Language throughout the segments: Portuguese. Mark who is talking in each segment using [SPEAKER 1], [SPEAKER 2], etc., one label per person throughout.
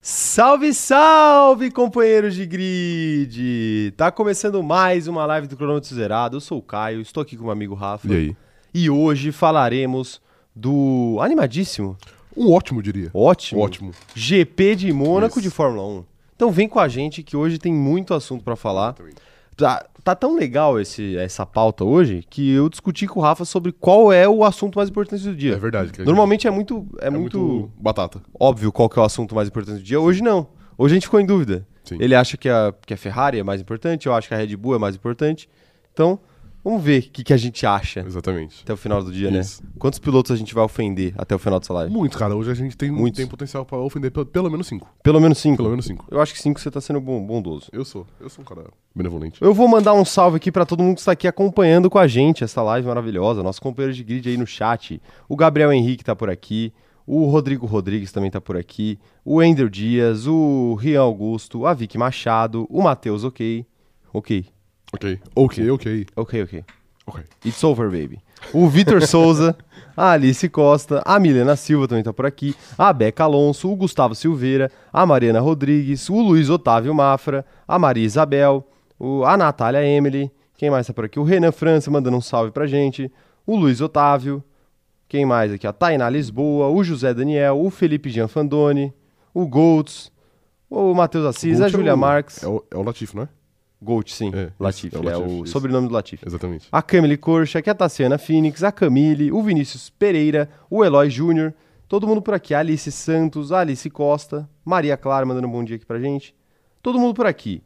[SPEAKER 1] Salve, salve, companheiros de grid! Tá começando mais uma live do Cronômetro Zerado. Eu sou o Caio, estou aqui com o meu amigo Rafa.
[SPEAKER 2] E aí?
[SPEAKER 1] E hoje falaremos do animadíssimo,
[SPEAKER 2] Um ótimo, diria.
[SPEAKER 1] ótimo,
[SPEAKER 2] Ótimo.
[SPEAKER 1] GP de Mônaco
[SPEAKER 2] Isso.
[SPEAKER 1] de Fórmula 1. Então vem com a gente que hoje tem muito assunto pra falar. Tá, tá tão legal esse, essa pauta hoje que eu discuti com o Rafa sobre qual é o assunto mais importante do dia.
[SPEAKER 2] É verdade. que a gente-
[SPEAKER 1] Normalmente é muito, é,
[SPEAKER 2] é
[SPEAKER 1] muito...
[SPEAKER 2] batata.
[SPEAKER 1] óbvio qual que é o assunto mais importante do dia. Hoje não. Hoje a gente ficou em dúvida.
[SPEAKER 2] Sim.
[SPEAKER 1] Ele acha que a, que a Ferrari é mais importante, eu acho que a Red Bull é mais importante. Então, vamos ver o que, que a gente acha
[SPEAKER 2] Exatamente.
[SPEAKER 1] até o final do dia,
[SPEAKER 2] Isso.
[SPEAKER 1] né? Quantos pilotos a gente vai ofender até o final dessa live?
[SPEAKER 2] Muito, cara. Hoje a gente tem,
[SPEAKER 1] Muitos.
[SPEAKER 2] tem potencial pra ofender pelo, pelo menos cinco.
[SPEAKER 1] Pelo menos cinco.
[SPEAKER 2] Pelo menos cinco.
[SPEAKER 1] Eu acho que cinco você tá sendo bon- bondoso.
[SPEAKER 2] Eu sou. Eu sou um cara benevolente.
[SPEAKER 1] Eu vou mandar um salve aqui pra todo mundo que está aqui acompanhando com a gente essa live maravilhosa. Nosso companheiro de grid aí no chat. O Gabriel Henrique tá por aqui. O Rodrigo Rodrigues também tá por aqui. O Ender Dias, o Rian Augusto, a Vicky Machado, o Matheus, ok. Ok,
[SPEAKER 2] Ok. Ok, ok.
[SPEAKER 1] ok, ok.
[SPEAKER 2] Ok.
[SPEAKER 1] It's over, baby. O Vitor Souza, a Alice Costa, a Milena Silva também tá por aqui, a Beca Alonso, o Gustavo Silveira, a Mariana Rodrigues, o Luiz Otávio Mafra, a Maria Isabel, o- a Natália Emily, quem mais tá por aqui? O Renan França mandando um salve pra gente, o Luiz Otávio, quem mais aqui? A Tainá Lisboa, o José Daniel, o Felipe Gianfandoni, o Goltz, o Matheus Assis, a
[SPEAKER 2] Gold é
[SPEAKER 1] Júlia
[SPEAKER 2] o-
[SPEAKER 1] Marques.
[SPEAKER 2] É o, é o Latif, né?
[SPEAKER 1] Goltz, sim,
[SPEAKER 2] É, isso,
[SPEAKER 1] Latifi,
[SPEAKER 2] é o
[SPEAKER 1] é
[SPEAKER 2] Latifi,
[SPEAKER 1] o
[SPEAKER 2] isso.
[SPEAKER 1] sobrenome do Latifi.
[SPEAKER 2] Exatamente.
[SPEAKER 1] A Camille Korchak, a Tassiana Phoenix, a Camille, o Vinícius Pereira, o Eloy Júnior, todo mundo por aqui. A Alice Santos, a Alice Costa, Maria Clara mandando um bom dia aqui pra gente. Todo mundo por aqui.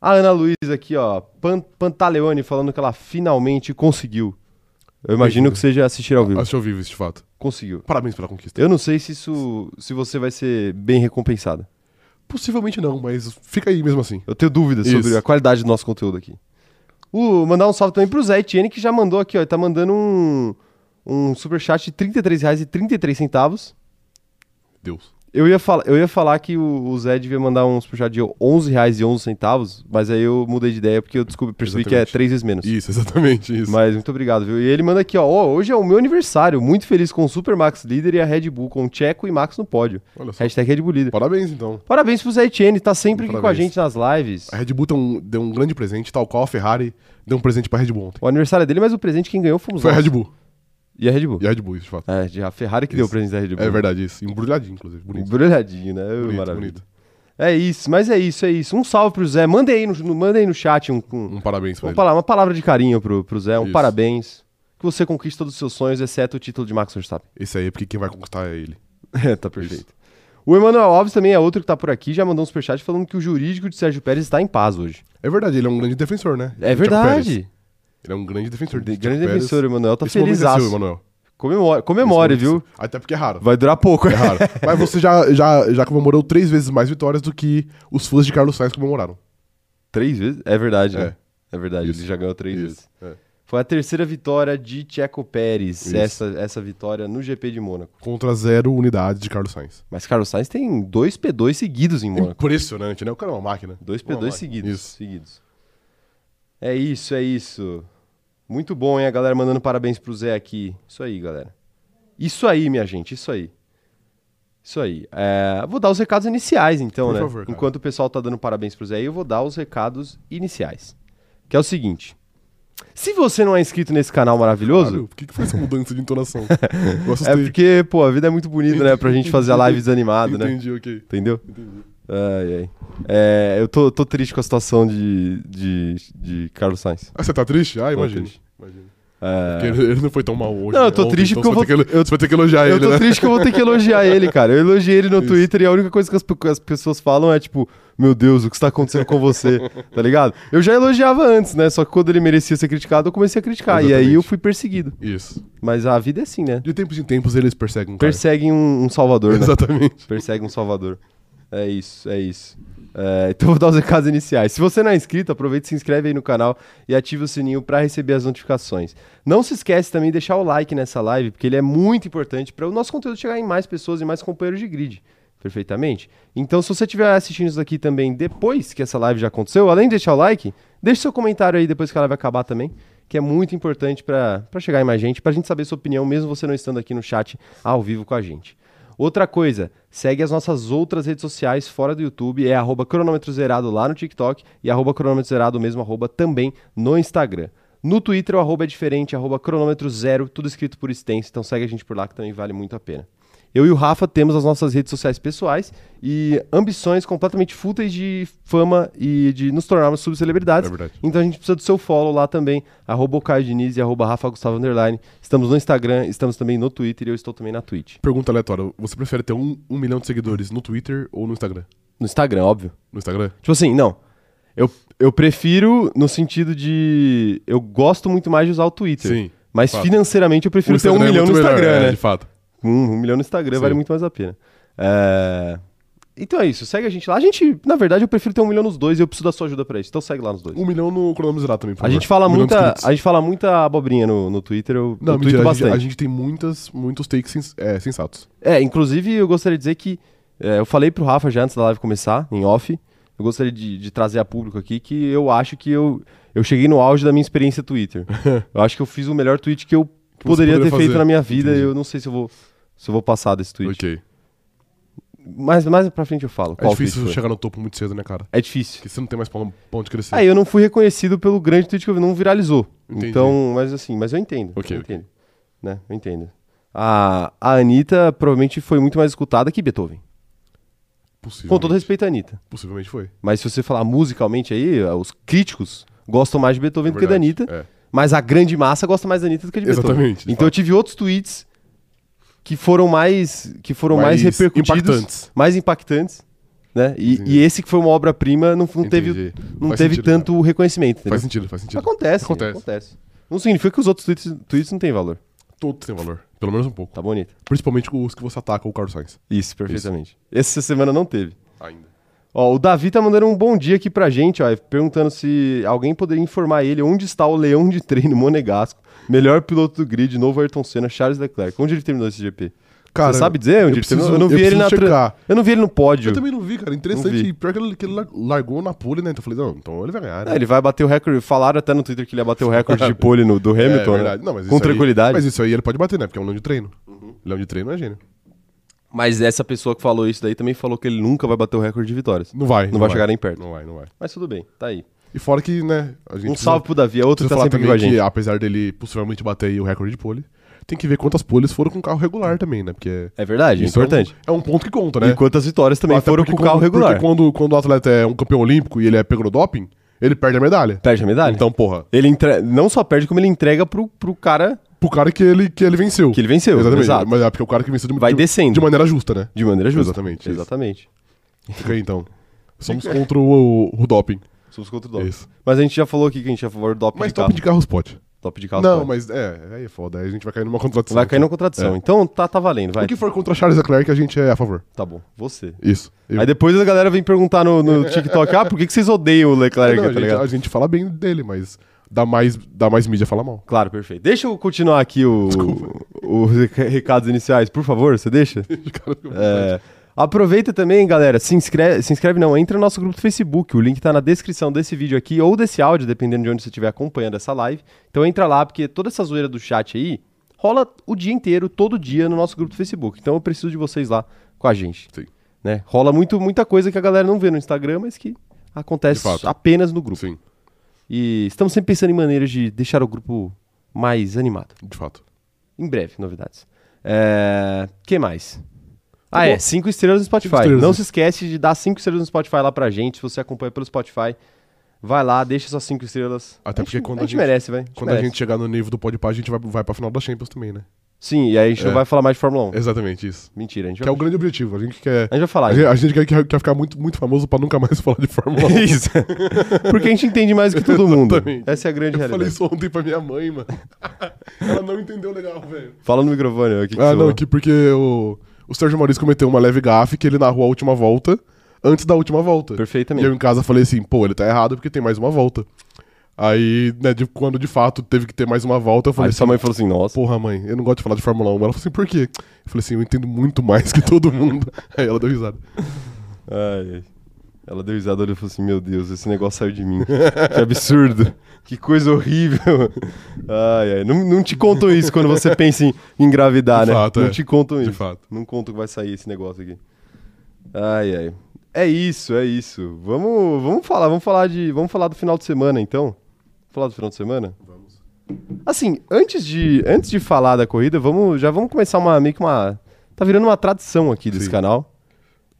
[SPEAKER 1] A Ana Luiz aqui, ó, Pan- Pantaleone falando que ela finalmente conseguiu. Eu imagino que seja assistir ao vivo.
[SPEAKER 2] Assiste ao vivo, isso de fato.
[SPEAKER 1] Conseguiu.
[SPEAKER 2] Parabéns pela conquista.
[SPEAKER 1] Eu não sei se isso, se você vai ser bem recompensada.
[SPEAKER 2] Possivelmente não, mas fica aí mesmo assim.
[SPEAKER 1] Eu tenho dúvidas
[SPEAKER 2] Isso.
[SPEAKER 1] sobre a qualidade do nosso conteúdo aqui. O, mandar um salve também pro Zé Etienne, que já mandou aqui, ó. Ele tá mandando um, um superchat de R$33,33.
[SPEAKER 2] Deus.
[SPEAKER 1] Eu ia, fala, eu ia falar que o, o Zé devia mandar um superchat de R$11,11, mas aí eu mudei de ideia porque eu descobri, percebi que é
[SPEAKER 2] Exatamente.
[SPEAKER 1] três vezes menos.
[SPEAKER 2] Isso, exatamente isso.
[SPEAKER 1] Mas muito obrigado, viu? E ele manda aqui, ó. "Ó, hoje é o meu aniversário. Muito feliz com o Super Max líder e a Red Bull, com o Checo e Max no pódio.
[SPEAKER 2] Olha só.
[SPEAKER 1] Hashtag Red Bull líder.
[SPEAKER 2] Parabéns, então.
[SPEAKER 1] Parabéns pro Zé Etienne, tá sempre aqui com a
[SPEAKER 2] Parabéns.
[SPEAKER 1] gente nas lives.
[SPEAKER 2] A Red Bull deu um, deu um grande presente, tal qual a Ferrari deu um presente pra Red Bull ontem.
[SPEAKER 1] O aniversário é dele, mas o presente quem ganhou fomos
[SPEAKER 2] Foi a
[SPEAKER 1] nós.
[SPEAKER 2] Red Bull.
[SPEAKER 1] E a Red Bull.
[SPEAKER 2] E a Red Bull, isso de fato.
[SPEAKER 1] É, de- a Ferrari que deu o
[SPEAKER 2] Isso.
[SPEAKER 1] presente da Red Bull.
[SPEAKER 2] É verdade, isso. Embrulhadinho, inclusive. Bonito.
[SPEAKER 1] Embrulhadinho, né? Ô,
[SPEAKER 2] Bonito,
[SPEAKER 1] Maravilha.
[SPEAKER 2] bonito.
[SPEAKER 1] É isso, mas é isso, é isso. Um salve pro Zé. Mandei aí no, no- mandem aí no chat um, um-
[SPEAKER 2] Um parabéns pra
[SPEAKER 1] uma,
[SPEAKER 2] ele.
[SPEAKER 1] palavra, uma palavra de carinho pro, pro Zé, um
[SPEAKER 2] Isso.
[SPEAKER 1] parabéns. Que você conquiste todos os seus sonhos, exceto o título de Max Verstappen.
[SPEAKER 2] Esse aí é porque quem vai conquistar é ele.
[SPEAKER 1] É, tá perfeito. O Emanuel Alves também é outro que tá por aqui, já mandou um superchat falando que o jurídico de Sérgio Pérez está em paz hoje.
[SPEAKER 2] É verdade, ele é um grande defensor, né?
[SPEAKER 1] É
[SPEAKER 2] Do Thiago Pérez.
[SPEAKER 1] verdade.
[SPEAKER 2] Ele é um grande defensor. do
[SPEAKER 1] Grande
[SPEAKER 2] Thiago Pérez.
[SPEAKER 1] defensor, Emanuel. Tá
[SPEAKER 2] Esse momento é seu,
[SPEAKER 1] felizaço.
[SPEAKER 2] Emanuel.
[SPEAKER 1] Comemore,
[SPEAKER 2] Esse
[SPEAKER 1] comemore,
[SPEAKER 2] momento é
[SPEAKER 1] viu?
[SPEAKER 2] seu. Até porque é raro.
[SPEAKER 1] Vai durar pouco.
[SPEAKER 2] É raro. Mas você já, já, já comemorou três vezes mais vitórias do que os fãs de Carlos Sainz comemoraram.
[SPEAKER 1] Três vezes? É verdade,
[SPEAKER 2] É.
[SPEAKER 1] né? É verdade,
[SPEAKER 2] Isso.
[SPEAKER 1] ele já ganhou três vezes.
[SPEAKER 2] Isso. É.
[SPEAKER 1] Foi a terceira vitória de Checo Pérez,
[SPEAKER 2] Isso.
[SPEAKER 1] essa, essa vitória no GP de Mônaco.
[SPEAKER 2] Contra zero unidades de Carlos Sainz.
[SPEAKER 1] Mas Carlos Sainz tem dois P2 seguidos em Mônaco.
[SPEAKER 2] Impressionante, né? O cara é uma máquina.
[SPEAKER 1] Dois
[SPEAKER 2] Uma
[SPEAKER 1] P2
[SPEAKER 2] máquina.
[SPEAKER 1] seguidos,
[SPEAKER 2] Isso.
[SPEAKER 1] seguidos. É isso, é isso. Muito bom, hein? A galera mandando parabéns pro Zé aqui. Isso aí, galera. Isso aí, minha gente, isso aí. Isso aí. É, vou dar os recados iniciais, então,
[SPEAKER 2] Por
[SPEAKER 1] né?
[SPEAKER 2] favor, cara.
[SPEAKER 1] Enquanto o pessoal tá dando parabéns pro Zé, eu vou dar os recados iniciais. Que é o seguinte. Se você não é inscrito nesse canal maravilhoso,
[SPEAKER 2] Caralho, por que, que foi essa mudança de entonação? Eu
[SPEAKER 1] É
[SPEAKER 2] assustei.
[SPEAKER 1] porque, pô, a vida é muito bonita, né? Pra gente fazer a live desanimado, né?
[SPEAKER 2] Entendi, ok.
[SPEAKER 1] Entendeu? Ai, ai. É, eu tô, tô triste com a situação de, de, de Carlos Sainz.
[SPEAKER 2] Ah, você tá triste? Ah,
[SPEAKER 1] Tô
[SPEAKER 2] imagina.
[SPEAKER 1] triste.
[SPEAKER 2] Imagina.
[SPEAKER 1] É,
[SPEAKER 2] Porque ele, ele não foi tão mal hoje.
[SPEAKER 1] Não,
[SPEAKER 2] né?
[SPEAKER 1] eu tô
[SPEAKER 2] Ontem,
[SPEAKER 1] triste porque eu
[SPEAKER 2] você vai ter que elo- Você vai ter que elogiar
[SPEAKER 1] eu
[SPEAKER 2] ele,
[SPEAKER 1] tô
[SPEAKER 2] né?
[SPEAKER 1] triste que eu vou ter que elogiar ele, cara. Eu elogiei ele no
[SPEAKER 2] Isso.
[SPEAKER 1] Twitter e a única coisa que as, que as pessoas falam é tipo, meu Deus, o que está acontecendo com você? tá ligado? Eu já elogiava antes, né? Só que quando ele merecia ser criticado, eu comecei a criticar. E aí
[SPEAKER 2] Exatamente.
[SPEAKER 1] eu fui perseguido.
[SPEAKER 2] Isso.
[SPEAKER 1] Mas a vida é assim, né?
[SPEAKER 2] De tempos em tempos eles perseguem um cara.
[SPEAKER 1] Perseguem um, um salvador, né?
[SPEAKER 2] Exatamente.
[SPEAKER 1] Persegue um salvador. É isso, é isso. É, então vou dar os recados iniciais. Se você não é inscrito, aproveita e se inscreve aí no canal e ativa o sininho para receber as notificações. Não se esquece também de deixar o like nessa live, porque ele é muito importante para o nosso conteúdo chegar em mais pessoas e mais companheiros de grid. Perfeitamente? Então, se você estiver assistindo isso aqui também depois que essa live já aconteceu, além de deixar o like, deixe seu comentário aí depois que a live acabar também, que é muito importante para chegar em mais gente, para a gente saber sua opinião, mesmo você não estando aqui no chat ao vivo com a gente. Outra coisa, segue as nossas outras redes sociais fora do YouTube, é arroba cronômetro zerado lá no TikTok e arroba cronômetro zerado mesmo arroba também no Instagram. No Twitter o arroba é diferente, arroba cronômetro zero, tudo escrito por extenso, então segue a gente por lá que também vale muito a pena. Eu e o Rafa temos as nossas redes sociais pessoais e ambições completamente fúteis de fama e de nos tornarmos subcelebridades.
[SPEAKER 2] É verdade.
[SPEAKER 1] Então a gente precisa do seu follow lá também, arroba o Caio Diniz e arroba Rafa Gustavo Underline. Estamos no Instagram, estamos também no Twitter e eu estou também na Twitch.
[SPEAKER 2] Pergunta aleatória. Você prefere ter um, um milhão de seguidores no Twitter ou no Instagram?
[SPEAKER 1] No Instagram, óbvio.
[SPEAKER 2] No Instagram?
[SPEAKER 1] Tipo assim, não. Eu, eu prefiro no sentido de. Eu gosto muito mais de usar o Twitter.
[SPEAKER 2] Sim,
[SPEAKER 1] Mas
[SPEAKER 2] fato.
[SPEAKER 1] financeiramente eu prefiro
[SPEAKER 2] O
[SPEAKER 1] ter um
[SPEAKER 2] Instagram é
[SPEAKER 1] milhão no
[SPEAKER 2] muito melhor,
[SPEAKER 1] Instagram,
[SPEAKER 2] é,
[SPEAKER 1] né?
[SPEAKER 2] De fato.
[SPEAKER 1] Um, um milhão no Instagram
[SPEAKER 2] Sim.
[SPEAKER 1] vale muito mais a pena. É, Então é isso, segue a gente lá. A gente, na verdade, eu prefiro ter um milhão nos dois e eu preciso da sua ajuda pra isso. Então segue lá nos dois.
[SPEAKER 2] Um milhão no cronômetro zerado também,
[SPEAKER 1] A
[SPEAKER 2] por favor.
[SPEAKER 1] gente fala
[SPEAKER 2] Um milhão de
[SPEAKER 1] muita,
[SPEAKER 2] inscritos.
[SPEAKER 1] a gente fala muita abobrinha no, no Twitter, eu,
[SPEAKER 2] Não,
[SPEAKER 1] eu
[SPEAKER 2] mentira,
[SPEAKER 1] tuito
[SPEAKER 2] a gente-
[SPEAKER 1] bastante.
[SPEAKER 2] a gente tem muitas, muitos takes sens- é, sensatos.
[SPEAKER 1] É, inclusive eu gostaria de dizer que é, eu falei pro Rafa já antes da live começar, em off. Eu gostaria de, de trazer a público aqui que eu acho que eu, eu cheguei no auge da minha experiência Twitter. eu acho que eu fiz o melhor tweet que eu
[SPEAKER 2] você
[SPEAKER 1] poderia ter
[SPEAKER 2] poderia
[SPEAKER 1] feito
[SPEAKER 2] fazer.
[SPEAKER 1] na minha vida
[SPEAKER 2] Entendi.
[SPEAKER 1] e eu não sei se eu vou, se eu vou passar desse tweet.
[SPEAKER 2] Ok.
[SPEAKER 1] Mas mais pra frente eu falo.
[SPEAKER 2] É
[SPEAKER 1] qual
[SPEAKER 2] difícil
[SPEAKER 1] tweet foi.
[SPEAKER 2] chegar no topo muito cedo, né, cara?
[SPEAKER 1] É difícil.
[SPEAKER 2] Porque você não tem mais pra onde crescer.
[SPEAKER 1] Aí eu não fui reconhecido pelo grande tweet que eu vi, não viralizou.
[SPEAKER 2] Entendi.
[SPEAKER 1] Então, mas assim, mas eu entendo.
[SPEAKER 2] Ok,
[SPEAKER 1] eu
[SPEAKER 2] ok.
[SPEAKER 1] entendo. Né? Eu entendo. A, a Anitta provavelmente foi muito mais escutada que Beethoven.
[SPEAKER 2] Possivelmente.
[SPEAKER 1] Com todo respeito à Anitta.
[SPEAKER 2] Possivelmente foi.
[SPEAKER 1] Mas se você falar musicalmente aí, eh, os críticos gostam mais de Beethoven
[SPEAKER 2] É
[SPEAKER 1] do que da
[SPEAKER 2] verdade,
[SPEAKER 1] Anitta.
[SPEAKER 2] é.
[SPEAKER 1] Mas a grande massa gosta mais da Anitta do que de Beethoven.
[SPEAKER 2] Exatamente, de
[SPEAKER 1] Então eu tive outros tweets que foram mais que foram mais,
[SPEAKER 2] Mais
[SPEAKER 1] repercutidos,
[SPEAKER 2] impactantes.
[SPEAKER 1] mais impactantes, né? E,
[SPEAKER 2] Entendi.
[SPEAKER 1] e esse que foi uma obra-prima não, não
[SPEAKER 2] Entendi.
[SPEAKER 1] teve não
[SPEAKER 2] Faz
[SPEAKER 1] teve
[SPEAKER 2] sentido,
[SPEAKER 1] tanto reconhecimento, entendeu?
[SPEAKER 2] Faz sentido, faz sentido.
[SPEAKER 1] Acontece,
[SPEAKER 2] Acontece.
[SPEAKER 1] acontece, Não significa que os outros tweets, tweets não têm valor.
[SPEAKER 2] Todos têm valor. Pelo menos um pouco.
[SPEAKER 1] Tá bonito.
[SPEAKER 2] Principalmente os que você ataca o Carlos Sainz.
[SPEAKER 1] Isso, perfeitamente. Essa semana não teve.
[SPEAKER 2] Ainda.
[SPEAKER 1] Ó, o Davi tá mandando um bom dia aqui pra gente, ó, perguntando se alguém poderia informar ele onde está o leão de treino Monegasco, melhor piloto do grid, novo Ayrton Senna, Charles Leclerc. Onde ele terminou esse GP?
[SPEAKER 2] Cara,
[SPEAKER 1] Você sabe dizer onde
[SPEAKER 2] eu
[SPEAKER 1] ele
[SPEAKER 2] preciso-
[SPEAKER 1] terminou? Eu não
[SPEAKER 2] eu
[SPEAKER 1] vi ele
[SPEAKER 2] preciso
[SPEAKER 1] na tran-
[SPEAKER 2] checar.
[SPEAKER 1] Eu não vi ele no pódio.
[SPEAKER 2] Eu também não vi, cara.
[SPEAKER 1] Não
[SPEAKER 2] Interessante.
[SPEAKER 1] vi.
[SPEAKER 2] E Pior que ele, que ele lar- largou na pole, né? Então eu falei, não, então ele vai ganhar.
[SPEAKER 1] Ah,
[SPEAKER 2] Né?
[SPEAKER 1] ele vai bater o recorde. Falaram até no Twitter que ele ia bater o recorde de pole no, do
[SPEAKER 2] É,
[SPEAKER 1] Hamilton,
[SPEAKER 2] verdade.
[SPEAKER 1] né?
[SPEAKER 2] Não,
[SPEAKER 1] Com
[SPEAKER 2] mas isso aí-
[SPEAKER 1] tranquilidade.
[SPEAKER 2] mas
[SPEAKER 1] mas...
[SPEAKER 2] isso aí ele pode bater, né? Porque é um leão de treino. Leão de treino é gênio.
[SPEAKER 1] essa pessoa que falou isso daí também falou que ele nunca vai bater o recorde de vitórias.
[SPEAKER 2] Não vai.
[SPEAKER 1] Não vai chegar nem perto.
[SPEAKER 2] Não vai, não vai.
[SPEAKER 1] Mas tudo bem, tá aí.
[SPEAKER 2] E fora que, né? A gente
[SPEAKER 1] Um salve pro Davi, é outro que
[SPEAKER 2] Preciso
[SPEAKER 1] tá
[SPEAKER 2] falar
[SPEAKER 1] sempre aqui
[SPEAKER 2] também
[SPEAKER 1] com a
[SPEAKER 2] que,
[SPEAKER 1] gente.
[SPEAKER 2] apesar dele possivelmente bater aí o recorde de pole, tem que ver quantas poles foram com carro regular também, né? Porque
[SPEAKER 1] É verdade, é
[SPEAKER 2] isso um-
[SPEAKER 1] importante.
[SPEAKER 2] É um, ponto que conta, né?
[SPEAKER 1] E quantas vitórias também
[SPEAKER 2] Até
[SPEAKER 1] foram com
[SPEAKER 2] porque
[SPEAKER 1] o carro
[SPEAKER 2] quando-
[SPEAKER 1] regular.
[SPEAKER 2] Porque quando, quando o atleta é um campeão olímpico e ele é pego no doping, ele perde a medalha.
[SPEAKER 1] Perde a medalha.
[SPEAKER 2] Então, porra,
[SPEAKER 1] Ele entre- não só perde, como ele entrega pro, pro cara
[SPEAKER 2] pro cara que ele, que ele venceu.
[SPEAKER 1] Que ele venceu,
[SPEAKER 2] Exatamente.
[SPEAKER 1] exato.
[SPEAKER 2] Mas é porque o cara que venceu de,
[SPEAKER 1] Vai
[SPEAKER 2] de-
[SPEAKER 1] descendo.
[SPEAKER 2] de maneira justa, né?
[SPEAKER 1] de maneira justa.
[SPEAKER 2] Exatamente, isso.
[SPEAKER 1] Exatamente.
[SPEAKER 2] Fica aí, então. Somos contra o, o doping.
[SPEAKER 1] Somos contra o doping.
[SPEAKER 2] Isso.
[SPEAKER 1] Mas a gente já falou aqui que a gente é a favor do doping
[SPEAKER 2] Mas
[SPEAKER 1] de carro.
[SPEAKER 2] doping de carros pode.
[SPEAKER 1] Top de carro.
[SPEAKER 2] não, É.
[SPEAKER 1] pode.
[SPEAKER 2] mas é, aí é foda. Aí a gente vai cair numa contradição.
[SPEAKER 1] Vai cair na contradição. Então tá, tá valendo, vai.
[SPEAKER 2] O que for contra Charles Leclerc, a gente é a favor.
[SPEAKER 1] Tá bom, você.
[SPEAKER 2] Isso. Eu-
[SPEAKER 1] Aí depois a galera vem perguntar no, no TikTok, ah, por que, que vocês odeiam o Leclerc,
[SPEAKER 2] Não, a,
[SPEAKER 1] tá
[SPEAKER 2] gente,
[SPEAKER 1] ligado?
[SPEAKER 2] a gente fala bem dele, mas dá mais, dá mais mídia falar mal.
[SPEAKER 1] Claro, perfeito. Deixa eu continuar aqui o, o- os reca- recados iniciais, por favor, você deixa?
[SPEAKER 2] Cara, eu-
[SPEAKER 1] É, aproveita também, galera, se inscreve, se inscreve não, entra no nosso grupo do Facebook, o link tá na descrição desse vídeo aqui ou desse áudio, dependendo de onde você estiver acompanhando essa live. Então entra lá, porque toda essa zoeira do chat aí rola o dia inteiro, todo dia no nosso grupo do Facebook. Então eu preciso de vocês lá com a gente.
[SPEAKER 2] Sim.
[SPEAKER 1] Né? Rola muito, muita coisa que a galera não vê no Instagram, mas que acontece
[SPEAKER 2] De fato.
[SPEAKER 1] apenas no grupo.
[SPEAKER 2] Sim,
[SPEAKER 1] E estamos sempre pensando em maneiras de deixar o grupo mais animado.
[SPEAKER 2] de fato.
[SPEAKER 1] Em breve, novidades. É... que mais? ah,
[SPEAKER 2] bom.
[SPEAKER 1] é. Cinco estrelas no Spotify.
[SPEAKER 2] Cinco estrelas.
[SPEAKER 1] Não se esquece de dar cinco estrelas no Spotify lá pra gente. Se você acompanha pelo Spotify, vai lá, deixa suas cinco estrelas.
[SPEAKER 2] Até
[SPEAKER 1] A gente-
[SPEAKER 2] porque quando
[SPEAKER 1] a gente,
[SPEAKER 2] a gente-
[SPEAKER 1] merece, vai. A gente
[SPEAKER 2] Quando
[SPEAKER 1] merece.
[SPEAKER 2] a gente chegar no nível do Podpah, a gente vai, vai pra final da Champions também, né?
[SPEAKER 1] Sim, e aí a gente
[SPEAKER 2] É.
[SPEAKER 1] não vai falar mais de Fórmula 1.
[SPEAKER 2] Exatamente, isso.
[SPEAKER 1] Mentira, a gente
[SPEAKER 2] Que é
[SPEAKER 1] vai...
[SPEAKER 2] o É grande objetivo. A gente quer.
[SPEAKER 1] A gente vai falar.
[SPEAKER 2] A gente, a gente quer, quer- quer ficar muito, muito famoso pra nunca mais falar de Fórmula 1.
[SPEAKER 1] Isso. Porque a gente entende mais que todo mundo.
[SPEAKER 2] Exatamente.
[SPEAKER 1] Essa é a grande
[SPEAKER 2] Eu falei
[SPEAKER 1] realidade.
[SPEAKER 2] isso ontem pra minha mãe, mano. Ela não entendeu legal, velho.
[SPEAKER 1] Fala no microfone. ó, o que que
[SPEAKER 2] Ah,
[SPEAKER 1] você
[SPEAKER 2] não,
[SPEAKER 1] falou?
[SPEAKER 2] aqui porque o, o Sérgio Maurício cometeu uma leve gafe que ele narrou a última volta antes da última volta. E
[SPEAKER 1] Perfeitamente.
[SPEAKER 2] eu em casa falei assim, pô, ele tá errado porque tem mais uma volta. Aí, né, de, quando de fato teve que ter mais uma volta, eu falei
[SPEAKER 1] Aí
[SPEAKER 2] assim,
[SPEAKER 1] sua mãe falou assim, nossa.
[SPEAKER 2] porra, mãe, eu não gosto de falar de Fórmula 1. Ela falou assim, por quê? Eu falei assim, eu entendo muito mais que todo mundo. Aí ela deu risada.
[SPEAKER 1] Ai, ai. Ela deu risada, olhou e falou assim: Meu Deus, esse negócio saiu de mim. Que absurdo. Que coisa horrível. Ai, ai. Não, não te contam isso quando você pensa em engravidar,
[SPEAKER 2] De
[SPEAKER 1] né?
[SPEAKER 2] fato,
[SPEAKER 1] não
[SPEAKER 2] é.
[SPEAKER 1] te contam
[SPEAKER 2] De
[SPEAKER 1] isso.
[SPEAKER 2] fato.
[SPEAKER 1] Não conto que vai sair esse negócio aqui. Ai, ai. É isso, é isso. Vamos, vamos falar, vamos falar de, vamos falar do final de semana então. Falar do final de semana? Vamos. Assim, antes de, antes de falar da corrida, vamos, já vamos começar uma meio que uma tá virando uma tradição aqui desse
[SPEAKER 2] Sim.
[SPEAKER 1] canal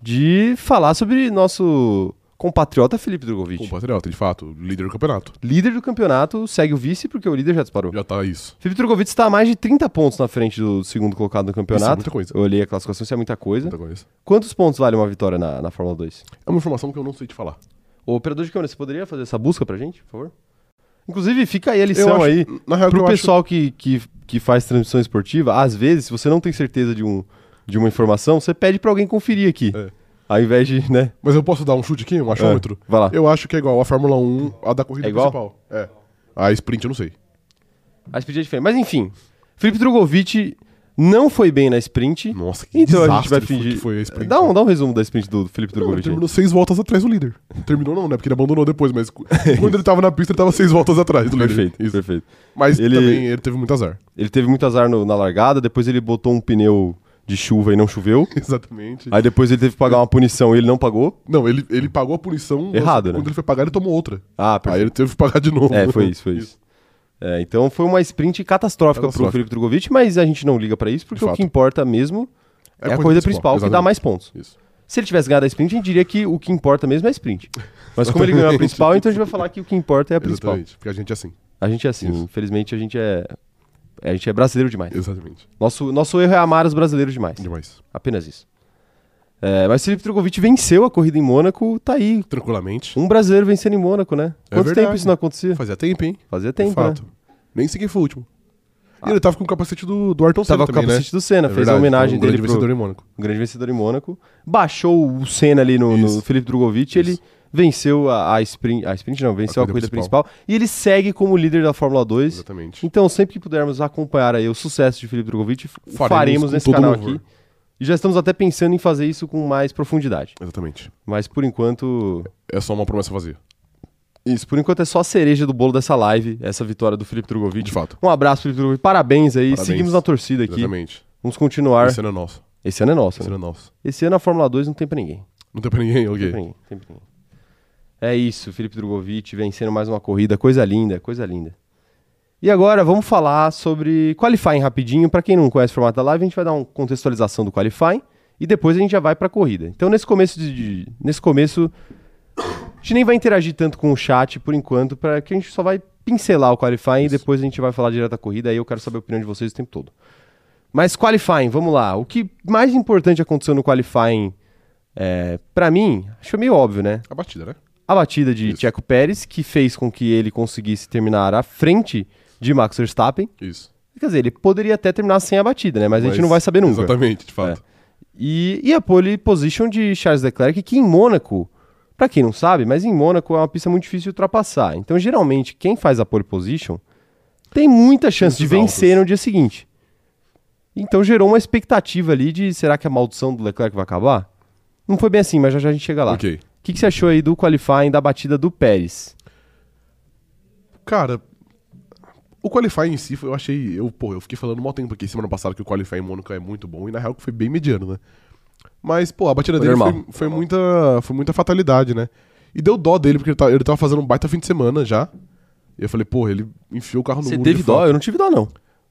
[SPEAKER 1] de falar sobre nosso compatriota Felipe Drogovic.
[SPEAKER 2] Compatriota, de fato, líder do campeonato.
[SPEAKER 1] Líder do campeonato, segue o vice porque o líder já disparou.
[SPEAKER 2] Já tá isso.
[SPEAKER 1] Felipe Drogovic está a mais de 30 pontos na frente do segundo colocado no campeonato.
[SPEAKER 2] é muita coisa.
[SPEAKER 1] Eu olhei a classificação, isso é muita coisa.
[SPEAKER 2] Muita coisa.
[SPEAKER 1] Quantos pontos vale uma vitória na, na Fórmula 2?
[SPEAKER 2] É uma informação que eu não sei te falar.
[SPEAKER 1] Ô, operador de câmera, você poderia fazer essa busca pra gente, por favor? Inclusive, fica aí a lição
[SPEAKER 2] acho-
[SPEAKER 1] é um aí
[SPEAKER 2] na real, que
[SPEAKER 1] pro
[SPEAKER 2] eu acho-
[SPEAKER 1] pessoal que, que, que faz transmissão esportiva. Às vezes, se você não tem certeza de, um, de uma informação, você pede pra alguém conferir aqui.
[SPEAKER 2] É.
[SPEAKER 1] Ao invés de, né?
[SPEAKER 2] Mas eu posso dar um chute aqui, um achômetro?
[SPEAKER 1] vai lá.
[SPEAKER 2] Eu acho que é igual a Fórmula 1, a da corrida
[SPEAKER 1] É igual?
[SPEAKER 2] principal. É. A sprint eu não sei.
[SPEAKER 1] A sprint é diferente. Mas enfim, Felipe Drogovic não foi bem na sprint.
[SPEAKER 2] Nossa, que
[SPEAKER 1] Então a gente
[SPEAKER 2] desastre
[SPEAKER 1] vai
[SPEAKER 2] que foi-
[SPEAKER 1] fingir.
[SPEAKER 2] que foi a sprint.
[SPEAKER 1] Dá um, dá um resumo da sprint do Felipe
[SPEAKER 2] Não, ele
[SPEAKER 1] Drogovic. aí.
[SPEAKER 2] terminou seis voltas atrás do líder. Terminou não, né? Porque ele abandonou depois, mas cu- quando ele tava na pista, ele tava seis voltas atrás do líder.
[SPEAKER 1] É Perfeito,
[SPEAKER 2] Isso.
[SPEAKER 1] perfeito.
[SPEAKER 2] Mas
[SPEAKER 1] Ele-
[SPEAKER 2] também ele teve muito azar.
[SPEAKER 1] Ele teve muito azar no- na largada, depois ele botou um pneu de chuva e não choveu.
[SPEAKER 2] Exatamente.
[SPEAKER 1] Aí depois ele teve que pagar uma punição e ele não pagou.
[SPEAKER 2] Não, ele, ele pagou a punição.
[SPEAKER 1] Errado, né?
[SPEAKER 2] Quando ele foi pagar, ele tomou outra.
[SPEAKER 1] Ah, perfeito.
[SPEAKER 2] Aí ele teve que pagar de novo.
[SPEAKER 1] É, foi isso, foi isso. É, então foi uma sprint catastrófica pro
[SPEAKER 2] Catastrófica.
[SPEAKER 1] Felipe Drogovic, mas a gente não liga pra isso, porque
[SPEAKER 2] De
[SPEAKER 1] o
[SPEAKER 2] fato.
[SPEAKER 1] que importa mesmo é, a corrida principal, que dá
[SPEAKER 2] exatamente.
[SPEAKER 1] mais pontos.
[SPEAKER 2] Isso.
[SPEAKER 1] Se ele tivesse ganhado a sprint, a gente diria que o que importa mesmo é a sprint. Mas como ele ganhou a principal, então a gente vai falar que o que importa é a principal.
[SPEAKER 2] Exatamente. Porque a gente é assim.
[SPEAKER 1] A gente é assim,
[SPEAKER 2] Isso.
[SPEAKER 1] infelizmente a gente é a gente é brasileiro demais.
[SPEAKER 2] Exatamente.
[SPEAKER 1] Nosso, nosso erro é amar os brasileiros demais.
[SPEAKER 2] Demais.
[SPEAKER 1] Apenas isso. É, mas Felipe Drogovic venceu a corrida em Mônaco, tá aí.
[SPEAKER 2] Tranquilamente.
[SPEAKER 1] Um brasileiro vencendo em Mônaco, né?
[SPEAKER 2] É
[SPEAKER 1] Quanto tempo
[SPEAKER 2] verdade.
[SPEAKER 1] isso não acontecia?
[SPEAKER 2] Fazia tempo, hein?
[SPEAKER 1] Fazia tempo,
[SPEAKER 2] De
[SPEAKER 1] né?
[SPEAKER 2] fato. Nem sei quem foi o último. E ele tava com o capacete do, do Ayrton Senna
[SPEAKER 1] Tava com o
[SPEAKER 2] também,
[SPEAKER 1] capacete
[SPEAKER 2] né?
[SPEAKER 1] do Senna,
[SPEAKER 2] É
[SPEAKER 1] fez a
[SPEAKER 2] verdade,
[SPEAKER 1] homenagem
[SPEAKER 2] foi um
[SPEAKER 1] dele
[SPEAKER 2] grande
[SPEAKER 1] pro
[SPEAKER 2] vencedor em Mônaco.
[SPEAKER 1] um grande vencedor em Mônaco. Baixou o Senna ali no, no
[SPEAKER 2] Isso.
[SPEAKER 1] Felipe Drogovic, ele
[SPEAKER 2] Isso.
[SPEAKER 1] venceu a, a sprint, a sprint não, venceu a, corrida
[SPEAKER 2] corrida
[SPEAKER 1] principal.
[SPEAKER 2] principal.
[SPEAKER 1] e ele segue como líder da Fórmula 2.
[SPEAKER 2] Exatamente.
[SPEAKER 1] Então, sempre que pudermos acompanhar aí o sucesso de Felipe Drogovic, faremos,
[SPEAKER 2] Faremos
[SPEAKER 1] faremos
[SPEAKER 2] com
[SPEAKER 1] nesse
[SPEAKER 2] todo
[SPEAKER 1] canal
[SPEAKER 2] louvor.
[SPEAKER 1] aqui. E já estamos até pensando em fazer isso com mais profundidade.
[SPEAKER 2] Exatamente.
[SPEAKER 1] Mas por enquanto,
[SPEAKER 2] É só uma promessa vazia.
[SPEAKER 1] isso, por enquanto é só a cereja do bolo dessa live, essa vitória do Felipe Drogovic.
[SPEAKER 2] De fato.
[SPEAKER 1] Um abraço, Felipe Drogovic. Parabéns aí.
[SPEAKER 2] Parabéns.
[SPEAKER 1] Seguimos na torcida aqui.
[SPEAKER 2] Exatamente.
[SPEAKER 1] Vamos continuar.
[SPEAKER 2] Esse ano é nosso.
[SPEAKER 1] Esse ano é nosso,
[SPEAKER 2] Esse
[SPEAKER 1] né?
[SPEAKER 2] ano é nosso.
[SPEAKER 1] Esse ano a Fórmula 2 não tem pra ninguém.
[SPEAKER 2] Não tem pra ninguém,
[SPEAKER 1] Tem
[SPEAKER 2] ok.
[SPEAKER 1] pra ninguém, tem pra ninguém. É isso, Felipe Drogovic vencendo mais uma corrida, coisa linda, coisa linda. E agora vamos falar sobre qualifying rapidinho. Pra quem não conhece o formato da live, a gente vai dar uma contextualização do qualifying e depois a gente já vai pra corrida. Então nesse começo de, de- nesse começo a gente nem vai interagir tanto com o chat por enquanto, para que a gente só vai pincelar o qualifying e depois a gente vai falar direto da corrida, aí eu quero saber a opinião de vocês o tempo todo. Mas qualifying, vamos lá. O que mais importante aconteceu no qualifying, é, para mim, acho meio óbvio, né?
[SPEAKER 2] A batida, né?
[SPEAKER 1] A batida de Checo Pérez, que fez com que ele conseguisse terminar à frente de Max Verstappen.
[SPEAKER 2] Isso.
[SPEAKER 1] Quer dizer, ele poderia até terminar sem a batida, né? Mas, a gente
[SPEAKER 2] Mas-
[SPEAKER 1] não vai saber nunca. É.
[SPEAKER 2] Exatamente, de fato.
[SPEAKER 1] E, e a pole position de Charles Leclerc, que em Mônaco, pra quem não sabe, mas em Mônaco é uma pista muito difícil de ultrapassar. Então, geralmente, quem faz a pole position tem muita chance de
[SPEAKER 2] Chances
[SPEAKER 1] vencer
[SPEAKER 2] altas.
[SPEAKER 1] no dia seguinte. Então gerou uma expectativa ali de será que a maldição do Leclerc vai acabar? Não foi bem assim, mas já, já a gente chega lá. O
[SPEAKER 2] Ok.
[SPEAKER 1] que, que você achou aí do qualifying da batida do Pérez?
[SPEAKER 2] Cara, o Qualify em si, foi- eu achei. Eu, pô, eu fiquei falando mal tempo aqui semana passada que o Qualify em Mônaco é muito bom e na real que foi bem mediano, né? Mas, pô, a batida
[SPEAKER 1] Foi
[SPEAKER 2] dele
[SPEAKER 1] normal.
[SPEAKER 2] foi, foi muita, foi muita fatalidade, né? E deu dó dele, porque ele tava, ele tava fazendo um baita fim de semana já. E eu falei, pô, ele enfiou o carro no
[SPEAKER 1] Você
[SPEAKER 2] muro,
[SPEAKER 1] teve
[SPEAKER 2] de
[SPEAKER 1] dó?
[SPEAKER 2] fato.
[SPEAKER 1] Eu não tive dó, não.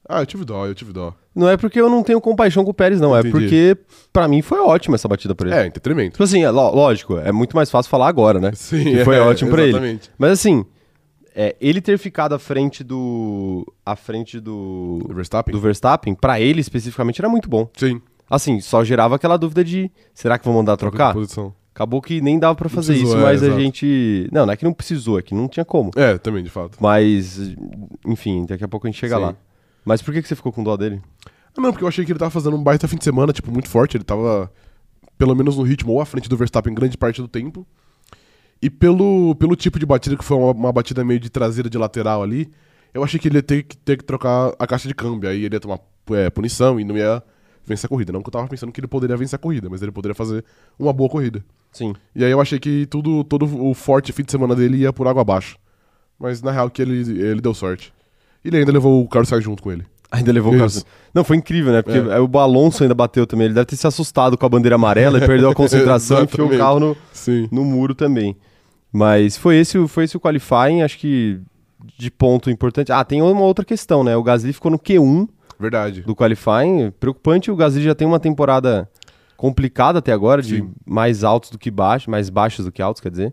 [SPEAKER 2] Ah, eu tive dó, eu tive dó.
[SPEAKER 1] Não é porque eu não tenho compaixão com o Pérez, não. É
[SPEAKER 2] Entendi.
[SPEAKER 1] porque, pra mim, foi ótima essa batida por ele.
[SPEAKER 2] É, entretenimento.
[SPEAKER 1] Tipo assim, é ló- lógico, é muito mais fácil falar agora, né?
[SPEAKER 2] Sim,
[SPEAKER 1] que foi
[SPEAKER 2] é,
[SPEAKER 1] ótimo pra ele.
[SPEAKER 2] exatamente.
[SPEAKER 1] Mas assim, é, ele ter ficado à frente do. à frente do.
[SPEAKER 2] O Verstappen?
[SPEAKER 1] do Verstappen, pra ele especificamente era muito bom.
[SPEAKER 2] Sim.
[SPEAKER 1] Assim, só gerava aquela dúvida de será que vão mandar trocar?
[SPEAKER 2] Posição.
[SPEAKER 1] Acabou que nem dava pra fazer
[SPEAKER 2] precisou,
[SPEAKER 1] isso,
[SPEAKER 2] é,
[SPEAKER 1] mas a
[SPEAKER 2] exato.
[SPEAKER 1] gente. Não, não é que não precisou, é que não tinha como.
[SPEAKER 2] É, também, de fato.
[SPEAKER 1] Mas, enfim, daqui a pouco a gente chega
[SPEAKER 2] Sim.
[SPEAKER 1] lá. Mas por que, que você ficou com dó dele?
[SPEAKER 2] Ah, Não, porque eu achei que ele tava fazendo um baita fim de semana, tipo, muito forte. Ele tava, pelo menos no ritmo, ou à frente do Verstappen grande parte do tempo. E pelo, pelo tipo de batida, que foi uma, uma batida meio de traseira de lateral ali, eu achei que ele ia ter que, ter que trocar a caixa de câmbio. Aí ele ia tomar é, punição e não ia vencer a corrida. Não que eu tava pensando que ele poderia vencer a corrida, mas ele poderia fazer uma boa corrida.
[SPEAKER 1] Sim.
[SPEAKER 2] E aí eu achei que tudo, todo o forte fim de semana dele ia por água abaixo. Mas na real que ele, ele deu sorte. Ele ainda levou o Carlos Sainz junto com ele.
[SPEAKER 1] Ainda levou o
[SPEAKER 2] Isso.
[SPEAKER 1] Carlos. Não, foi incrível, né?
[SPEAKER 2] É.
[SPEAKER 1] Porque aí o Alonso ainda bateu também. Ele deve ter se assustado com a bandeira amarela e perdeu a concentração e enfiou o
[SPEAKER 2] Exatamente.
[SPEAKER 1] carro no,
[SPEAKER 2] Sim.
[SPEAKER 1] no muro também. Mas foi esse, o- foi esse o qualifying, acho que de ponto importante. Ah, tem uma outra questão, né? O Gasly ficou no Q1
[SPEAKER 2] Verdade.
[SPEAKER 1] do qualifying, preocupante. O Gasly já tem uma temporada complicada até agora, de
[SPEAKER 2] Sim.
[SPEAKER 1] mais altos do que baixos, mais baixos do que altos, quer dizer.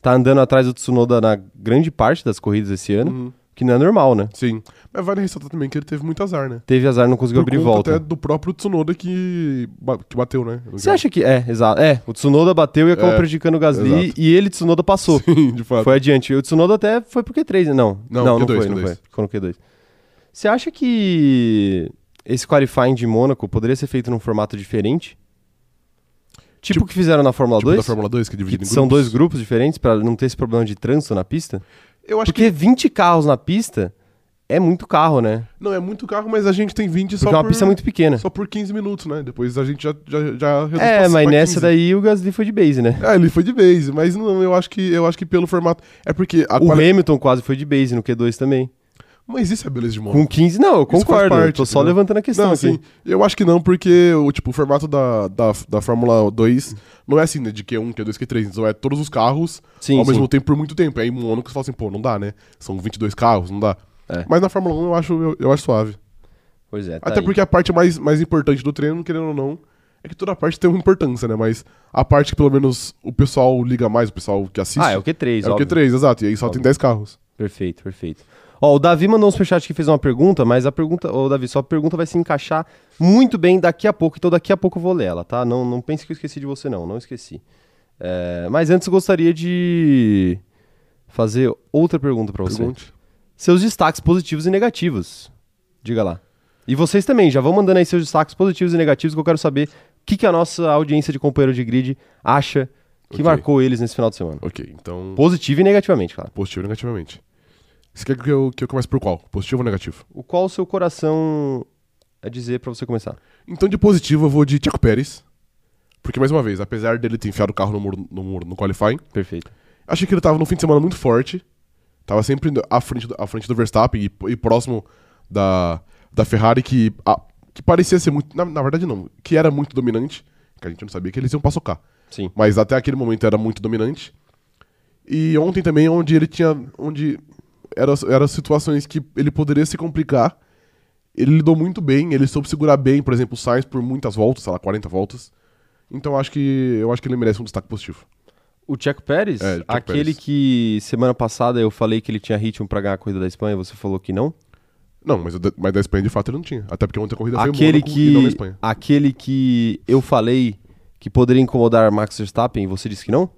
[SPEAKER 1] Tá andando atrás do Tsunoda na grande parte das corridas esse
[SPEAKER 2] Hum.
[SPEAKER 1] ano, que não é normal, né?
[SPEAKER 2] Sim. Mas vale ressaltar também que ele teve muito azar, né?
[SPEAKER 1] Teve azar, não conseguiu
[SPEAKER 2] Por
[SPEAKER 1] abrir
[SPEAKER 2] conta
[SPEAKER 1] volta.
[SPEAKER 2] até do próprio Tsunoda que, ba- que bateu, né?
[SPEAKER 1] Você acha que. É, exato. É, o Tsunoda bateu e acabou
[SPEAKER 2] É,
[SPEAKER 1] prejudicando o Gasly
[SPEAKER 2] exato.
[SPEAKER 1] e ele, Tsunoda, passou.
[SPEAKER 2] Sim, de fato.
[SPEAKER 1] Foi adiante. O Tsunoda até foi pro Q3, né? Não, não,
[SPEAKER 2] Não,
[SPEAKER 1] não,
[SPEAKER 2] Q2,
[SPEAKER 1] foi, não
[SPEAKER 2] Q2.
[SPEAKER 1] foi. Ficou no Q2. Você acha que esse qualifying de Mônaco poderia ser feito num formato diferente? Tipo o que fizeram na Fórmula
[SPEAKER 2] Tipo
[SPEAKER 1] 2?
[SPEAKER 2] da Fórmula 2 que divide
[SPEAKER 1] que
[SPEAKER 2] em
[SPEAKER 1] são dois grupos diferentes pra não ter esse problema de trânsito na pista?
[SPEAKER 2] Eu acho
[SPEAKER 1] Porque 20 carros na pista é muito carro, né?
[SPEAKER 2] que não é muito carro, mas a gente tem 20
[SPEAKER 1] Porque
[SPEAKER 2] só
[SPEAKER 1] é uma
[SPEAKER 2] por
[SPEAKER 1] pista muito pequena.
[SPEAKER 2] só por 15 minutos, né? Depois a gente já já, já reduz
[SPEAKER 1] É,
[SPEAKER 2] pra-
[SPEAKER 1] mas
[SPEAKER 2] pra
[SPEAKER 1] nessa
[SPEAKER 2] 15.
[SPEAKER 1] daí o Gasly foi de base, né?
[SPEAKER 2] Ah, ele foi de base, mas não, eu acho que eu acho que pelo formato é porque a
[SPEAKER 1] O
[SPEAKER 2] quali-
[SPEAKER 1] Hamilton quase foi de base no Q2 também.
[SPEAKER 2] Mas isso é a beleza de Mônaco.
[SPEAKER 1] Com 15, não, eu
[SPEAKER 2] faz
[SPEAKER 1] concordo. eu
[SPEAKER 2] parte,
[SPEAKER 1] tô só
[SPEAKER 2] entendeu?
[SPEAKER 1] levantando a questão
[SPEAKER 2] Não,
[SPEAKER 1] aqui.
[SPEAKER 2] assim, eu acho que não, porque o, tipo, o formato da, da, da Fórmula 2 não é assim, né? De Q1, Q2, Q3. Então é todos os carros
[SPEAKER 1] Sim,
[SPEAKER 2] ao
[SPEAKER 1] sim.
[SPEAKER 2] mesmo tempo por muito tempo. Aí em Mônaco você fala assim, pô, não dá, né? São 22 carros, não dá.
[SPEAKER 1] É.
[SPEAKER 2] Mas na Fórmula 1 eu acho, eu, eu acho suave.
[SPEAKER 1] Pois é, tá
[SPEAKER 2] Até
[SPEAKER 1] aí.
[SPEAKER 2] porque a parte mais, mais importante do treino, querendo ou não, é que toda parte tem uma importância, né? Mas a parte que pelo menos o pessoal liga mais, o pessoal que assiste.
[SPEAKER 1] Ah, é o Q3,
[SPEAKER 2] é o
[SPEAKER 1] óbvio.
[SPEAKER 2] Q3, exato. E aí só
[SPEAKER 1] Óbvio.
[SPEAKER 2] tem 10 carros.
[SPEAKER 1] Perfeito, perfeito. Ó, o Davi mandou um superchat que fez uma pergunta, mas a pergunta, ô Davi, sua pergunta vai se encaixar muito bem daqui a pouco, então daqui a pouco eu vou ler ela, tá? Não, não pense que eu esqueci de você, não, não esqueci. É, mas antes eu gostaria de fazer outra pergunta pra você.
[SPEAKER 2] Pergunte.
[SPEAKER 1] Seus destaques positivos e negativos. Diga lá. E vocês também, já vão mandando aí seus destaques positivos e negativos, que eu quero saber o que, que a nossa audiência de companheiro de grid acha que
[SPEAKER 2] Ok.
[SPEAKER 1] marcou eles nesse final de semana.
[SPEAKER 2] Ok, então.
[SPEAKER 1] Positivo e negativamente, claro.
[SPEAKER 2] Positivo e negativamente. Você quer que eu, que eu comece por qual? Positivo ou negativo?
[SPEAKER 1] O qual o seu coração é dizer pra você começar?
[SPEAKER 2] Então, de positivo, eu vou de Tiago Pérez. Porque, mais uma vez, apesar dele ter enfiado o carro no muro no, muro, no qualifying,
[SPEAKER 1] Perfeito.
[SPEAKER 2] achei que ele tava num fim de semana muito forte. Tava sempre à frente, do- à frente do Verstappen e, e próximo da, da Ferrari, que, a- que parecia ser muito. Na, na verdade, não. Que era muito dominante. Que a gente não sabia que eles iam pra socar.
[SPEAKER 1] Sim.
[SPEAKER 2] Mas até aquele momento era muito dominante. E ontem também, onde ele tinha. onde eram era situações que ele poderia se complicar. Ele lidou muito bem, ele soube segurar bem, por exemplo, o Sainz por muitas voltas, sei lá, 40 voltas. Então acho que eu acho que ele merece um destaque positivo.
[SPEAKER 1] O Checo Pérez,
[SPEAKER 2] É, o Checo
[SPEAKER 1] aquele
[SPEAKER 2] Pérez.
[SPEAKER 1] que semana passada eu falei que ele tinha ritmo pra ganhar a corrida da Espanha, você falou que não?
[SPEAKER 2] Não, mas, o da- mas da Espanha de fato ele não tinha. Até porque ontem a corrida foi em
[SPEAKER 1] Aquele
[SPEAKER 2] Mônaco e não na
[SPEAKER 1] que
[SPEAKER 2] Espanha.
[SPEAKER 1] aquele que eu falei que poderia incomodar Max Verstappen, você disse que não?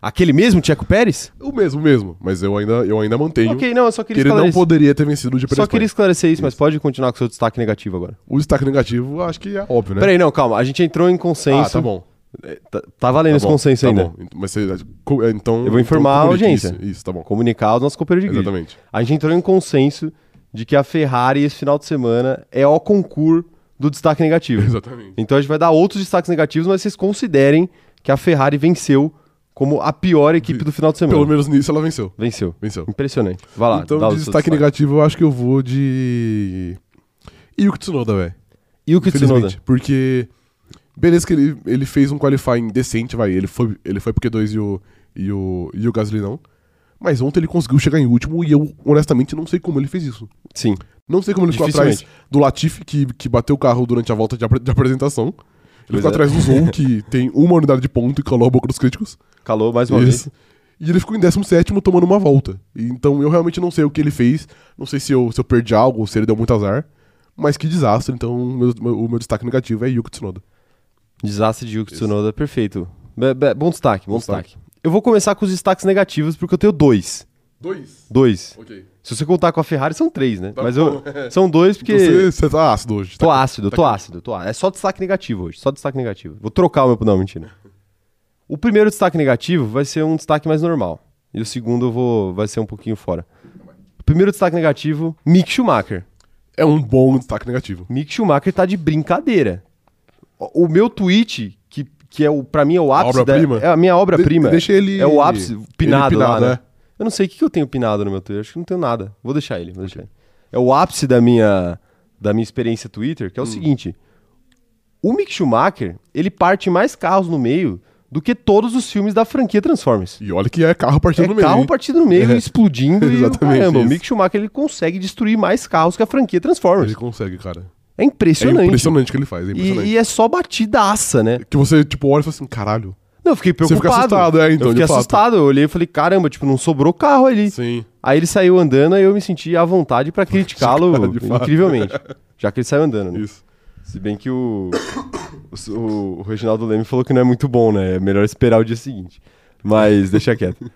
[SPEAKER 1] Aquele mesmo Checo Pérez?
[SPEAKER 2] O mesmo, o mesmo. Mas eu ainda, eu ainda mantenho
[SPEAKER 1] OK, não, eu só
[SPEAKER 2] que
[SPEAKER 1] queria
[SPEAKER 2] ele não
[SPEAKER 1] esclarecer.
[SPEAKER 2] poderia ter vencido o GP da
[SPEAKER 1] Só
[SPEAKER 2] Espanha.
[SPEAKER 1] queria esclarecer isso, mas pode continuar com seu destaque negativo agora.
[SPEAKER 2] O destaque negativo acho que é óbvio, né?
[SPEAKER 1] Peraí, não, calma. A gente entrou em
[SPEAKER 2] ah,
[SPEAKER 1] consenso.
[SPEAKER 2] tá bom.
[SPEAKER 1] É, Tá, tá valendo
[SPEAKER 2] Tá
[SPEAKER 1] esse
[SPEAKER 2] bom,
[SPEAKER 1] consenso
[SPEAKER 2] tá
[SPEAKER 1] ainda.
[SPEAKER 2] bom. Ent- Mas você, co- é, então,
[SPEAKER 1] Eu vou informar
[SPEAKER 2] então
[SPEAKER 1] a
[SPEAKER 2] comunique
[SPEAKER 1] audiência.
[SPEAKER 2] Isso, isso, tá bom.
[SPEAKER 1] Comunicar aos nossos companheiros de grid.
[SPEAKER 2] Exatamente.
[SPEAKER 1] A gente entrou em consenso de que a Ferrari esse final de semana é o concurso do destaque negativo.
[SPEAKER 2] Exatamente.
[SPEAKER 1] Então a gente vai dar outros destaques negativos, mas vocês considerem que a Ferrari venceu como a pior equipe do final de semana.
[SPEAKER 2] Pelo menos nisso ela venceu.
[SPEAKER 1] Venceu.
[SPEAKER 2] Venceu.
[SPEAKER 1] Impressionante. Hum. Vai lá.
[SPEAKER 2] então,
[SPEAKER 1] dá o
[SPEAKER 2] de
[SPEAKER 1] seu
[SPEAKER 2] destaque negativo, eu acho que eu vou de. Yuki Tsunoda, velho.
[SPEAKER 1] E o que Tsunoda?
[SPEAKER 2] Infelizmente. Porque. Beleza que ele, ele fez um qualifying decente, vai. Ele foi, ele foi pro Q2 e o, e, o, e o Gasly não. Mas ontem ele conseguiu chegar em último e eu, honestamente, não sei como ele fez isso.
[SPEAKER 1] Sim.
[SPEAKER 2] Não sei como ele ficou atrás
[SPEAKER 1] Dificilmente.
[SPEAKER 2] do Latifi, que, que bateu o carro durante a volta de, apre- de apresentação.
[SPEAKER 1] Pois
[SPEAKER 2] Ele ficou
[SPEAKER 1] é.
[SPEAKER 2] atrás do Zou, que tem uma unidade de ponto e calou a boca dos críticos.
[SPEAKER 1] Calou mais uma
[SPEAKER 2] Isso.
[SPEAKER 1] vez.
[SPEAKER 2] E ele ficou em 17 tomando uma volta. E Então eu realmente não sei o que ele fez. Não sei se eu, se eu perdi algo ou se ele deu muito azar. Mas que desastre. Então o meu, meu- o meu destaque negativo é Yuki Tsunoda.
[SPEAKER 1] Desastre de Yuki Tsunoda. Perfeito. Be- be- bom destaque, bom,
[SPEAKER 2] Bom
[SPEAKER 1] destaque. Eu vou começar com os destaques negativos, porque eu tenho dois.
[SPEAKER 2] Dois.
[SPEAKER 1] Dois.
[SPEAKER 2] Ok.
[SPEAKER 1] Se você contar com a Ferrari, são três, né?
[SPEAKER 2] Tá
[SPEAKER 1] Mas
[SPEAKER 2] bom.
[SPEAKER 1] eu. São dois porque.
[SPEAKER 2] Você, você tá ácido hoje.
[SPEAKER 1] Tô
[SPEAKER 2] Tá-
[SPEAKER 1] ácido, tô ácido, tô ácido. É só destaque negativo hoje, só destaque negativo. Vou trocar o meu. Não, mentira. O primeiro destaque negativo vai ser um destaque mais normal. E o segundo eu vou... vai ser um pouquinho fora. O primeiro destaque negativo, Mick Schumacher.
[SPEAKER 2] É um bom destaque negativo.
[SPEAKER 1] Mick Schumacher tá de brincadeira. o o meu tweet, que, que é o, pra mim é o ápice da.
[SPEAKER 2] obra-prima?
[SPEAKER 1] É a minha obra-prima.
[SPEAKER 2] De- deixa ele-
[SPEAKER 1] É o ápice,
[SPEAKER 2] ele
[SPEAKER 1] pinado,
[SPEAKER 2] pinado,
[SPEAKER 1] lá, né?
[SPEAKER 2] é.
[SPEAKER 1] Eu não sei o que, que eu tenho pinado no meu Twitter. Acho que não tenho nada. Vou deixar ele. Vou deixar ele. É o ápice da minha, da minha experiência Twitter,
[SPEAKER 2] Hum.
[SPEAKER 1] que é o seguinte: o Mick Schumacher, ele parte mais carros no meio do que todos os filmes da franquia Transformers.
[SPEAKER 2] E olha que é carro partindo
[SPEAKER 1] É
[SPEAKER 2] no meio.
[SPEAKER 1] carro
[SPEAKER 2] hein?
[SPEAKER 1] partido no meio,
[SPEAKER 2] É.
[SPEAKER 1] explodindo e o
[SPEAKER 2] Exatamente
[SPEAKER 1] caramba. O
[SPEAKER 2] isso.
[SPEAKER 1] Mick Schumacher ele consegue destruir mais carros que a franquia
[SPEAKER 2] Ele
[SPEAKER 1] Transformers.
[SPEAKER 2] consegue, cara.
[SPEAKER 1] É
[SPEAKER 2] É
[SPEAKER 1] impressionante.
[SPEAKER 2] impressionante o que ele faz, é impressionante.
[SPEAKER 1] E, e é só batidaça, né?
[SPEAKER 2] Que você, tipo, olha e fala assim, caralho.
[SPEAKER 1] Não, eu fiquei
[SPEAKER 2] Você
[SPEAKER 1] preocupado.
[SPEAKER 2] fica assustado, é, então,
[SPEAKER 1] Eu
[SPEAKER 2] de
[SPEAKER 1] fiquei
[SPEAKER 2] fato.
[SPEAKER 1] assustado. Eu olhei e falei, caramba, tipo, não sobrou carro ali.
[SPEAKER 2] Sim.
[SPEAKER 1] Aí ele saiu andando aí eu me senti à vontade pra criticá-lo
[SPEAKER 2] de fato.
[SPEAKER 1] incrivelmente. Já que ele saiu andando, né?
[SPEAKER 2] Isso.
[SPEAKER 1] Se bem que o, o, o Reginaldo Leme falou que não é muito bom, né? É melhor esperar o dia seguinte. Mas deixa quieto.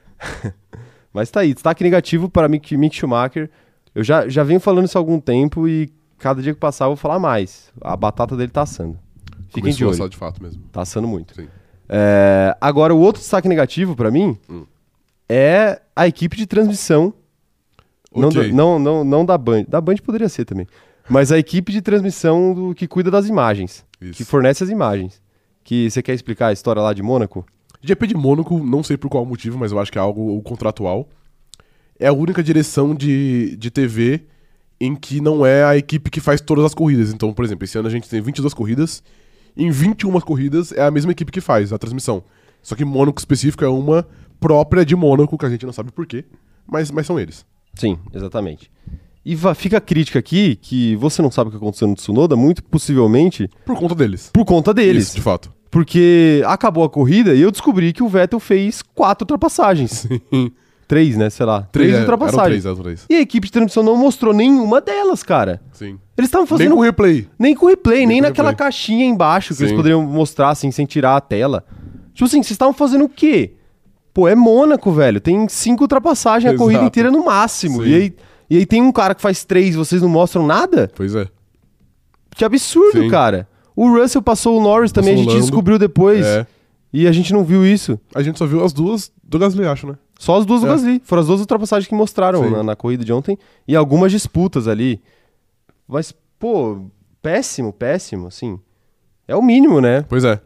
[SPEAKER 1] Mas tá aí, destaque negativo para Mick, Mick Schumacher. Eu já, já venho falando isso há algum tempo e cada dia que passar eu vou falar mais. A batata dele tá assando. Fiquem de
[SPEAKER 2] Começou a
[SPEAKER 1] olho.
[SPEAKER 2] assar de fato mesmo.
[SPEAKER 1] Tá assando muito.
[SPEAKER 2] Sim.
[SPEAKER 1] É, agora, o outro destaque negativo pra mim
[SPEAKER 2] Hum.
[SPEAKER 1] é a equipe de transmissão. Não,
[SPEAKER 2] Ok.
[SPEAKER 1] da, não, não, não da Band. Da Band poderia ser também. Mas a equipe de transmissão do, que cuida das imagens.
[SPEAKER 2] Isso.
[SPEAKER 1] Que fornece as imagens. Que você quer explicar a história lá de Mônaco?
[SPEAKER 2] GP de Mônaco, não sei por qual motivo, mas eu acho que é algo contratual. É a única direção de, de TV em que não é a equipe que faz todas as corridas. Então, por exemplo, esse ano a gente tem 22 corridas. Em 21 corridas é a mesma equipe que faz a transmissão. Só que Mônaco específico é uma própria de Mônaco, que a gente não sabe por quê, mas, mas são eles.
[SPEAKER 1] Sim, exatamente. E va- fica a crítica aqui que você não sabe o que aconteceu no Tsunoda, muito possivelmente
[SPEAKER 2] Por conta deles.
[SPEAKER 1] por conta deles.
[SPEAKER 2] Isso, de fato.
[SPEAKER 1] Porque acabou a corrida e eu descobri que o Vettel fez quatro ultrapassagens. Três, né? Sei lá. Três
[SPEAKER 2] é, eram
[SPEAKER 1] ultrapassagens.
[SPEAKER 2] Três, eram três.
[SPEAKER 1] E a equipe de transmissão não mostrou nenhuma delas, cara.
[SPEAKER 2] Sim.
[SPEAKER 1] Eles estavam
[SPEAKER 2] Nem
[SPEAKER 1] fazendo.
[SPEAKER 2] com replay.
[SPEAKER 1] Nem com replay, nem,
[SPEAKER 2] com
[SPEAKER 1] naquela
[SPEAKER 2] replay.
[SPEAKER 1] caixinha embaixo que eles
[SPEAKER 2] Sim.
[SPEAKER 1] poderiam mostrar, assim, sem tirar a tela. Tipo assim, vocês estavam fazendo o quê? Pô, é Mônaco, velho. Tem cinco ultrapassagens a
[SPEAKER 2] Exato.
[SPEAKER 1] corrida inteira no máximo.
[SPEAKER 2] Sim.
[SPEAKER 1] E aí, e aí tem um cara que faz três vocês não mostram nada?
[SPEAKER 2] Pois é.
[SPEAKER 1] Que absurdo,
[SPEAKER 2] Sim.
[SPEAKER 1] cara. O Russell passou o Norris também, a
[SPEAKER 2] Passou o
[SPEAKER 1] gente
[SPEAKER 2] Lando.
[SPEAKER 1] descobriu depois.
[SPEAKER 2] É.
[SPEAKER 1] E a gente não viu isso.
[SPEAKER 2] A gente só viu as duas do Gasly, acho, né?
[SPEAKER 1] Só as duas do
[SPEAKER 2] É.
[SPEAKER 1] Gasly. Foram as duas ultrapassagens que mostraram
[SPEAKER 2] Sim.
[SPEAKER 1] na, na corrida de ontem e algumas disputas ali. Mas, pô, péssimo, péssimo, assim. É o mínimo, né?
[SPEAKER 2] Pois é.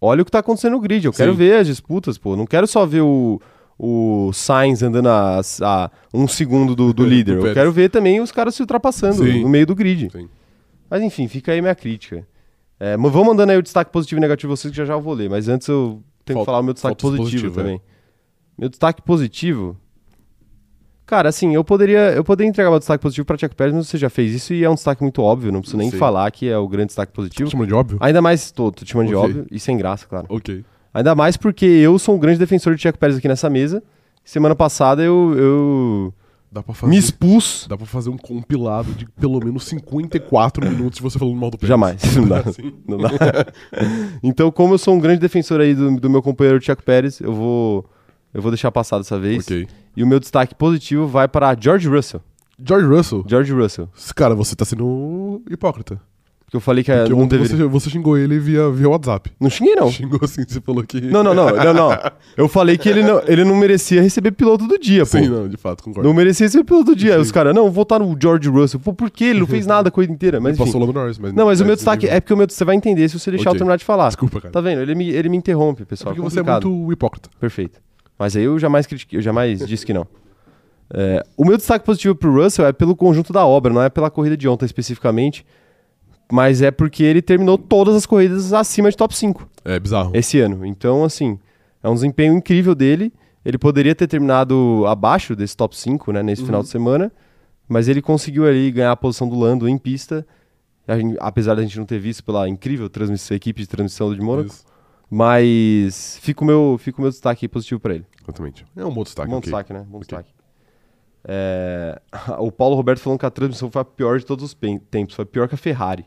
[SPEAKER 1] Olha o que tá acontecendo no grid. Eu quero
[SPEAKER 2] Sim.
[SPEAKER 1] ver as disputas, pô. Não quero só ver o, o Sainz andando a, a um segundo do, do
[SPEAKER 2] É,
[SPEAKER 1] líder.
[SPEAKER 2] do
[SPEAKER 1] Eu
[SPEAKER 2] Pérez.
[SPEAKER 1] quero ver também os caras se ultrapassando
[SPEAKER 2] Sim.
[SPEAKER 1] no meio do grid.
[SPEAKER 2] Sim.
[SPEAKER 1] Mas enfim, fica aí minha crítica. É, mas vou mandando aí o destaque positivo e negativo de vocês que já já eu vou ler. Mas antes eu tenho que
[SPEAKER 2] Falta-
[SPEAKER 1] falar o meu destaque
[SPEAKER 2] falta os
[SPEAKER 1] positivo,
[SPEAKER 2] positivo, né?
[SPEAKER 1] também. Meu destaque positivo... Cara, assim, eu poderia, eu poderia entregar meu destaque positivo pra Tiago Pérez, mas você já fez isso e é um destaque muito óbvio, não preciso nem
[SPEAKER 2] Sim.
[SPEAKER 1] falar que é o grande destaque positivo.
[SPEAKER 2] Chama de óbvio?
[SPEAKER 1] Ainda mais, tô, tô te mandando
[SPEAKER 2] Ok.
[SPEAKER 1] de óbvio e sem graça, claro.
[SPEAKER 2] Ok.
[SPEAKER 1] Ainda mais porque eu sou um grande defensor de Tiago Pérez aqui nessa mesa. Semana passada eu, eu
[SPEAKER 2] Dá pra fazer.
[SPEAKER 1] me expus.
[SPEAKER 2] Dá pra fazer um compilado de pelo menos 54 minutos de você falando mal do Assim,
[SPEAKER 1] Jamais.
[SPEAKER 2] Pérez.
[SPEAKER 1] Não dá. Não dá. então, como eu sou um grande defensor aí do, do meu companheiro Tiago Pérez, eu vou, eu vou deixar passar dessa vez.
[SPEAKER 2] Ok.
[SPEAKER 1] E o meu destaque positivo vai para George Russell.
[SPEAKER 2] George Russell,
[SPEAKER 1] George Russell.
[SPEAKER 2] cara, você tá sendo hipócrita.
[SPEAKER 1] Porque eu falei que eh,
[SPEAKER 2] Porque
[SPEAKER 1] não
[SPEAKER 2] ontem
[SPEAKER 1] deveria.
[SPEAKER 2] você, você xingou ele via, via WhatsApp.
[SPEAKER 1] Não xinguei, não.
[SPEAKER 2] Xingou assim, você falou que.
[SPEAKER 1] Não, não, não, não, não. Eu falei que ele não, ele não merecia receber piloto do dia, pô.
[SPEAKER 2] Sim, não, de fato, concordo.
[SPEAKER 1] Não merecia ser piloto do dia. Aí os caras, não, votar no George Russell. Pô, por que ele não fez nada a corrida inteira? Mas enfim.
[SPEAKER 2] Uhum. Passou lá no Norris, mas.
[SPEAKER 1] Não, mas o meu destaque é porque o meu você vai entender se você deixar
[SPEAKER 2] Ok.
[SPEAKER 1] eu terminar de falar.
[SPEAKER 2] Desculpa, cara.
[SPEAKER 1] Tá vendo? Ele me, ele me interrompe,
[SPEAKER 2] É
[SPEAKER 1] pessoal.
[SPEAKER 2] porque
[SPEAKER 1] É
[SPEAKER 2] você é
[SPEAKER 1] complicado.
[SPEAKER 2] muito hipócrita.
[SPEAKER 1] Perfeito. Mas aí eu jamais critiquei, eu jamais disse que não. É, o meu destaque positivo pro Russell é pelo conjunto da obra, não é pela corrida de ontem especificamente, mas é porque ele terminou todas as corridas acima de top 5
[SPEAKER 2] É bizarro.
[SPEAKER 1] esse ano. Então, assim, é um desempenho incrível dele. Ele poderia ter terminado abaixo desse top 5, né, nesse final de semana, mas ele conseguiu ali ganhar a posição do Lando em pista, A gente- apesar da gente não ter visto pela incrível transmissão, equipe de transmissão do Mônaco,
[SPEAKER 2] Isso,
[SPEAKER 1] mas fica o meu, fica o meu destaque positivo para ele.
[SPEAKER 2] Exatamente. É um bom destaque.
[SPEAKER 1] Bom
[SPEAKER 2] ok.
[SPEAKER 1] destaque, né? Bom
[SPEAKER 2] Ok.
[SPEAKER 1] destaque. É, O Paulo Roberto falando que a transmissão foi a pior de todos os pen- tempos, foi pior que a Ferrari.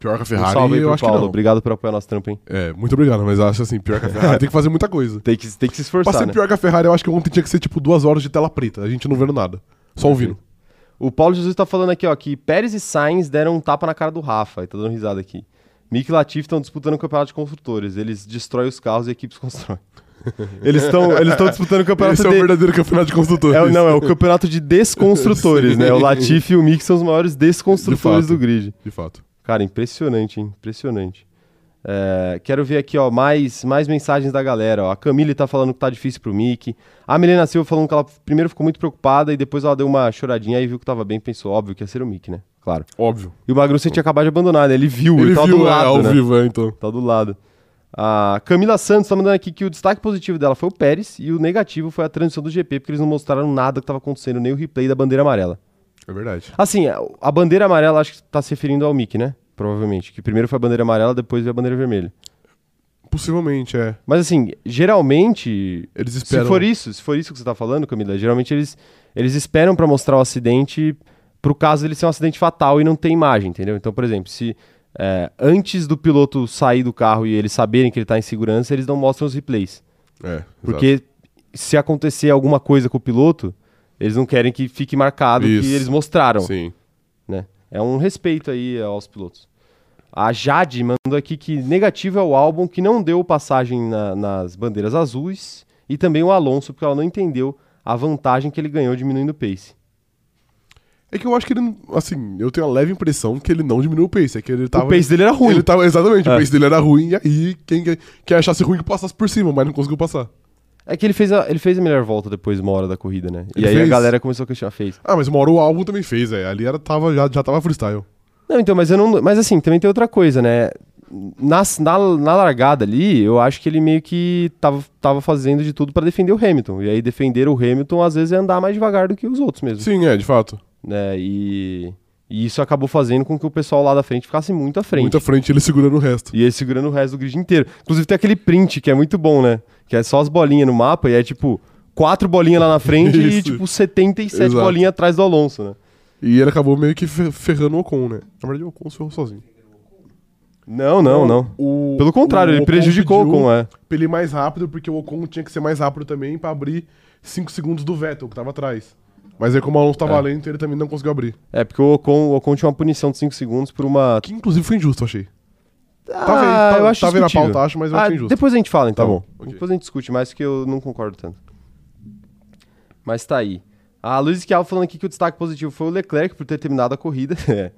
[SPEAKER 2] Pior que a
[SPEAKER 1] Um
[SPEAKER 2] Ferrari,
[SPEAKER 1] salve aí
[SPEAKER 2] eu
[SPEAKER 1] pro
[SPEAKER 2] acho
[SPEAKER 1] Paulo,
[SPEAKER 2] que não.
[SPEAKER 1] obrigado por apoiar nosso trampo, hein?
[SPEAKER 2] É, muito obrigado, mas acho assim, pior que a Ferrari tem que fazer muita coisa.
[SPEAKER 1] Tem que, tem que se esforçar,
[SPEAKER 2] Pra ser
[SPEAKER 1] né?
[SPEAKER 2] pior que a Ferrari, eu acho que ontem tinha que ser tipo duas horas de tela preta, a gente não vendo nada. Só ouvindo.
[SPEAKER 1] O Paulo Jesus tá falando aqui, ó, que Pérez e Sainz deram um tapa na cara do Rafa. Ele tá dando risada aqui. Mick e Latifi estão disputando o campeonato de construtores. Eles destroem os carros e equipes constroem. Eles estão eles tão disputando o campeonato
[SPEAKER 2] Esse é o
[SPEAKER 1] de...
[SPEAKER 2] verdadeiro campeonato de construtores.
[SPEAKER 1] É o- não, é o campeonato de desconstrutores, né? O Latifi e o Mick são os maiores desconstrutores
[SPEAKER 2] De fato.
[SPEAKER 1] do grid.
[SPEAKER 2] De fato.
[SPEAKER 1] Cara, impressionante, hein? Impressionante. É, quero ver aqui, ó, mais, mais mensagens da galera. Ó. A Camille tá falando que tá difícil pro Mick. A Milena Silva falando que ela primeiro ficou muito preocupada e depois ela deu uma choradinha e viu que tava bem, pensou, óbvio que ia ser o Mick, né? Claro.
[SPEAKER 2] Óbvio.
[SPEAKER 1] E o Magrucci tinha acabado de abandonar, né? Ele viu, ele,
[SPEAKER 2] Ele
[SPEAKER 1] tava
[SPEAKER 2] viu,
[SPEAKER 1] do
[SPEAKER 2] é,
[SPEAKER 1] lado,
[SPEAKER 2] ao
[SPEAKER 1] né?
[SPEAKER 2] vivo, é, então.
[SPEAKER 1] Tá do lado. A Camila Santos tá mandando aqui que o destaque positivo dela foi o Pérez e o negativo foi a transição do GP, porque eles não mostraram nada que tava acontecendo, nem o replay da bandeira amarela.
[SPEAKER 2] É verdade.
[SPEAKER 1] Assim, a- a bandeira amarela acho que tá se referindo ao Mick, né? Provavelmente. Que primeiro foi a bandeira amarela, depois veio a bandeira vermelha.
[SPEAKER 2] Possivelmente, é.
[SPEAKER 1] Mas assim, geralmente.
[SPEAKER 2] Eles
[SPEAKER 1] Se
[SPEAKER 2] esperam.
[SPEAKER 1] for isso, se for isso que você tá falando, Camila, geralmente eles, eles esperam pra mostrar o acidente pro caso dele ser um acidente fatal e não ter imagem, entendeu? Então, por exemplo, se é, antes do piloto sair do carro e eles saberem que ele tá em segurança, eles não mostram os replays.
[SPEAKER 2] É, exato.
[SPEAKER 1] Porque se acontecer alguma coisa com o piloto, eles não querem que fique marcado que
[SPEAKER 2] Isso.
[SPEAKER 1] eles mostraram
[SPEAKER 2] Sim.
[SPEAKER 1] né? É um respeito aí aos pilotos. A Jade mandou aqui que negativo é o álbum que não deu passagem na- nas bandeiras azuis e também o Alonso, porque ela não entendeu a vantagem que ele ganhou diminuindo o pace.
[SPEAKER 2] É que eu acho que ele, assim, eu tenho a leve impressão que ele não diminuiu o pace. É que ele tava.
[SPEAKER 1] o pace dele era ruim.
[SPEAKER 2] Ele tava, exatamente,
[SPEAKER 1] É.
[SPEAKER 2] o pace dele era ruim, e aí quem, quem achasse ruim que passasse por cima, mas não conseguiu passar.
[SPEAKER 1] É que ele fez, a, ele fez a melhor volta depois de uma hora da corrida, né? e
[SPEAKER 2] Ele
[SPEAKER 1] aí a
[SPEAKER 2] fez?
[SPEAKER 1] galera começou a questionar, fez.
[SPEAKER 2] Ah, mas uma hora o álbum também fez, é. Ali era, tava, já, já tava freestyle.
[SPEAKER 1] Não, então, mas eu não. Mas assim, também tem outra coisa, né? Nas- na, na largada ali, eu acho que ele meio que tava, tava fazendo de tudo pra defender o Hamilton. E aí defender o Hamilton às vezes é andar mais devagar do que os outros mesmo.
[SPEAKER 2] Sim, é, de fato.
[SPEAKER 1] né? E, e isso acabou fazendo com que o pessoal lá da frente ficasse muito à frente.
[SPEAKER 2] Muita frente ele segurando o resto.
[SPEAKER 1] E ele segurando o resto do grid inteiro. Inclusive tem aquele print que é muito bom, né? Que é só as bolinhas no mapa e é tipo quatro bolinhas lá na frente e
[SPEAKER 2] Isso.
[SPEAKER 1] tipo 77
[SPEAKER 2] Exato.
[SPEAKER 1] bolinhas atrás do Alonso, né?
[SPEAKER 2] E ele acabou meio que fe- ferrando o Ocon, né? Na verdade, o Ocon se ferrou sozinho.
[SPEAKER 1] Não, não, não.
[SPEAKER 2] O-
[SPEAKER 1] Pelo contrário, ele
[SPEAKER 2] Ocon
[SPEAKER 1] prejudicou o
[SPEAKER 2] pediu
[SPEAKER 1] Ocon, é.
[SPEAKER 2] Pra ele ir mais rápido, porque o Ocon tinha que ser mais rápido também pra abrir 5 segundos do Vettel, que tava atrás. Mas aí, como o Alonso tava
[SPEAKER 1] É.
[SPEAKER 2] lento, ele também não conseguiu abrir.
[SPEAKER 1] É, porque o Ocon, o Ocon tinha uma punição de 5 segundos por uma.
[SPEAKER 2] Que inclusive foi injusto, eu achei.
[SPEAKER 1] ah,
[SPEAKER 2] vendo- tá-
[SPEAKER 1] eu acho
[SPEAKER 2] tá vendo a
[SPEAKER 1] discutível.
[SPEAKER 2] pauta, acho, mas eu
[SPEAKER 1] Ah,
[SPEAKER 2] acho injusto.
[SPEAKER 1] Depois a gente fala, então.
[SPEAKER 2] Tá bom, ok.
[SPEAKER 1] Depois a gente discute mais, que eu não concordo tanto. Mas tá aí. A Luiz Kial falando aqui que o destaque positivo foi o Leclerc por ter terminado a corrida. é,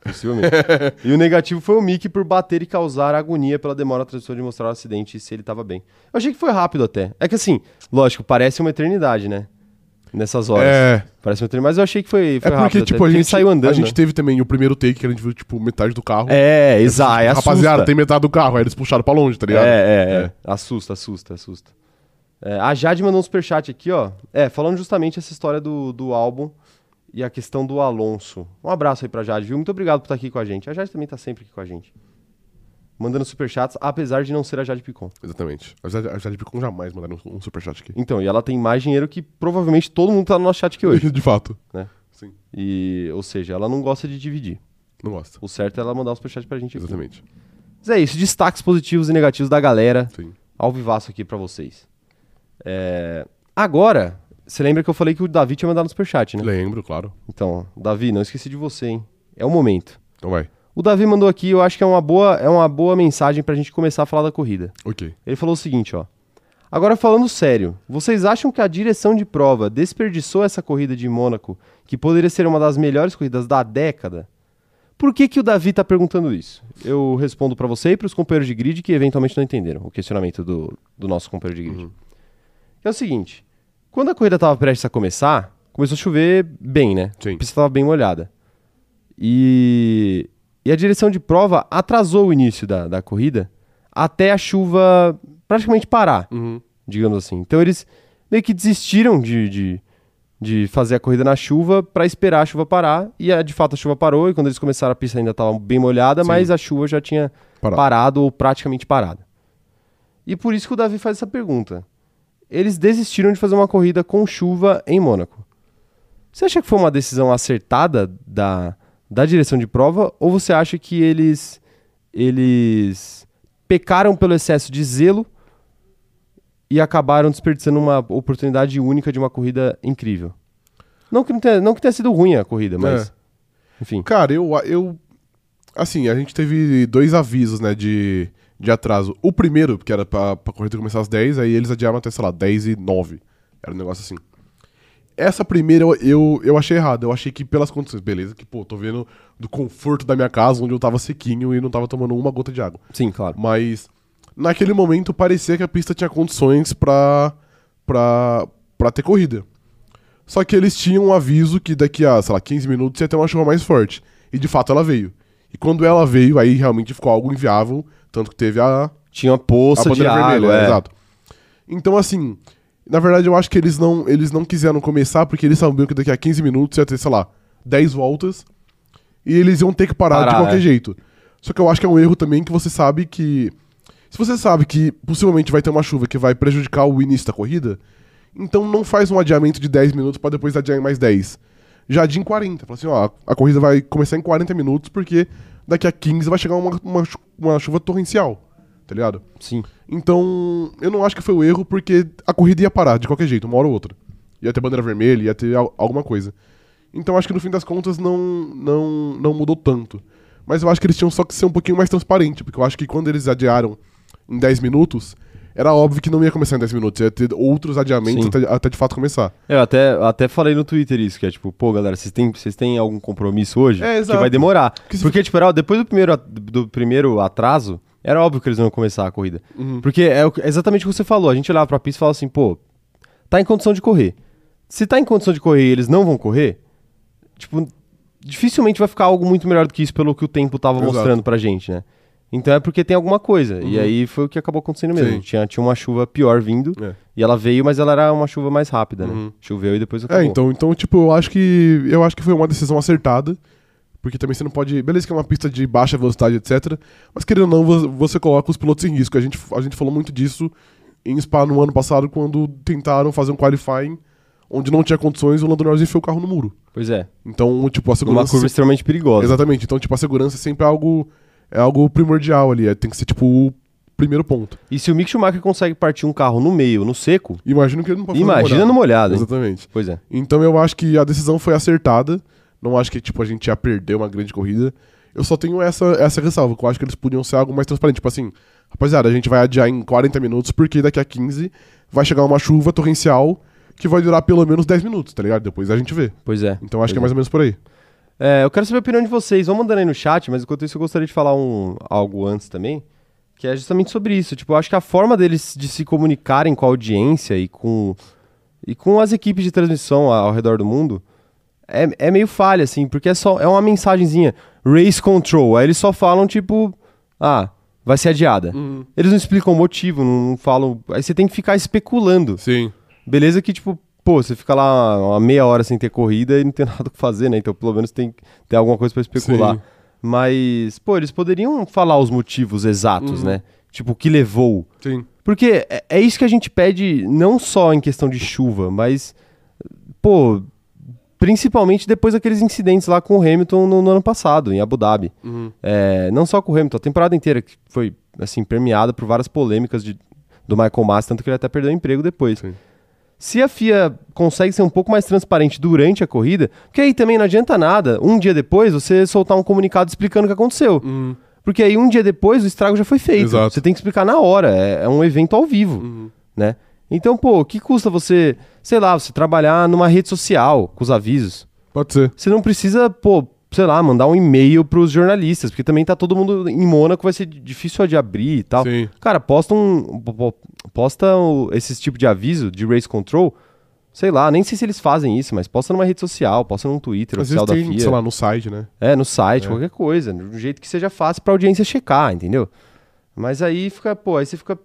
[SPEAKER 1] possivelmente. e o negativo foi o Mick por bater e causar agonia pela demora na transição de mostrar o acidente e se ele tava bem. Eu achei que foi rápido até. É que assim, lógico, parece uma eternidade, né? Nessas horas.
[SPEAKER 2] É.
[SPEAKER 1] Parece uma eternidade, mas eu achei que foi,
[SPEAKER 2] É
[SPEAKER 1] foi rápido.
[SPEAKER 2] porque,
[SPEAKER 1] até,
[SPEAKER 2] tipo, a
[SPEAKER 1] ele
[SPEAKER 2] gente,
[SPEAKER 1] saiu andando.
[SPEAKER 2] a gente
[SPEAKER 1] né?
[SPEAKER 2] teve também o primeiro take que a gente viu, tipo, metade do carro.
[SPEAKER 1] É, exato. É,
[SPEAKER 2] Rapaziada,
[SPEAKER 1] assusta.
[SPEAKER 2] tem metade do carro, aí eles puxaram pra longe, tá ligado?
[SPEAKER 1] É, é, é. Assusta, assusta, assusta. É, a Jade mandou um superchat aqui, ó. É, falando justamente essa história do, do álbum e a questão do Alonso. Um abraço aí pra Jade, viu? Muito obrigado por estar aqui com a gente. A Jade também tá sempre aqui com a gente. Mandando superchats, apesar de não ser a Jade Picon.
[SPEAKER 2] Exatamente. A Jade, a Jade Picon jamais mandaram um, um superchat aqui.
[SPEAKER 1] Então, e ela tem mais dinheiro que provavelmente todo mundo tá no nosso chat aqui hoje.
[SPEAKER 2] de fato.
[SPEAKER 1] Né?
[SPEAKER 2] Sim.
[SPEAKER 1] E, ou seja, ela não gosta de dividir.
[SPEAKER 2] Não gosta.
[SPEAKER 1] O certo é ela mandar o superchat pra gente aqui.
[SPEAKER 2] Exatamente.
[SPEAKER 1] Mas é isso, destaques positivos e negativos da galera.
[SPEAKER 2] Sim.
[SPEAKER 1] ao vivaço aqui pra vocês. É, Agora, você lembra que eu falei que o Davi tinha mandado no superchat, né?
[SPEAKER 2] Lembro, claro.
[SPEAKER 1] Então, Davi, não esqueci de você, hein? É o momento.
[SPEAKER 2] Então vai.
[SPEAKER 1] O Davi mandou aqui, eu acho que é uma boa, é uma boa mensagem pra gente começar a falar da corrida.
[SPEAKER 2] Ok.
[SPEAKER 1] Ele falou o seguinte, ó. Agora falando sério, vocês acham que a direção de prova desperdiçou essa corrida de Mônaco, que poderia ser uma das melhores corridas da década? Por que, que o Davi tá perguntando isso? Eu respondo pra você e pros companheiros de grid que eventualmente não entenderam o questionamento do, do nosso companheiro de grid. É o seguinte, quando a corrida tava prestes a começar, começou a chover bem, né?
[SPEAKER 2] Sim.
[SPEAKER 1] A pista tava bem molhada. E, e a direção de prova atrasou o início da, da corrida até a chuva praticamente parar,
[SPEAKER 2] Uhum.
[SPEAKER 1] digamos assim. Então eles meio que desistiram de, de, de fazer a corrida na chuva para esperar a chuva parar. E ah, de fato a chuva parou, e quando eles começaram a pista ainda estava bem molhada,
[SPEAKER 2] Sim.
[SPEAKER 1] mas a chuva já tinha
[SPEAKER 2] Parado.
[SPEAKER 1] parado ou praticamente parada. E por isso que o Davi faz essa pergunta. Eles desistiram de fazer uma corrida com chuva em Mônaco. Você acha que foi uma decisão acertada da, da direção de prova ou você acha que eles eles pecaram pelo excesso de zelo e acabaram desperdiçando uma oportunidade única de uma corrida incrível? Não que, não tenha, não que tenha sido ruim a corrida, mas.
[SPEAKER 2] É.
[SPEAKER 1] Enfim.
[SPEAKER 2] Cara, eu, eu. Assim, a gente teve dois avisos, né, de, de atraso. O primeiro, que era pra, pra corrida começar às 10, aí eles adiaram até, sei lá, 10 e 9. Era um negócio assim. Essa primeira eu, eu, eu achei errada. Eu achei que pelas condições, beleza, que, pô, tô vendo do conforto da minha casa, onde eu tava sequinho e não tava tomando uma gota de água.
[SPEAKER 1] Sim, claro.
[SPEAKER 2] Mas naquele momento parecia que a pista tinha condições pra, pra, pra ter corrida. Só que eles tinham um aviso que daqui a, sei lá, 15 minutos ia ter uma chuva mais forte. E de fato ela veio. E quando ela veio, aí realmente ficou algo inviável, tanto que teve a,
[SPEAKER 1] Tinha uma poça de água, é.
[SPEAKER 2] exato. Então, assim, na verdade eu acho que eles não, eles não quiseram começar porque eles sabiam que daqui a 15 minutos ia ter, sei lá, 10 voltas e eles iam ter que parar,
[SPEAKER 1] Parar,
[SPEAKER 2] de qualquer
[SPEAKER 1] é.
[SPEAKER 2] jeito. Só que eu acho que é um erro também que você sabe que. Se você sabe que possivelmente vai ter uma chuva que vai prejudicar o início da corrida, então não faz um adiamento de 10 minutos pra depois adiar em mais 10. Já adia em 40. Fala assim, ó, a corrida vai começar em 40 minutos porque daqui a 15 vai chegar uma, uma, chu- uma chuva torrencial, tá ligado?
[SPEAKER 1] Sim.
[SPEAKER 2] Então, eu não acho que foi o erro, porque a corrida ia parar, de qualquer jeito, uma hora ou outra. Ia ter bandeira vermelha, ia ter al- alguma coisa. Então, acho que no fim das contas não, não, não mudou tanto. Mas eu acho que eles tinham só que ser um pouquinho mais transparente, porque eu acho que quando eles adiaram em 10 minutos, era óbvio que não ia começar em 10 minutos, ia ter outros adiamentos
[SPEAKER 1] Sim.
[SPEAKER 2] até, até de fato começar.
[SPEAKER 1] Eu até, até falei no Twitter isso, que é tipo, pô, galera, vocês têm, vocês têm algum compromisso hoje?
[SPEAKER 2] É,
[SPEAKER 1] Que
[SPEAKER 2] exato.
[SPEAKER 1] vai demorar.
[SPEAKER 2] se
[SPEAKER 1] Porque, tipo, era, depois do primeiro, a- do primeiro atraso, era óbvio que eles não iam começar a corrida.
[SPEAKER 2] Uhum.
[SPEAKER 1] Porque é, o que- é exatamente o que você falou. A gente olhava pra pista e falava assim, pô, tá em condição de correr. Se tá em condição de correr e eles não vão correr, tipo, dificilmente vai ficar algo muito melhor do que isso pelo que o tempo tava
[SPEAKER 2] Exato. Uhum.
[SPEAKER 1] mostrando pra gente, né? Então é porque tem alguma coisa. E aí foi o que acabou acontecendo
[SPEAKER 2] Sim.
[SPEAKER 1] mesmo. Tinha, tinha uma chuva pior vindo.
[SPEAKER 2] É.
[SPEAKER 1] E ela veio, mas ela era uma chuva mais rápida, né? Choveu e depois acabou.
[SPEAKER 2] É, então, então, tipo, eu acho que. Eu acho que foi uma decisão acertada. Porque também você não pode. Beleza, que é uma pista de baixa velocidade, etc. Mas querendo ou não, vo- você coloca os pilotos em risco. A gente, a gente falou muito disso em Spa no ano passado, quando tentaram fazer um qualifying onde não tinha condições e o Lando Norris enfiou o carro no muro.
[SPEAKER 1] Pois é.
[SPEAKER 2] Então, tipo, a
[SPEAKER 1] Numa
[SPEAKER 2] segurança.
[SPEAKER 1] curva extremamente perigosa.
[SPEAKER 2] Exatamente. Então, tipo, a segurança é sempre algo. É algo primordial ali. É, tem que ser, tipo, o primeiro ponto.
[SPEAKER 1] E se o Mick Schumacher consegue partir um carro no meio, no seco,
[SPEAKER 2] Imagino que ele não pode fazer
[SPEAKER 1] imagina
[SPEAKER 2] molhado.
[SPEAKER 1] no molhado. hein?
[SPEAKER 2] Exatamente.
[SPEAKER 1] Pois é.
[SPEAKER 2] Então eu acho que a decisão foi acertada. Não acho que tipo a gente ia perder uma grande corrida. Eu só tenho essa, essa ressalva, que eu acho que eles podiam ser algo mais transparente. Tipo assim, rapaziada, a gente vai adiar em 40 minutos, porque daqui a 15 vai chegar uma chuva torrencial que vai durar pelo menos 10 minutos, tá ligado? Depois a gente vê.
[SPEAKER 1] Pois é.
[SPEAKER 2] Então acho que é
[SPEAKER 1] Pois
[SPEAKER 2] mais ou menos por aí.
[SPEAKER 1] É, eu quero saber a opinião de vocês. Vão mandando aí no chat, mas enquanto isso eu gostaria de falar um, algo antes também, que é justamente sobre isso. Tipo, eu acho que a forma deles de se comunicarem com a audiência e com, e com as equipes de transmissão a- ao redor do mundo é, é meio falha, assim, porque é só é uma mensagenzinha. Race control. Aí eles só falam, tipo, ah, vai ser adiada. Eles não explicam o motivo, não, não falam. Aí você tem que ficar especulando.
[SPEAKER 2] Sim.
[SPEAKER 1] Beleza que, tipo, pô, você fica lá uma meia hora sem ter corrida e não tem nada o que fazer, né? Então, pelo menos tem, tem alguma coisa pra especular.
[SPEAKER 2] Sim.
[SPEAKER 1] Mas, pô, eles poderiam falar os motivos exatos, né? Tipo, o que levou.
[SPEAKER 2] Sim.
[SPEAKER 1] Porque é, é isso que a gente pede, não só em questão de chuva, mas, pô, principalmente depois daqueles incidentes lá com o Hamilton no, no ano passado, em Abu Dhabi.
[SPEAKER 2] Uhum,
[SPEAKER 1] É, não só com o Hamilton, a temporada inteira que foi, assim, permeada por várias polêmicas de- do Michael Massa, tanto que ele até perdeu o emprego depois.
[SPEAKER 2] Sim.
[SPEAKER 1] Se a FIA consegue ser um pouco mais transparente durante a corrida, porque aí também não adianta nada, um dia depois, você soltar um comunicado explicando o que aconteceu.
[SPEAKER 2] uhum.
[SPEAKER 1] Porque aí um dia depois o estrago já foi feito.
[SPEAKER 2] Exato. Uhum.
[SPEAKER 1] Você tem que explicar na hora, é, é um evento ao vivo, né? Então, pô, o que custa você, sei lá, você trabalhar numa rede social com os avisos?
[SPEAKER 2] Pode ser.
[SPEAKER 1] Você não precisa, pô, sei lá, mandar um e-mail pros jornalistas, porque também tá todo mundo em Mônaco, vai ser difícil de abrir e tal.
[SPEAKER 2] Sim.
[SPEAKER 1] Cara, posta um. po- po- Posta o- esse tipo de aviso de race control. Sei lá, nem sei se eles fazem isso, mas posta numa rede social, posta num Twitter
[SPEAKER 2] Às
[SPEAKER 1] oficial
[SPEAKER 2] vezes
[SPEAKER 1] da
[SPEAKER 2] tem,
[SPEAKER 1] FIA.
[SPEAKER 2] sei lá, no site, né?
[SPEAKER 1] É, no site, qualquer coisa. De um jeito que seja fácil pra audiência checar, entendeu? Mas aí fica, pô, aí você fica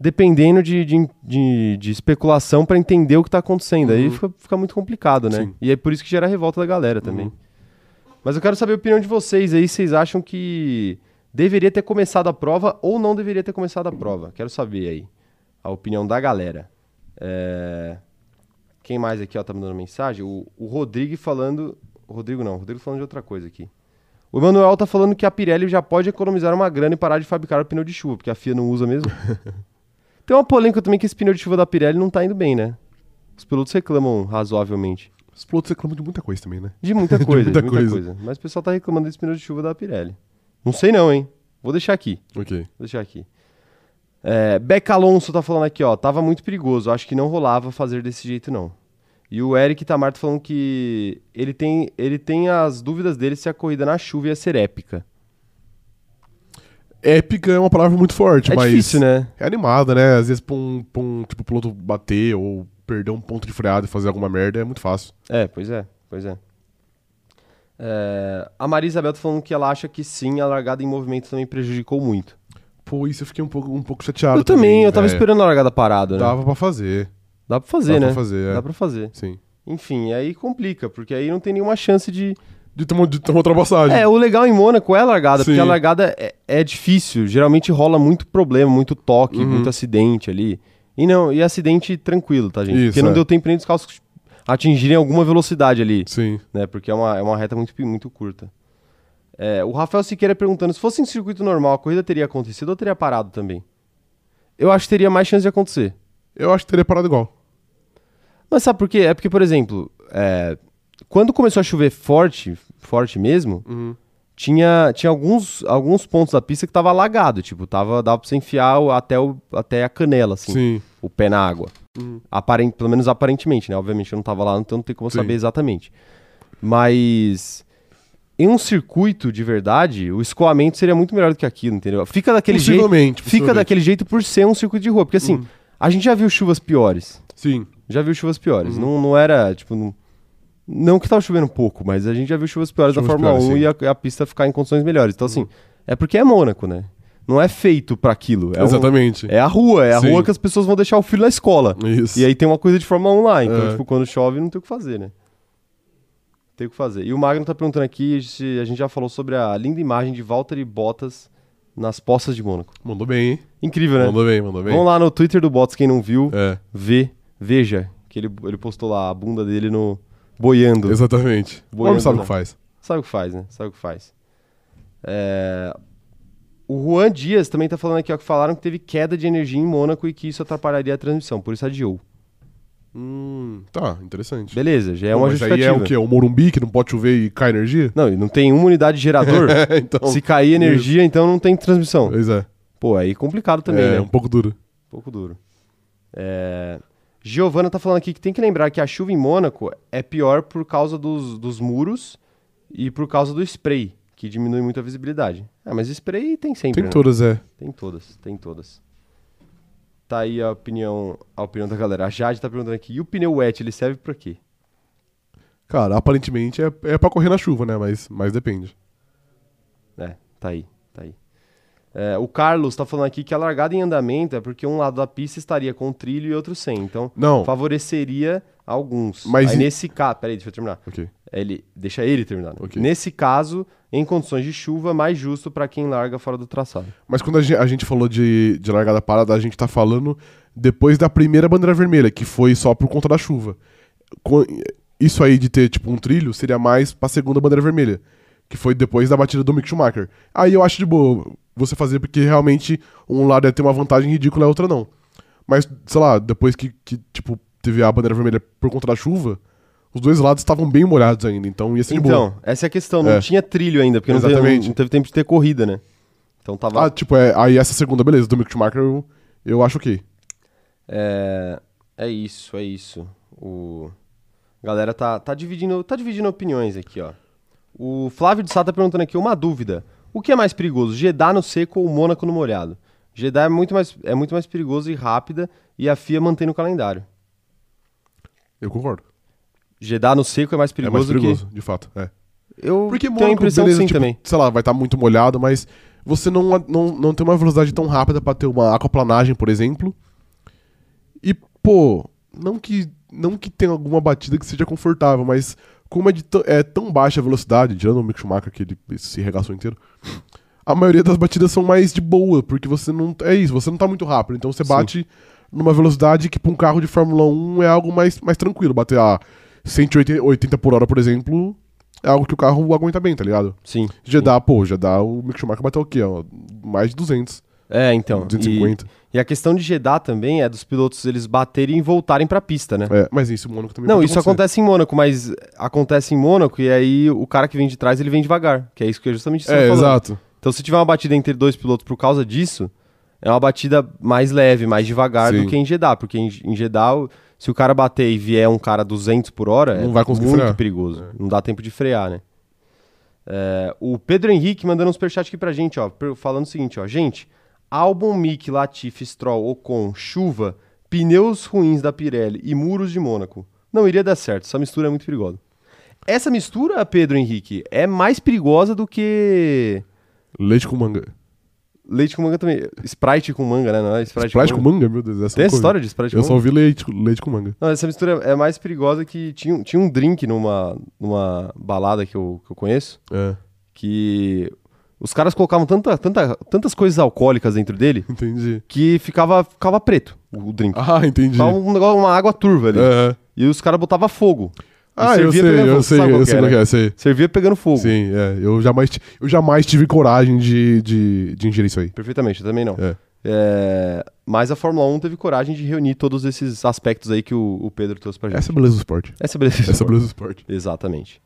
[SPEAKER 1] dependendo de, de, de, de especulação pra entender o que tá acontecendo. Aí fica, fica muito complicado, né?
[SPEAKER 2] Sim.
[SPEAKER 1] E é por isso que gera a revolta da galera também. Mas eu quero saber a opinião de vocês aí. Vocês acham que deveria ter começado a prova ou não deveria ter começado a prova? Quero saber aí a opinião da galera. É... Quem mais aqui ó, tá mandando mensagem? O, o Rodrigo falando. O Rodrigo não, o Rodrigo tá falando de outra coisa aqui. O Emanuel tá falando que a Pirelli já pode economizar uma grana e parar de fabricar o pneu de chuva, porque a FIA não usa mesmo. Tem uma polêmica também que esse pneu de chuva da Pirelli não tá indo bem, né? Os pilotos reclamam razoavelmente.
[SPEAKER 2] Os pilotos reclamam de muita coisa também, né?
[SPEAKER 1] De muita coisa, de muita,
[SPEAKER 2] muita
[SPEAKER 1] coisa.
[SPEAKER 2] coisa.
[SPEAKER 1] Mas o pessoal tá reclamando desse pneu de chuva da Pirelli. Não sei não, hein? Vou deixar aqui.
[SPEAKER 2] Ok.
[SPEAKER 1] Vou deixar aqui. É, Beca Alonso tá falando aqui, ó. Tava muito perigoso. Acho que não rolava fazer desse jeito, não. E o Eric Tamarto falando que ele tem, ele tem as dúvidas dele se a corrida na chuva ia ser épica.
[SPEAKER 2] Épica é uma palavra muito forte,
[SPEAKER 1] é
[SPEAKER 2] mas.
[SPEAKER 1] difícil, né?
[SPEAKER 2] É animada, né? Às vezes pra um, pra um tipo, piloto bater ou perder um ponto de freada e fazer alguma merda é muito fácil.
[SPEAKER 1] É, pois é, pois é. É, a Maria Isabel tá falando que ela acha que sim, a largada em movimento também prejudicou muito.
[SPEAKER 2] Pô, isso eu fiquei um pouco, um pouco chateado.
[SPEAKER 1] eu também, eu tava
[SPEAKER 2] velho.
[SPEAKER 1] esperando a largada parada, né?
[SPEAKER 2] Dava pra fazer.
[SPEAKER 1] Dá pra fazer,
[SPEAKER 2] Dá
[SPEAKER 1] né?
[SPEAKER 2] pra fazer, é.
[SPEAKER 1] Dá pra fazer.
[SPEAKER 2] Sim.
[SPEAKER 1] Enfim, aí complica, porque aí não tem nenhuma chance de.
[SPEAKER 2] De ter uma, de ter uma ultrapassagem.
[SPEAKER 1] É, o legal em Mônaco é a largada,
[SPEAKER 2] Sim.
[SPEAKER 1] porque a largada é, é difícil. Geralmente rola muito problema, muito toque,
[SPEAKER 2] Uhum.
[SPEAKER 1] muito acidente ali. E não, e acidente tranquilo, tá, gente?
[SPEAKER 2] Isso,
[SPEAKER 1] porque não
[SPEAKER 2] é.
[SPEAKER 1] deu tempo nem dos carros atingirem alguma velocidade ali.
[SPEAKER 2] Sim.
[SPEAKER 1] né? Porque é uma, é uma reta muito, pe- muito curta. É, o Rafael Siqueira perguntando: se fosse em circuito normal, a corrida teria acontecido ou teria parado também? Eu acho que teria mais chance de acontecer.
[SPEAKER 2] Eu acho que teria parado igual.
[SPEAKER 1] Mas sabe por quê? É porque, por exemplo, é, quando começou a chover forte, forte mesmo,
[SPEAKER 2] Uhum.
[SPEAKER 1] tinha, tinha alguns, alguns pontos da pista que tava alagado, tipo, tava, dava pra você enfiar o- até, o, até a canela, assim,
[SPEAKER 2] Sim.
[SPEAKER 1] o pé na água.
[SPEAKER 2] Uhum.
[SPEAKER 1] Aparent, pelo menos aparentemente, né? Obviamente eu não tava lá, então não tem como
[SPEAKER 2] Sim.
[SPEAKER 1] saber exatamente. Mas em um circuito de verdade, o escoamento seria muito melhor do que aquilo, entendeu? Fica daquele jeito,
[SPEAKER 2] Possivelmente. Uhum.
[SPEAKER 1] fica
[SPEAKER 2] possivelmente.
[SPEAKER 1] daquele jeito por ser um circuito de rua, porque assim, a gente já viu chuvas piores.
[SPEAKER 2] Sim.
[SPEAKER 1] Já viu chuvas piores.
[SPEAKER 2] Uhum.
[SPEAKER 1] Não, não era, tipo, não, não que tava chovendo pouco, mas a gente já viu chuvas piores da
[SPEAKER 2] Chuvas
[SPEAKER 1] Fórmula
[SPEAKER 2] piores,
[SPEAKER 1] 1
[SPEAKER 2] sim. Uhum.
[SPEAKER 1] e a, a pista ficar em condições melhores. Então assim, é porque é Mônaco, né? Não é feito pra aquilo, é um-
[SPEAKER 2] Exatamente.
[SPEAKER 1] é a rua, é a
[SPEAKER 2] Sim.
[SPEAKER 1] rua que as pessoas vão deixar o filho na escola.
[SPEAKER 2] Isso.
[SPEAKER 1] E aí tem uma coisa de Fórmula 1 lá, então,
[SPEAKER 2] É.
[SPEAKER 1] tipo, quando chove não tem o que fazer, né? Tem o que fazer. E o Magno tá perguntando aqui se a gente já falou sobre a linda imagem de Valtteri Bottas nas postas de Mônaco.
[SPEAKER 2] Mandou bem, hein?
[SPEAKER 1] Incrível, né?
[SPEAKER 2] Mandou bem, mandou bem.
[SPEAKER 1] Vão lá no Twitter do Bottas, quem não viu,
[SPEAKER 2] É,
[SPEAKER 1] vê, veja, que ele, ele postou lá a bunda dele no boiando.
[SPEAKER 2] exatamente. O
[SPEAKER 1] Boiando
[SPEAKER 2] homem sabe o
[SPEAKER 1] lá.
[SPEAKER 2] que faz.
[SPEAKER 1] Sabe o que faz, né? Sabe o que faz. É, O Juan Dias também tá falando aqui, ó, que falaram que teve queda de energia em Mônaco e que isso atrapalharia a transmissão, por isso adiou.
[SPEAKER 2] Hum, tá, interessante.
[SPEAKER 1] Beleza, já é
[SPEAKER 2] Bom,
[SPEAKER 1] uma
[SPEAKER 2] mas aí
[SPEAKER 1] justificativa.
[SPEAKER 2] é o quê? O Morumbi que não pode chover e cai energia?
[SPEAKER 1] Não, e não tem uma unidade de gerador.
[SPEAKER 2] É, então.
[SPEAKER 1] Se cair energia, então não tem transmissão.
[SPEAKER 2] Pois é.
[SPEAKER 1] Pô, aí é complicado também,
[SPEAKER 2] é
[SPEAKER 1] né?
[SPEAKER 2] um pouco duro.
[SPEAKER 1] pouco duro. É... Giovana tá falando aqui que tem que lembrar que a chuva em Mônaco é pior por causa dos, dos muros e por causa do spray, que diminui muito a visibilidade. Ah, mas spray tem sempre,
[SPEAKER 2] Tem
[SPEAKER 1] né?
[SPEAKER 2] todas, é.
[SPEAKER 1] Tem todas, tem todas. Tá aí a opinião, a opinião da galera. A Jade tá perguntando aqui, e o pneu wet, ele serve pra quê?
[SPEAKER 2] Cara, aparentemente é, é pra correr na chuva, né? Mas, mas depende.
[SPEAKER 1] É, tá aí, tá aí. É, o Carlos tá falando aqui que a largada em andamento é porque um lado da pista estaria com trilho e outro sem. Então,
[SPEAKER 2] Não.
[SPEAKER 1] favoreceria alguns.
[SPEAKER 2] Mas
[SPEAKER 1] Aí
[SPEAKER 2] e-
[SPEAKER 1] nesse caso... Peraí, deixa eu terminar.
[SPEAKER 2] Ok.
[SPEAKER 1] Ele, deixa ele terminar. né?
[SPEAKER 2] Ok.
[SPEAKER 1] Nesse caso, em condições de chuva, mais justo pra quem larga fora do traçado.
[SPEAKER 2] Mas quando a gen- a gente, falou de, de largada parada, a gente tá falando depois da primeira bandeira vermelha, que foi só por conta da chuva. Co- Isso aí de ter, tipo, um trilho seria mais pra segunda bandeira vermelha, que foi depois da batida do Mick Schumacher. Aí eu acho de boa você fazer, porque realmente um lado ia ter uma vantagem ridícula e a outra não. Mas, sei lá, depois que, que, tipo, teve a bandeira vermelha por conta da chuva, os dois lados estavam bem molhados ainda, então ia ser de boa.
[SPEAKER 1] Então, essa é a questão. Não
[SPEAKER 2] É.
[SPEAKER 1] tinha trilho ainda, porque não teve,
[SPEAKER 2] Exatamente.
[SPEAKER 1] não teve tempo de ter corrida, né? Então tava...
[SPEAKER 2] Ah, tipo, é, aí essa segunda, beleza, do Mick Schumacher eu, eu acho ok.
[SPEAKER 1] É, é isso, é isso. O a galera tá, tá dividindo, tá dividindo opiniões aqui, ó. O Flávio de Sá tá perguntando aqui uma dúvida. O que é mais perigoso, Jeddah no seco ou Mônaco no molhado? Jeddah é muito mais é muito mais perigoso e rápida e a FIA mantém no calendário.
[SPEAKER 2] Eu concordo.
[SPEAKER 1] Jeddah no seco é mais
[SPEAKER 2] É mais
[SPEAKER 1] perigoso,
[SPEAKER 2] perigoso, de fato. É.
[SPEAKER 1] que eu
[SPEAKER 2] Porque
[SPEAKER 1] tenho a
[SPEAKER 2] Mônaco,
[SPEAKER 1] impressão que
[SPEAKER 2] beleza,
[SPEAKER 1] sim
[SPEAKER 2] tipo,
[SPEAKER 1] também.
[SPEAKER 2] Sei lá, vai estar muito molhado, mas você não, não, não tem uma velocidade tão rápida pra ter uma aquaplanagem, por exemplo. E, pô, não que, não que tenha alguma batida que seja confortável, mas como é, de tã- é tão baixa a velocidade, tirando o Mick Schumacher, que ele se regaçou inteiro, a maioria das batidas são mais de boa, porque você não. É isso, você não tá muito rápido. Então você
[SPEAKER 1] Sim.
[SPEAKER 2] bate numa velocidade que pra um carro de Fórmula 1 é algo mais, mais tranquilo. Bater a 180 por hora, por exemplo, é algo que o carro aguenta bem, tá ligado?
[SPEAKER 1] Sim.
[SPEAKER 2] Jeddah, pô, Jeddah, o Mick Schumacher bateu o quê? ó? Mais de 200,
[SPEAKER 1] É, então. E,
[SPEAKER 2] 250.
[SPEAKER 1] e a questão de Jeddah também é dos pilotos eles baterem e voltarem pra pista, né?
[SPEAKER 2] É, mas isso, o Mônaco também
[SPEAKER 1] Não,
[SPEAKER 2] pode
[SPEAKER 1] isso
[SPEAKER 2] acontecer.
[SPEAKER 1] acontece em Mônaco, mas acontece em Mônaco e aí o cara que vem de trás ele vem devagar, que é isso que é justamente isso que eu
[SPEAKER 2] É,
[SPEAKER 1] tô falando.
[SPEAKER 2] exato.
[SPEAKER 1] Então se tiver uma batida entre dois pilotos por causa disso, é uma batida mais leve, mais devagar
[SPEAKER 2] Sim.
[SPEAKER 1] do que em Jeddah, porque em, em Jeddah o- Se o cara bater e vier um cara 200 por hora,
[SPEAKER 2] Não
[SPEAKER 1] é
[SPEAKER 2] vai conseguir
[SPEAKER 1] muito
[SPEAKER 2] frear. É.
[SPEAKER 1] perigoso. Não dá tempo de frear, né? É, o Pedro Henrique mandando um superchat aqui pra gente, ó, per- falando o seguinte, ó. Gente, álbum Mick, Latif, Stroll, Ocon, Chuva, pneus ruins da Pirelli e muros de Mônaco. Não iria dar certo, essa mistura é muito perigosa. Essa mistura, Pedro Henrique, é mais perigosa do que
[SPEAKER 2] Leite com manga.
[SPEAKER 1] leite com manga também. Sprite com manga, né? Não é Sprite,
[SPEAKER 2] Sprite com manga, meu Deus. Essa
[SPEAKER 1] Tem
[SPEAKER 2] eu
[SPEAKER 1] essa
[SPEAKER 2] nunca ouvi.
[SPEAKER 1] história de Sprite
[SPEAKER 2] Eu
[SPEAKER 1] com
[SPEAKER 2] só ouvi leite, leite com manga.
[SPEAKER 1] Não, essa mistura é mais perigosa que tinha, um- tinha um drink numa, numa balada que eu, que eu conheço,
[SPEAKER 2] É,
[SPEAKER 1] que os caras colocavam tanta, tanta, tantas coisas alcoólicas dentro dele
[SPEAKER 2] entendi.
[SPEAKER 1] que ficava, ficava preto o drink.
[SPEAKER 2] Ah, entendi.
[SPEAKER 1] Ficava um negócio, uma água turva ali.
[SPEAKER 2] É.
[SPEAKER 1] E os caras botavam fogo. E
[SPEAKER 2] Ah, eu sei,
[SPEAKER 1] pegando
[SPEAKER 2] eu
[SPEAKER 1] fogo,
[SPEAKER 2] sei,
[SPEAKER 1] sabe qual
[SPEAKER 2] eu
[SPEAKER 1] que
[SPEAKER 2] sei
[SPEAKER 1] é,
[SPEAKER 2] como é que
[SPEAKER 1] né?
[SPEAKER 2] é, sei.
[SPEAKER 1] Servia pegando fogo.
[SPEAKER 2] Sim, é. Eu jamais, ti- eu jamais tive coragem de, de, de ingerir isso aí.
[SPEAKER 1] Perfeitamente, eu também não.
[SPEAKER 2] É.
[SPEAKER 1] É, mas a Fórmula 1 teve coragem de reunir todos esses aspectos aí que o, o Pedro trouxe pra gente.
[SPEAKER 2] Essa é a beleza do esporte.
[SPEAKER 1] Essa é a beleza.
[SPEAKER 2] Essa é a beleza do esporte.
[SPEAKER 1] Exatamente.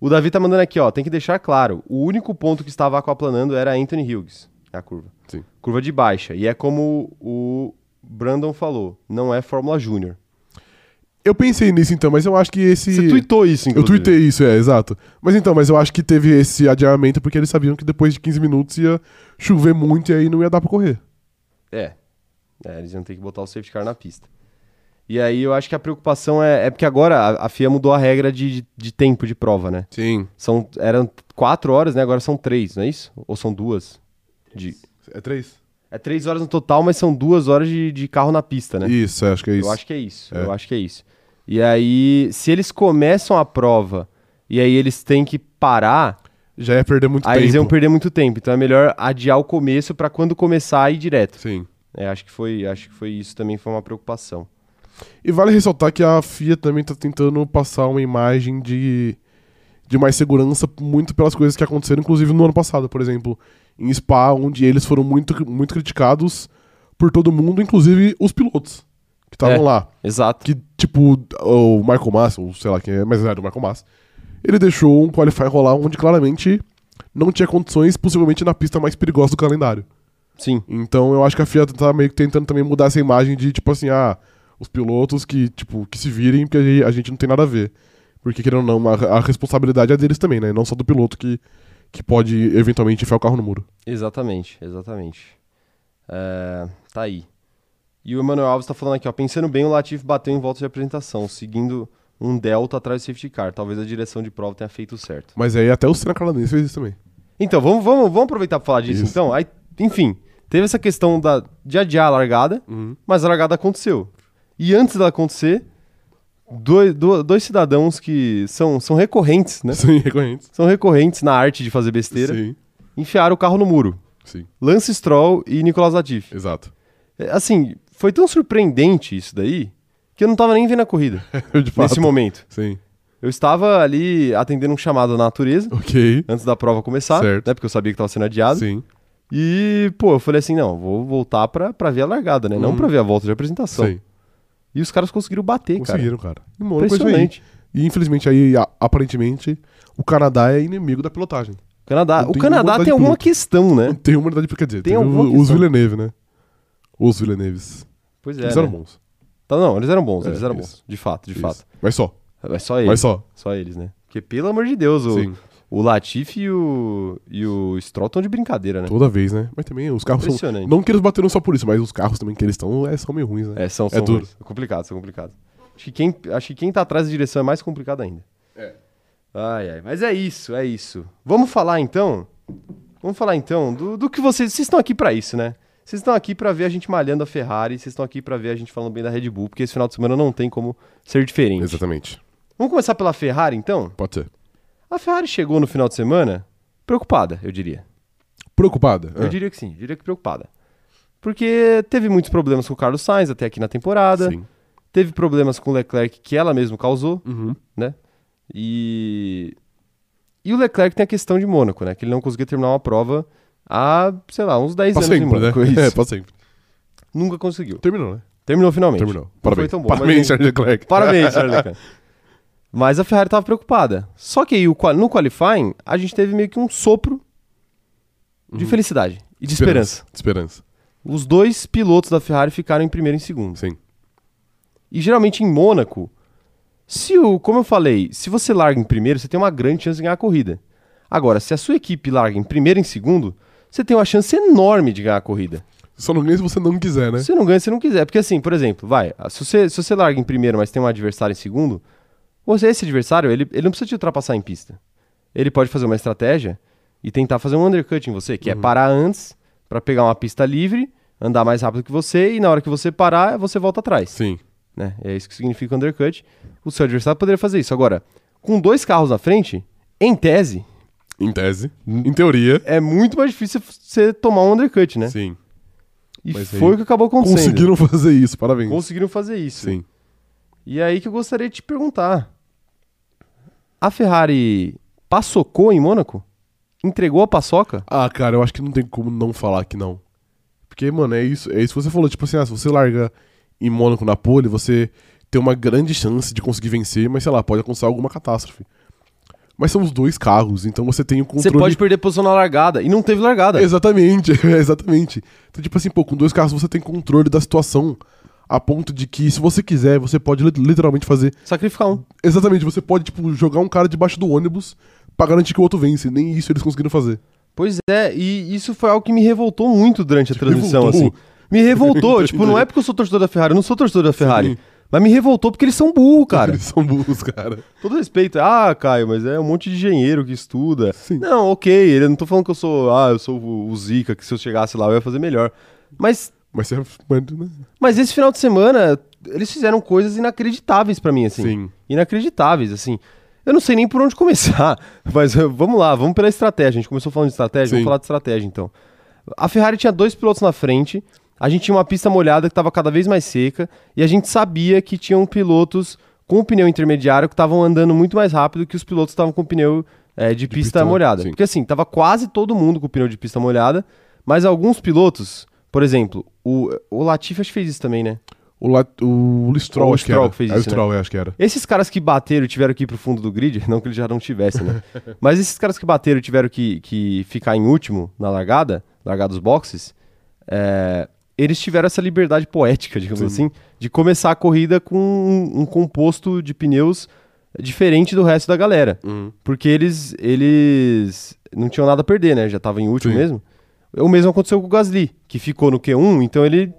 [SPEAKER 1] O Davi tá mandando aqui, ó. Tem que deixar claro: o único ponto que estava aquaplanando era Anthony Hughes. É a curva.
[SPEAKER 2] Sim.
[SPEAKER 1] Curva de baixa. E é como o Brandon falou: não é Fórmula Júnior.
[SPEAKER 2] Eu pensei nisso então, mas eu acho que esse.
[SPEAKER 1] Você tweetou isso,
[SPEAKER 2] eu
[SPEAKER 1] inclusive.
[SPEAKER 2] tuitei isso, é, exato. Mas então, mas eu acho que teve esse adiamento porque eles sabiam que depois de 15 minutos ia chover muito e aí não ia dar pra correr.
[SPEAKER 1] É. É, eles iam ter que botar o safety car na pista. E aí eu acho que a preocupação é, é porque agora a, a FIA mudou a regra de, de, de tempo de prova, né?
[SPEAKER 2] Sim.
[SPEAKER 1] São, eram quatro horas, né? Agora são três, não é isso? Ou são duas? De,
[SPEAKER 2] É três?
[SPEAKER 1] é três horas no total, mas são duas horas de, de carro na pista, né?
[SPEAKER 2] Isso, é, acho que é isso.
[SPEAKER 1] Eu acho que é isso.
[SPEAKER 2] É.
[SPEAKER 1] Eu acho que é isso. E aí, se eles começam a prova e aí eles têm que parar,
[SPEAKER 2] Já ia perder muito
[SPEAKER 1] aí
[SPEAKER 2] tempo.
[SPEAKER 1] eles iam perder muito tempo. Então é melhor adiar o começo pra quando começar ir direto.
[SPEAKER 2] Sim.
[SPEAKER 1] É, acho que foi, acho que foi isso também foi uma preocupação.
[SPEAKER 2] E vale ressaltar que a FIA também tá tentando passar uma imagem de, de mais segurança muito pelas coisas que aconteceram, inclusive no ano passado, por exemplo, em Spa, onde eles foram muito, muito criticados por todo mundo, inclusive os pilotos que estavam
[SPEAKER 1] É.
[SPEAKER 2] lá.
[SPEAKER 1] Exato.
[SPEAKER 2] Que, tipo, o Michael Massa, ou sei lá quem é, mas era do Michael Massa, ele deixou um qualify rolar onde claramente não tinha condições, possivelmente na pista mais perigosa do calendário.
[SPEAKER 1] Sim.
[SPEAKER 2] Então eu acho que a Fiat tá meio que tentando também mudar essa imagem de, tipo assim, ah, os pilotos que, tipo, que se virem, porque a gente- a gente não tem nada a ver. Porque, querendo ou não, a, a responsabilidade é deles também, né? Não só do piloto que, que pode eventualmente enfiar o carro no muro.
[SPEAKER 1] Exatamente, exatamente. É, tá aí. E o Emanuel Alves tá falando aqui, ó. Pensando bem, o Latif bateu em volta de apresentação, seguindo um delta atrás do safety car. Talvez a direção de prova tenha feito certo.
[SPEAKER 2] Mas aí até o Senna canadense fez isso também.
[SPEAKER 1] Então, vamos, vamos, vamos aproveitar para falar disso,
[SPEAKER 2] Isso.
[SPEAKER 1] então. Aí, enfim, teve essa questão da, de adiar a largada,
[SPEAKER 2] Uhum.
[SPEAKER 1] mas a largada aconteceu. E antes dela acontecer, dois, do- dois cidadãos que são, são recorrentes, né?
[SPEAKER 2] Sim, recorrentes.
[SPEAKER 1] São recorrentes na arte de fazer besteira,
[SPEAKER 2] Sim,
[SPEAKER 1] enfiaram o carro no muro.
[SPEAKER 2] sim,
[SPEAKER 1] Lance Stroll e Nicolas Latifi.
[SPEAKER 2] exato.
[SPEAKER 1] É, Assim, foi tão surpreendente isso daí, que eu não tava nem vendo a corrida
[SPEAKER 2] De fato.
[SPEAKER 1] nesse momento.
[SPEAKER 2] Sim,
[SPEAKER 1] Eu estava ali atendendo um chamado à natureza,
[SPEAKER 2] ok.
[SPEAKER 1] antes da prova começar,
[SPEAKER 2] Certo.
[SPEAKER 1] né? Porque eu sabia que tava sendo adiado.
[SPEAKER 2] Sim,
[SPEAKER 1] E, pô, eu falei assim, não, vou voltar pra, pra ver a largada, né? Não
[SPEAKER 2] Uhum.
[SPEAKER 1] pra ver a volta de apresentação.
[SPEAKER 2] sim.
[SPEAKER 1] E os caras conseguiram bater, cara.
[SPEAKER 2] Conseguiram, cara. E Mônaco é isso aí.
[SPEAKER 1] Impressionante.
[SPEAKER 2] E infelizmente aí, a- aparentemente, o Canadá é inimigo da pilotagem.
[SPEAKER 1] O Canadá,
[SPEAKER 2] Não
[SPEAKER 1] o
[SPEAKER 2] tem
[SPEAKER 1] Canadá
[SPEAKER 2] vontade
[SPEAKER 1] tem
[SPEAKER 2] de
[SPEAKER 1] alguma
[SPEAKER 2] piloto.
[SPEAKER 1] questão, né?
[SPEAKER 2] Tem uma unidade, quer dizer,
[SPEAKER 1] Tem
[SPEAKER 2] tem
[SPEAKER 1] alguma
[SPEAKER 2] os
[SPEAKER 1] questão.
[SPEAKER 2] Villeneuve, né? Os Villeneuves.
[SPEAKER 1] Pois é.
[SPEAKER 2] Eles eram
[SPEAKER 1] né?
[SPEAKER 2] bons.
[SPEAKER 1] Tá, não, eles eram bons,
[SPEAKER 2] É,
[SPEAKER 1] eles eram
[SPEAKER 2] isso.
[SPEAKER 1] bons. De fato, de fato.
[SPEAKER 2] Isso. Mas só,
[SPEAKER 1] É só eles.
[SPEAKER 2] mas só.
[SPEAKER 1] Só eles, né? Porque, pelo amor de Deus, o,
[SPEAKER 2] Sim,
[SPEAKER 1] o Latifi e o, e o Stroll estão de brincadeira, né?
[SPEAKER 2] toda vez, né? Mas também os carros são...
[SPEAKER 1] Impressionante.
[SPEAKER 2] Não que eles bateram só por isso, mas os carros também que eles estão é, são meio ruins, né?
[SPEAKER 1] É, são, são
[SPEAKER 2] duro.
[SPEAKER 1] ruins. complicados, são complicados. Acho que, quem, acho que quem tá atrás da direção é mais complicado ainda. É. Ai, ai. Mas é isso, é isso. Vamos falar então. Vamos falar então do, do que vocês. Vocês estão aqui pra isso, né? Vocês estão aqui pra ver a gente malhando a Ferrari, vocês estão aqui pra ver a gente falando bem da Red Bull, porque esse final de semana não tem como ser diferente.
[SPEAKER 2] Exatamente.
[SPEAKER 1] Vamos começar pela Ferrari então?
[SPEAKER 2] Pode ser.
[SPEAKER 1] A Ferrari chegou no final de semana preocupada, eu diria.
[SPEAKER 2] Preocupada?
[SPEAKER 1] Eu
[SPEAKER 2] Ah,
[SPEAKER 1] diria que sim, eu diria que preocupada. Porque teve muitos problemas com o Carlos Sainz até aqui na temporada.
[SPEAKER 2] Sim.
[SPEAKER 1] Teve problemas com o Leclerc que ela mesma causou,
[SPEAKER 2] Uhum.
[SPEAKER 1] né? E. E o Leclerc tem a questão de Mônaco, né? Que ele não conseguia terminar uma prova há, sei lá, uns 10
[SPEAKER 2] Pra
[SPEAKER 1] anos em
[SPEAKER 2] sempre, né?
[SPEAKER 1] Mônaco.
[SPEAKER 2] É,
[SPEAKER 1] Isso.
[SPEAKER 2] pra sempre.
[SPEAKER 1] Nunca conseguiu.
[SPEAKER 2] Terminou, né?
[SPEAKER 1] Terminou finalmente.
[SPEAKER 2] Terminou.
[SPEAKER 1] Não
[SPEAKER 2] Parabéns.
[SPEAKER 1] foi tão bom,
[SPEAKER 2] Parabéns,
[SPEAKER 1] mas- é
[SPEAKER 2] Charles Leclerc.
[SPEAKER 1] Parabéns, Charles Leclerc. Mas a Ferrari tava preocupada. Só que aí o quali- no qualifying, a gente teve meio que um sopro
[SPEAKER 2] Uhum.
[SPEAKER 1] de felicidade e de esperança.
[SPEAKER 2] Esperança.
[SPEAKER 1] Os dois pilotos da Ferrari ficaram em primeiro e em segundo.
[SPEAKER 2] Sim.
[SPEAKER 1] E geralmente em Mônaco, se o, como eu falei, se você larga em primeiro, você tem uma grande chance de ganhar a corrida. Agora, se a sua equipe larga em primeiro e em segundo, você tem uma chance enorme de ganhar a corrida.
[SPEAKER 2] Só não ganha se você não quiser, né?
[SPEAKER 1] Você não ganha se não quiser. Porque assim, por exemplo, vai, se você, se você larga em primeiro, mas tem um adversário em segundo, você, esse adversário, ele, ele não precisa te ultrapassar em pista. Ele pode fazer uma estratégia e tentar fazer um undercut em você, que é parar antes para pegar uma pista livre, andar mais rápido que você e na hora que você parar, você volta atrás.
[SPEAKER 2] Sim.
[SPEAKER 1] né? É isso que significa undercut. O seu adversário poderia fazer isso. Agora, com dois carros na frente, em tese,
[SPEAKER 2] Em tese. Em teoria.
[SPEAKER 1] é muito mais difícil você tomar um undercut, né?
[SPEAKER 2] Sim.
[SPEAKER 1] E
[SPEAKER 2] mas
[SPEAKER 1] foi
[SPEAKER 2] aí-
[SPEAKER 1] o que acabou acontecendo.
[SPEAKER 2] Conseguiram fazer isso, parabéns.
[SPEAKER 1] Conseguiram fazer isso.
[SPEAKER 2] Sim.
[SPEAKER 1] E aí que eu gostaria de te perguntar. A Ferrari passocou em Mônaco? Entregou a paçoca?
[SPEAKER 2] Ah, cara, eu acho que não tem como não falar que não. Porque, mano, é isso, é isso que você falou. Tipo assim, ah, se você larga em Mônaco na pole, você tem uma grande chance de conseguir vencer, mas sei lá, pode acontecer alguma catástrofe. Mas são os dois carros, então você tem o
[SPEAKER 1] Você
[SPEAKER 2] controle.
[SPEAKER 1] pode perder posição na largada. E não teve largada.
[SPEAKER 2] Exatamente, exatamente. Então, tipo assim, pô, com dois carros você tem controle da situação. A ponto de que, se você quiser, você pode lit- literalmente fazer.
[SPEAKER 1] Sacrificar um.
[SPEAKER 2] Exatamente, você pode, tipo, jogar um cara debaixo do ônibus pra garantir que o outro vence. Nem isso eles conseguiram fazer.
[SPEAKER 1] Pois é, e isso foi algo que me revoltou muito durante a transmissão,
[SPEAKER 2] revoltou?
[SPEAKER 1] assim. Me revoltou,
[SPEAKER 2] Entendi.
[SPEAKER 1] tipo, não é porque eu sou torcedor da Ferrari, eu não sou torcedor da Ferrari. Mas me revoltou porque eles são burros, cara.
[SPEAKER 2] Eles são burros, cara.
[SPEAKER 1] Todo respeito. Ah, Caio, mas é um monte de engenheiro que estuda.
[SPEAKER 2] Sim.
[SPEAKER 1] Não, ok, eu não tô falando que eu sou, ah, eu sou o o Zica, que se eu chegasse lá eu ia fazer melhor. Mas,
[SPEAKER 2] Mas você é. mas, né?
[SPEAKER 1] mas esse final de semana, eles fizeram coisas inacreditáveis pra mim, assim.
[SPEAKER 2] Sim.
[SPEAKER 1] Inacreditáveis, assim. Eu não sei nem por onde começar, mas eh, vamos lá, vamos pela estratégia. A gente começou falando de estratégia,
[SPEAKER 2] Sim.
[SPEAKER 1] vamos falar de estratégia então. A Ferrari tinha dois pilotos na frente, a gente tinha uma pista molhada que estava cada vez mais seca, e a gente sabia que tinham pilotos com pneu intermediário que estavam andando muito mais rápido que os pilotos que estavam com pneu eh, de, pista
[SPEAKER 2] pista,
[SPEAKER 1] molhada.
[SPEAKER 2] sim.
[SPEAKER 1] Porque assim, tava quase todo mundo com pneu de pista molhada, mas alguns pilotos, por exemplo, o, o Latifi acho que fez isso também, né?
[SPEAKER 2] O, La... o Listrol,
[SPEAKER 1] O
[SPEAKER 2] acho que
[SPEAKER 1] Stroll
[SPEAKER 2] era.
[SPEAKER 1] que fez
[SPEAKER 2] É, o
[SPEAKER 1] isso, né?
[SPEAKER 2] Stroll, é, acho que era.
[SPEAKER 1] Esses caras que bateram e tiveram que ir pro fundo do grid, não que eles já não tivessem, né? Mas esses caras que bateram e tiveram que, que ficar em último na largada, largar dos boxes, é, eles tiveram essa liberdade poética, digamos assim, de começar a corrida com um, um composto de pneus diferente do resto da galera. Porque eles, eles não tinham nada a perder, né? Já tava em último
[SPEAKER 2] Sim.
[SPEAKER 1] mesmo. O mesmo aconteceu com o Gasly, que ficou no Q1, então ele.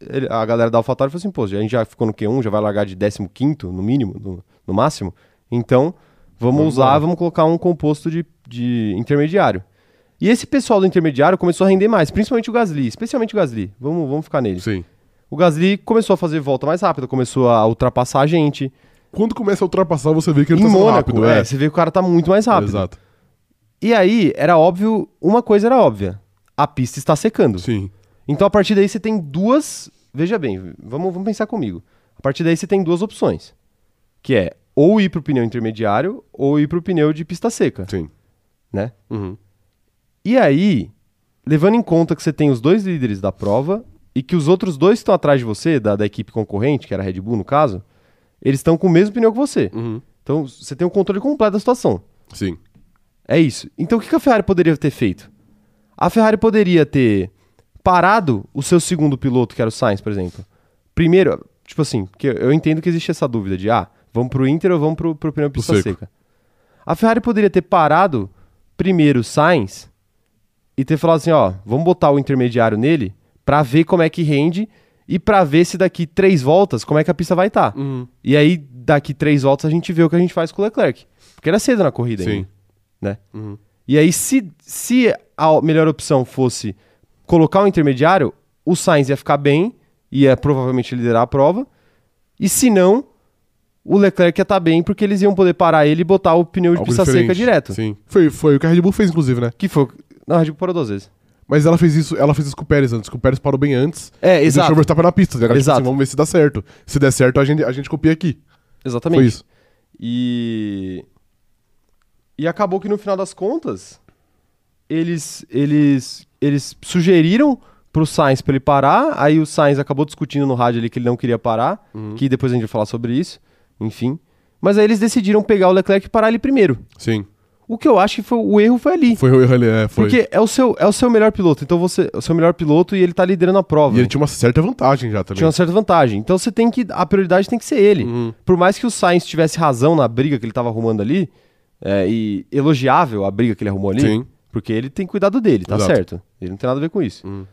[SPEAKER 1] ele- a galera da AlphaTauri falou assim: pô, a gente já ficou no Q1, já vai largar de 15, no mínimo, no, no máximo. Então, vamos,
[SPEAKER 2] Vamos
[SPEAKER 1] usar,
[SPEAKER 2] lá.
[SPEAKER 1] vamos colocar um composto de, de intermediário. E esse pessoal do intermediário começou a render mais, principalmente o Gasly, especialmente o Gasly. Vamos, vamos ficar nele.
[SPEAKER 2] Sim.
[SPEAKER 1] O Gasly começou a fazer volta mais rápida, começou a ultrapassar a gente.
[SPEAKER 2] Quando começa a ultrapassar, você vê que ele
[SPEAKER 1] em
[SPEAKER 2] tá sendo
[SPEAKER 1] Mônaco,
[SPEAKER 2] rápido.
[SPEAKER 1] é, você vê que o cara tá muito mais rápido.
[SPEAKER 2] Exato.
[SPEAKER 1] E aí, era óbvio, uma coisa era óbvia. A pista está secando.
[SPEAKER 2] Sim.
[SPEAKER 1] Então, a partir daí, você tem duas. Veja bem, vamos, vamos pensar comigo. A partir daí, você tem duas opções: que é ou ir para o pneu intermediário ou ir para o pneu de pista seca,
[SPEAKER 2] Sim.
[SPEAKER 1] né?
[SPEAKER 2] Uhum.
[SPEAKER 1] E aí, levando em conta que você tem os dois líderes da prova e que os outros dois que estão atrás de você, da, da equipe concorrente, que era a Red Bull no caso, eles estão com o mesmo pneu que você.
[SPEAKER 2] Uhum.
[SPEAKER 1] Então, você tem o controle completo da situação.
[SPEAKER 2] Sim.
[SPEAKER 1] É isso. Então o que que a Ferrari poderia ter feito? A Ferrari poderia ter parado o seu segundo piloto, que era o Sainz, por exemplo. Primeiro, tipo assim, porque eu entendo que existe essa dúvida de, ah, vamos pro Inter ou vamos pro, pro pneu pista
[SPEAKER 2] seco.
[SPEAKER 1] seca. A Ferrari poderia ter parado primeiro o Sainz e ter falado assim, ó, vamos botar o intermediário nele pra ver como é que rende e pra ver se daqui três voltas como é que a pista vai estar.
[SPEAKER 2] Uhum.
[SPEAKER 1] E aí daqui três voltas a gente vê o que a gente faz com o Leclerc, porque era cedo na corrida
[SPEAKER 2] Sim.
[SPEAKER 1] ainda né?
[SPEAKER 2] Uhum.
[SPEAKER 1] E aí, se, se a o- melhor opção fosse colocar um intermediário, o Sainz ia ficar bem, ia provavelmente liderar a prova. E se não, o Leclerc ia estar bem, porque eles iam poder parar ele e botar o pneu de
[SPEAKER 2] Algo
[SPEAKER 1] pista
[SPEAKER 2] diferente.
[SPEAKER 1] seca direto.
[SPEAKER 2] Sim. Foi, foi o que a Red Bull fez, inclusive, né?
[SPEAKER 1] Que foi. Não, a Red Bull parou duas vezes.
[SPEAKER 2] Mas ela fez isso, ela fez isso com o Pérez antes, que o Pérez parou bem antes.
[SPEAKER 1] É,
[SPEAKER 2] E deixou
[SPEAKER 1] exato.
[SPEAKER 2] o Verstappen na pista, né? Tipo
[SPEAKER 1] Exato.
[SPEAKER 2] assim, vamos ver se dá certo. Se der certo, a gente, a gente copia aqui.
[SPEAKER 1] Exatamente.
[SPEAKER 2] Foi isso.
[SPEAKER 1] E. E acabou que no final das contas, eles eles eles sugeriram pro Sainz pra ele parar, aí o Sainz acabou discutindo no rádio ali que ele não queria parar,
[SPEAKER 2] Uhum.
[SPEAKER 1] que depois a gente vai falar sobre isso, enfim. Mas aí eles decidiram pegar o Leclerc e parar ele primeiro.
[SPEAKER 2] Sim.
[SPEAKER 1] O que eu acho que foi o erro foi ali.
[SPEAKER 2] Foi o erro ali, é, foi.
[SPEAKER 1] Porque é o, seu, é o seu melhor piloto. Então você é o seu melhor piloto e ele tá liderando a prova.
[SPEAKER 2] E ele tinha uma certa vantagem já também.
[SPEAKER 1] Tinha uma certa vantagem. Então você tem que. A prioridade tem que ser ele.
[SPEAKER 2] Uhum.
[SPEAKER 1] Por mais que o Sainz tivesse razão na briga que ele tava arrumando ali, é, e elogiável a briga que ele arrumou ali,
[SPEAKER 2] Sim.
[SPEAKER 1] porque ele tem cuidado dele, tá
[SPEAKER 2] Exato.
[SPEAKER 1] certo. Ele não tem nada a ver com isso.
[SPEAKER 2] Uhum.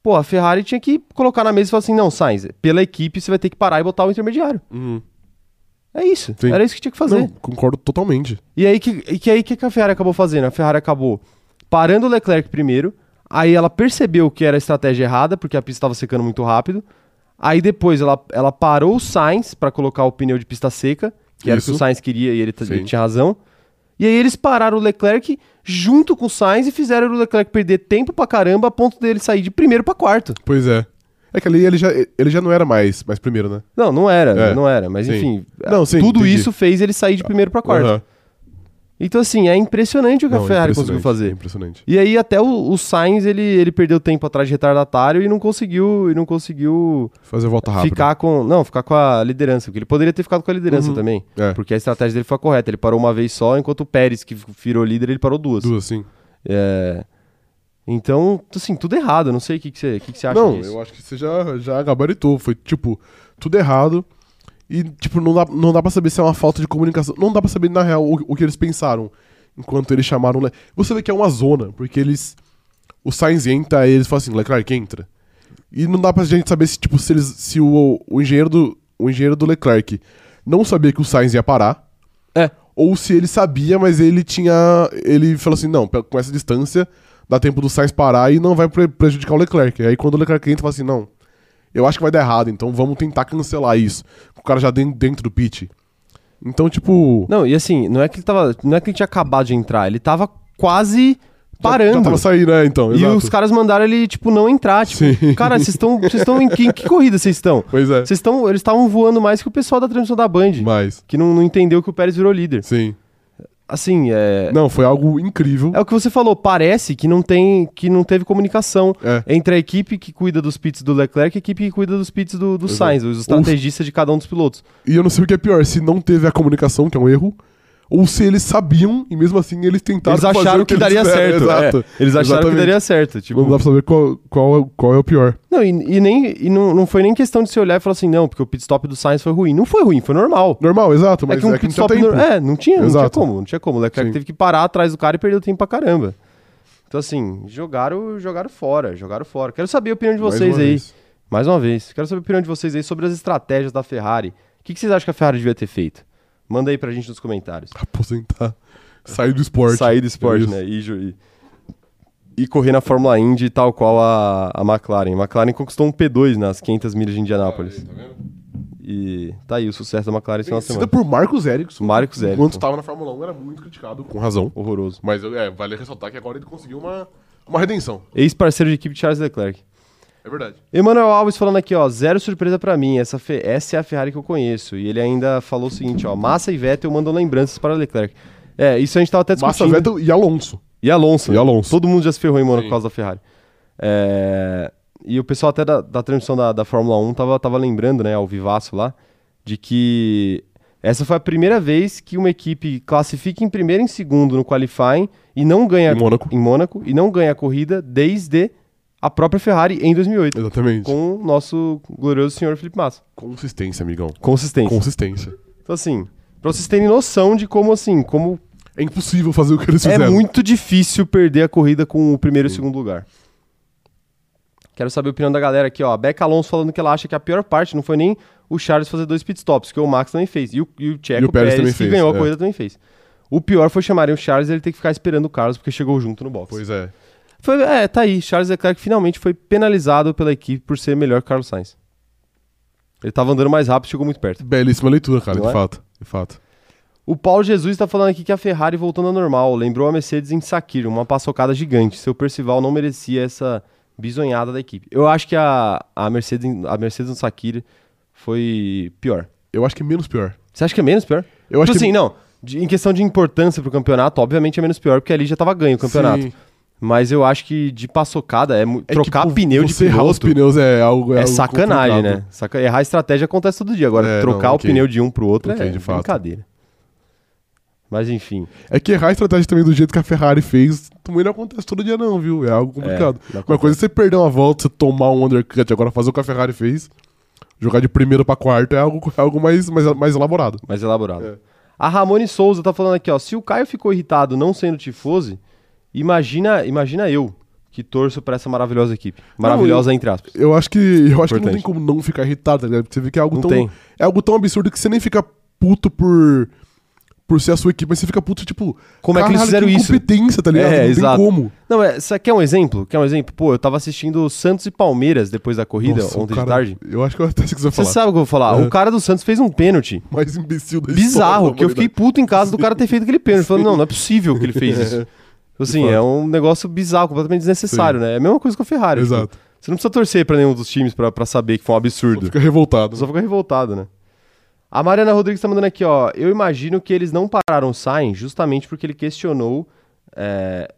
[SPEAKER 1] Pô, a Ferrari tinha que colocar na mesa e falar assim: não, Sainz, pela equipe você vai ter que parar e botar o intermediário.
[SPEAKER 2] Uhum.
[SPEAKER 1] É isso.
[SPEAKER 2] Sim.
[SPEAKER 1] Era isso que tinha que fazer.
[SPEAKER 2] Não, concordo totalmente.
[SPEAKER 1] E aí que, e que aí que que a Ferrari acabou fazendo? A Ferrari acabou parando o Leclerc primeiro, aí ela percebeu que era a estratégia errada, porque a pista estava secando muito rápido. Aí depois ela, ela parou o Sainz para colocar o pneu de pista seca, que era o que
[SPEAKER 2] Isso.
[SPEAKER 1] o Sainz queria e ele, t-
[SPEAKER 2] Sim.
[SPEAKER 1] ele tinha razão. E aí eles pararam o Leclerc junto com o Sainz e fizeram o Leclerc perder tempo pra caramba a ponto dele sair de primeiro pra quarto.
[SPEAKER 2] Pois é. É que ali ele já, ele já não era mais, mais primeiro, né?
[SPEAKER 1] Não, não era,
[SPEAKER 2] É,
[SPEAKER 1] não era, mas
[SPEAKER 2] sim.
[SPEAKER 1] enfim,
[SPEAKER 2] Não, sim,
[SPEAKER 1] tudo
[SPEAKER 2] entendi.
[SPEAKER 1] isso fez ele sair de primeiro pra quarto.
[SPEAKER 2] Aham.
[SPEAKER 1] Então assim, é impressionante o que
[SPEAKER 2] Não,
[SPEAKER 1] a Ferrari conseguiu
[SPEAKER 2] impressionante,
[SPEAKER 1] fazer.
[SPEAKER 2] Impressionante.
[SPEAKER 1] E aí até o, o Sainz, ele, ele perdeu tempo atrás de retardatário e não conseguiu, e não conseguiu
[SPEAKER 2] Fazer a volta rápida.
[SPEAKER 1] ficar com, não, ficar com a liderança, porque ele poderia ter ficado com a liderança
[SPEAKER 2] Uhum.
[SPEAKER 1] também,
[SPEAKER 2] É,
[SPEAKER 1] porque a estratégia dele foi a correta, ele parou uma vez só, enquanto o Pérez, que virou líder, ele parou duas.
[SPEAKER 2] duas, assim. sim.
[SPEAKER 1] É, Então, assim, tudo errado, eu não sei o que, que, você, o que, que você acha
[SPEAKER 2] Não,
[SPEAKER 1] disso.
[SPEAKER 2] eu acho que você já, já gabaritou. Foi, tipo, tudo errado. E, tipo, não dá, não dá pra saber se é uma falta de comunicação. Não dá pra saber, na real, o, o que eles pensaram enquanto eles chamaram o Le... Você vê que é uma zona, porque eles. O Sainz entra e eles falam assim: Leclerc entra. E não dá pra gente saber se, tipo, se, eles, se o, o, engenheiro do, o engenheiro do Leclerc não sabia que o Sainz ia parar.
[SPEAKER 1] É.
[SPEAKER 2] Ou se ele sabia, mas ele tinha. Ele falou assim: não, pe- com essa distância dá tempo do Sainz parar e não vai pre- prejudicar o Leclerc. Aí quando o Leclerc entra, fala assim: não, eu acho que vai dar errado, então vamos tentar cancelar isso. O cara já den- dentro do pit. Então, tipo.
[SPEAKER 1] Não, e assim, não é que ele tava, não é que ele tinha acabado de entrar, ele tava quase
[SPEAKER 2] Já, já
[SPEAKER 1] parando.
[SPEAKER 2] tava saindo, né? Então,
[SPEAKER 1] e
[SPEAKER 2] exato.
[SPEAKER 1] os caras mandaram ele, tipo, não entrar. Tipo,
[SPEAKER 2] Sim.
[SPEAKER 1] cara, vocês estão. Vocês estão em que, em que corrida vocês estão?
[SPEAKER 2] Pois é.
[SPEAKER 1] Vocês estão. Eles estavam voando mais que o pessoal da transmissão da Band.
[SPEAKER 2] Mas,
[SPEAKER 1] Que não, não entendeu que o Pérez virou líder.
[SPEAKER 2] sim.
[SPEAKER 1] Assim, é.
[SPEAKER 2] Não, foi algo incrível.
[SPEAKER 1] É o que você falou, parece que não tem. que não teve comunicação
[SPEAKER 2] É.
[SPEAKER 1] entre a equipe que cuida dos pits do Leclerc e a equipe que cuida dos pits do, do
[SPEAKER 2] Pois é.
[SPEAKER 1] Sainz, os estrategistas de cada um dos pilotos.
[SPEAKER 2] E eu não sei o que é pior, se não teve a comunicação, que é um erro, ou se eles sabiam e mesmo assim eles tentaram
[SPEAKER 1] Eles
[SPEAKER 2] fazer
[SPEAKER 1] acharam
[SPEAKER 2] o
[SPEAKER 1] que,
[SPEAKER 2] que, eles
[SPEAKER 1] daria
[SPEAKER 2] fizeram.
[SPEAKER 1] certo.
[SPEAKER 2] Exato.
[SPEAKER 1] é. Eles acharam
[SPEAKER 2] Exatamente.
[SPEAKER 1] que daria certo. Tipo,
[SPEAKER 2] Não dá pra saber qual, qual, é o- qual é o pior.
[SPEAKER 1] Não, e, e nem, e não, não foi nem questão de se olhar e falar assim, não, porque o pit stop do Sainz foi ruim. Não foi ruim, foi normal.
[SPEAKER 2] Normal, exato, mas
[SPEAKER 1] é que um
[SPEAKER 2] é que
[SPEAKER 1] pit
[SPEAKER 2] não tinha
[SPEAKER 1] stop.
[SPEAKER 2] tempo.
[SPEAKER 1] no- É, não tinha, não tinha
[SPEAKER 2] Exato.
[SPEAKER 1] como, não tinha como. O Leclerc
[SPEAKER 2] Sim.
[SPEAKER 1] teve que parar atrás do cara e perdeu tempo pra caramba. Então, assim, jogaram, jogaram fora, jogaram fora. Quero saber a opinião de
[SPEAKER 2] Mais
[SPEAKER 1] vocês
[SPEAKER 2] uma
[SPEAKER 1] aí.
[SPEAKER 2] vez.
[SPEAKER 1] Mais uma vez, quero saber a opinião de vocês aí sobre as estratégias da Ferrari. O que, que vocês acham que a Ferrari devia ter feito? Manda aí pra gente nos comentários.
[SPEAKER 2] Aposentar. Sair do esporte.
[SPEAKER 1] Sair do esporte,
[SPEAKER 2] Isso.
[SPEAKER 1] né? E, ju- e, e correr na Fórmula Indy, tal qual a, a McLaren. A McLaren conquistou um P2 nas 500 milhas de Indianápolis. E tá aí o sucesso da McLaren esse final de
[SPEAKER 2] Vencida
[SPEAKER 1] semana.
[SPEAKER 2] por Marcos Ericsson.
[SPEAKER 1] Marcos Ericsson.
[SPEAKER 2] Enquanto estava na Fórmula 1, era muito criticado, com razão.
[SPEAKER 1] Horroroso.
[SPEAKER 2] Mas eu- é, vale ressaltar que agora ele conseguiu uma, uma redenção.
[SPEAKER 1] Ex-parceiro de equipe de Charles Leclerc.
[SPEAKER 2] É verdade.
[SPEAKER 1] Emanuel Alves falando aqui, ó, zero surpresa pra mim, essa, fe- essa é a Ferrari que eu conheço. E ele ainda falou o seguinte, ó, Massa e Vettel mandam lembranças para Leclerc. É, isso a gente tava até discutindo.
[SPEAKER 2] Massa Vettel e Alonso.
[SPEAKER 1] E Alonso.
[SPEAKER 2] E Alonso.
[SPEAKER 1] Todo mundo já se ferrou em Mônaco
[SPEAKER 2] Sim.
[SPEAKER 1] por causa da Ferrari. É, E o pessoal até da, da transmissão da, da Fórmula 1 tava, tava lembrando, né, ao vivaço lá, de que essa foi a primeira vez que uma equipe classifica em primeiro e em segundo no qualifying e não ganha
[SPEAKER 2] Em Mônaco.
[SPEAKER 1] em Mônaco e não ganha a corrida desde a própria Ferrari em 2008
[SPEAKER 2] Exatamente.
[SPEAKER 1] com o nosso glorioso senhor Felipe Massa.
[SPEAKER 2] Consistência, amigão.
[SPEAKER 1] Consistência.
[SPEAKER 2] Consistência.
[SPEAKER 1] Então, assim, pra vocês terem noção de como, assim, como
[SPEAKER 2] É impossível fazer o que eles
[SPEAKER 1] é
[SPEAKER 2] fizeram.
[SPEAKER 1] muito difícil perder a corrida com o primeiro e o segundo lugar. Quero saber a opinião da galera aqui, ó. A Beca Alonso falando que ela acha que a pior parte não foi nem o Charles fazer dois pitstops, que o Max também fez. E o, e o Checo
[SPEAKER 2] E o Pérez
[SPEAKER 1] Pérez,
[SPEAKER 2] também
[SPEAKER 1] que
[SPEAKER 2] fez,
[SPEAKER 1] ganhou a
[SPEAKER 2] é.
[SPEAKER 1] corrida, também fez. O pior foi chamarem o Charles e ele ter que ficar esperando o Carlos, porque chegou junto no box.
[SPEAKER 2] Pois é.
[SPEAKER 1] Foi, é, tá aí. Charles Leclerc finalmente foi penalizado pela equipe por ser melhor que Carlos Sainz. Ele tava andando mais rápido, chegou muito perto.
[SPEAKER 2] Belíssima leitura, cara,
[SPEAKER 1] Não
[SPEAKER 2] de
[SPEAKER 1] é?
[SPEAKER 2] fato. De fato.
[SPEAKER 1] O Paulo Jesus tá falando aqui que a Ferrari voltando ao normal. Lembrou a Mercedes em Sakir, uma paçocada gigante. Seu Percival não merecia essa bisonhada da equipe. Eu acho que a, a, Mercedes, em- a Mercedes no Sakir foi pior.
[SPEAKER 2] Eu acho que é menos pior.
[SPEAKER 1] Você acha que é menos pior?
[SPEAKER 2] Eu acho
[SPEAKER 1] tipo
[SPEAKER 2] que-
[SPEAKER 1] assim, não. de- em questão de importância pro campeonato, obviamente é menos pior, porque ali já tava ganho o campeonato.
[SPEAKER 2] Sim.
[SPEAKER 1] Mas eu acho que de paçocada, é, mu-
[SPEAKER 2] É
[SPEAKER 1] trocar
[SPEAKER 2] tipo,
[SPEAKER 1] pneu de
[SPEAKER 2] você errar os
[SPEAKER 1] piloto...
[SPEAKER 2] pneus é algo.
[SPEAKER 1] É
[SPEAKER 2] algo
[SPEAKER 1] sacanagem,
[SPEAKER 2] complicado.
[SPEAKER 1] né? Saca- Errar a estratégia acontece todo dia. Agora,
[SPEAKER 2] É,
[SPEAKER 1] trocar
[SPEAKER 2] não,
[SPEAKER 1] o
[SPEAKER 2] ok.
[SPEAKER 1] pneu de um pro outro
[SPEAKER 2] Ok,
[SPEAKER 1] é
[SPEAKER 2] de fato.
[SPEAKER 1] brincadeira. Mas enfim.
[SPEAKER 2] É que errar a estratégia também do jeito que a Ferrari fez também não acontece todo dia, não, viu? É algo complicado.
[SPEAKER 1] não
[SPEAKER 2] Uma
[SPEAKER 1] acontece.
[SPEAKER 2] coisa é você perder uma volta, você tomar um undercut, agora fazer o que a Ferrari fez, jogar de primeiro pra quarto é algo, é algo mais, mais, mais elaborado.
[SPEAKER 1] mais elaborado.
[SPEAKER 2] É.
[SPEAKER 1] A Ramone Souza tá falando aqui, ó. Se o Caio ficou irritado não sendo tifose, imagina, imagina eu que torço pra essa maravilhosa equipe. Maravilhosa, entre aspas.
[SPEAKER 2] Eu acho que eu acho que não
[SPEAKER 1] Importante.
[SPEAKER 2] tem como não ficar irritado, tá ligado? Porque você vê que é algo,
[SPEAKER 1] Não
[SPEAKER 2] tão,
[SPEAKER 1] tem.
[SPEAKER 2] é algo tão absurdo que você nem fica puto por, por ser a sua equipe, mas você fica puto, tipo,
[SPEAKER 1] Como é que eles
[SPEAKER 2] caralho,
[SPEAKER 1] fizeram isso?
[SPEAKER 2] incompetência, tá ligado?
[SPEAKER 1] É,
[SPEAKER 2] não tem
[SPEAKER 1] exato.
[SPEAKER 2] como.
[SPEAKER 1] Não, é, sa- quer um exemplo? Quer um exemplo? Pô, eu tava assistindo Santos e Palmeiras depois da corrida,
[SPEAKER 2] Nossa, o
[SPEAKER 1] ontem
[SPEAKER 2] cara-
[SPEAKER 1] de tarde.
[SPEAKER 2] Eu acho que eu até sei o que você vai
[SPEAKER 1] Você
[SPEAKER 2] falar.
[SPEAKER 1] sabe o que eu vou falar?
[SPEAKER 2] É.
[SPEAKER 1] O cara do Santos fez um pênalti.
[SPEAKER 2] Mais imbecil da
[SPEAKER 1] Bizarro,
[SPEAKER 2] história da
[SPEAKER 1] que eu fiquei
[SPEAKER 2] humanidade.
[SPEAKER 1] puto em casa do cara ter feito aquele pênalti. Falando, não, não é possível que ele fez isso. Assim,
[SPEAKER 2] fato.
[SPEAKER 1] é um negócio bizarro, completamente desnecessário, né? É a mesma coisa com a Ferrari. tipo,
[SPEAKER 2] Exato.
[SPEAKER 1] Você não precisa torcer pra nenhum dos times pra pra saber que foi um absurdo.
[SPEAKER 2] Fica revoltado.
[SPEAKER 1] Só fica revoltado, né? A Mariana Rodrigues tá mandando aqui, ó. Eu imagino que eles não pararam o Sainz justamente porque ele questionou. é,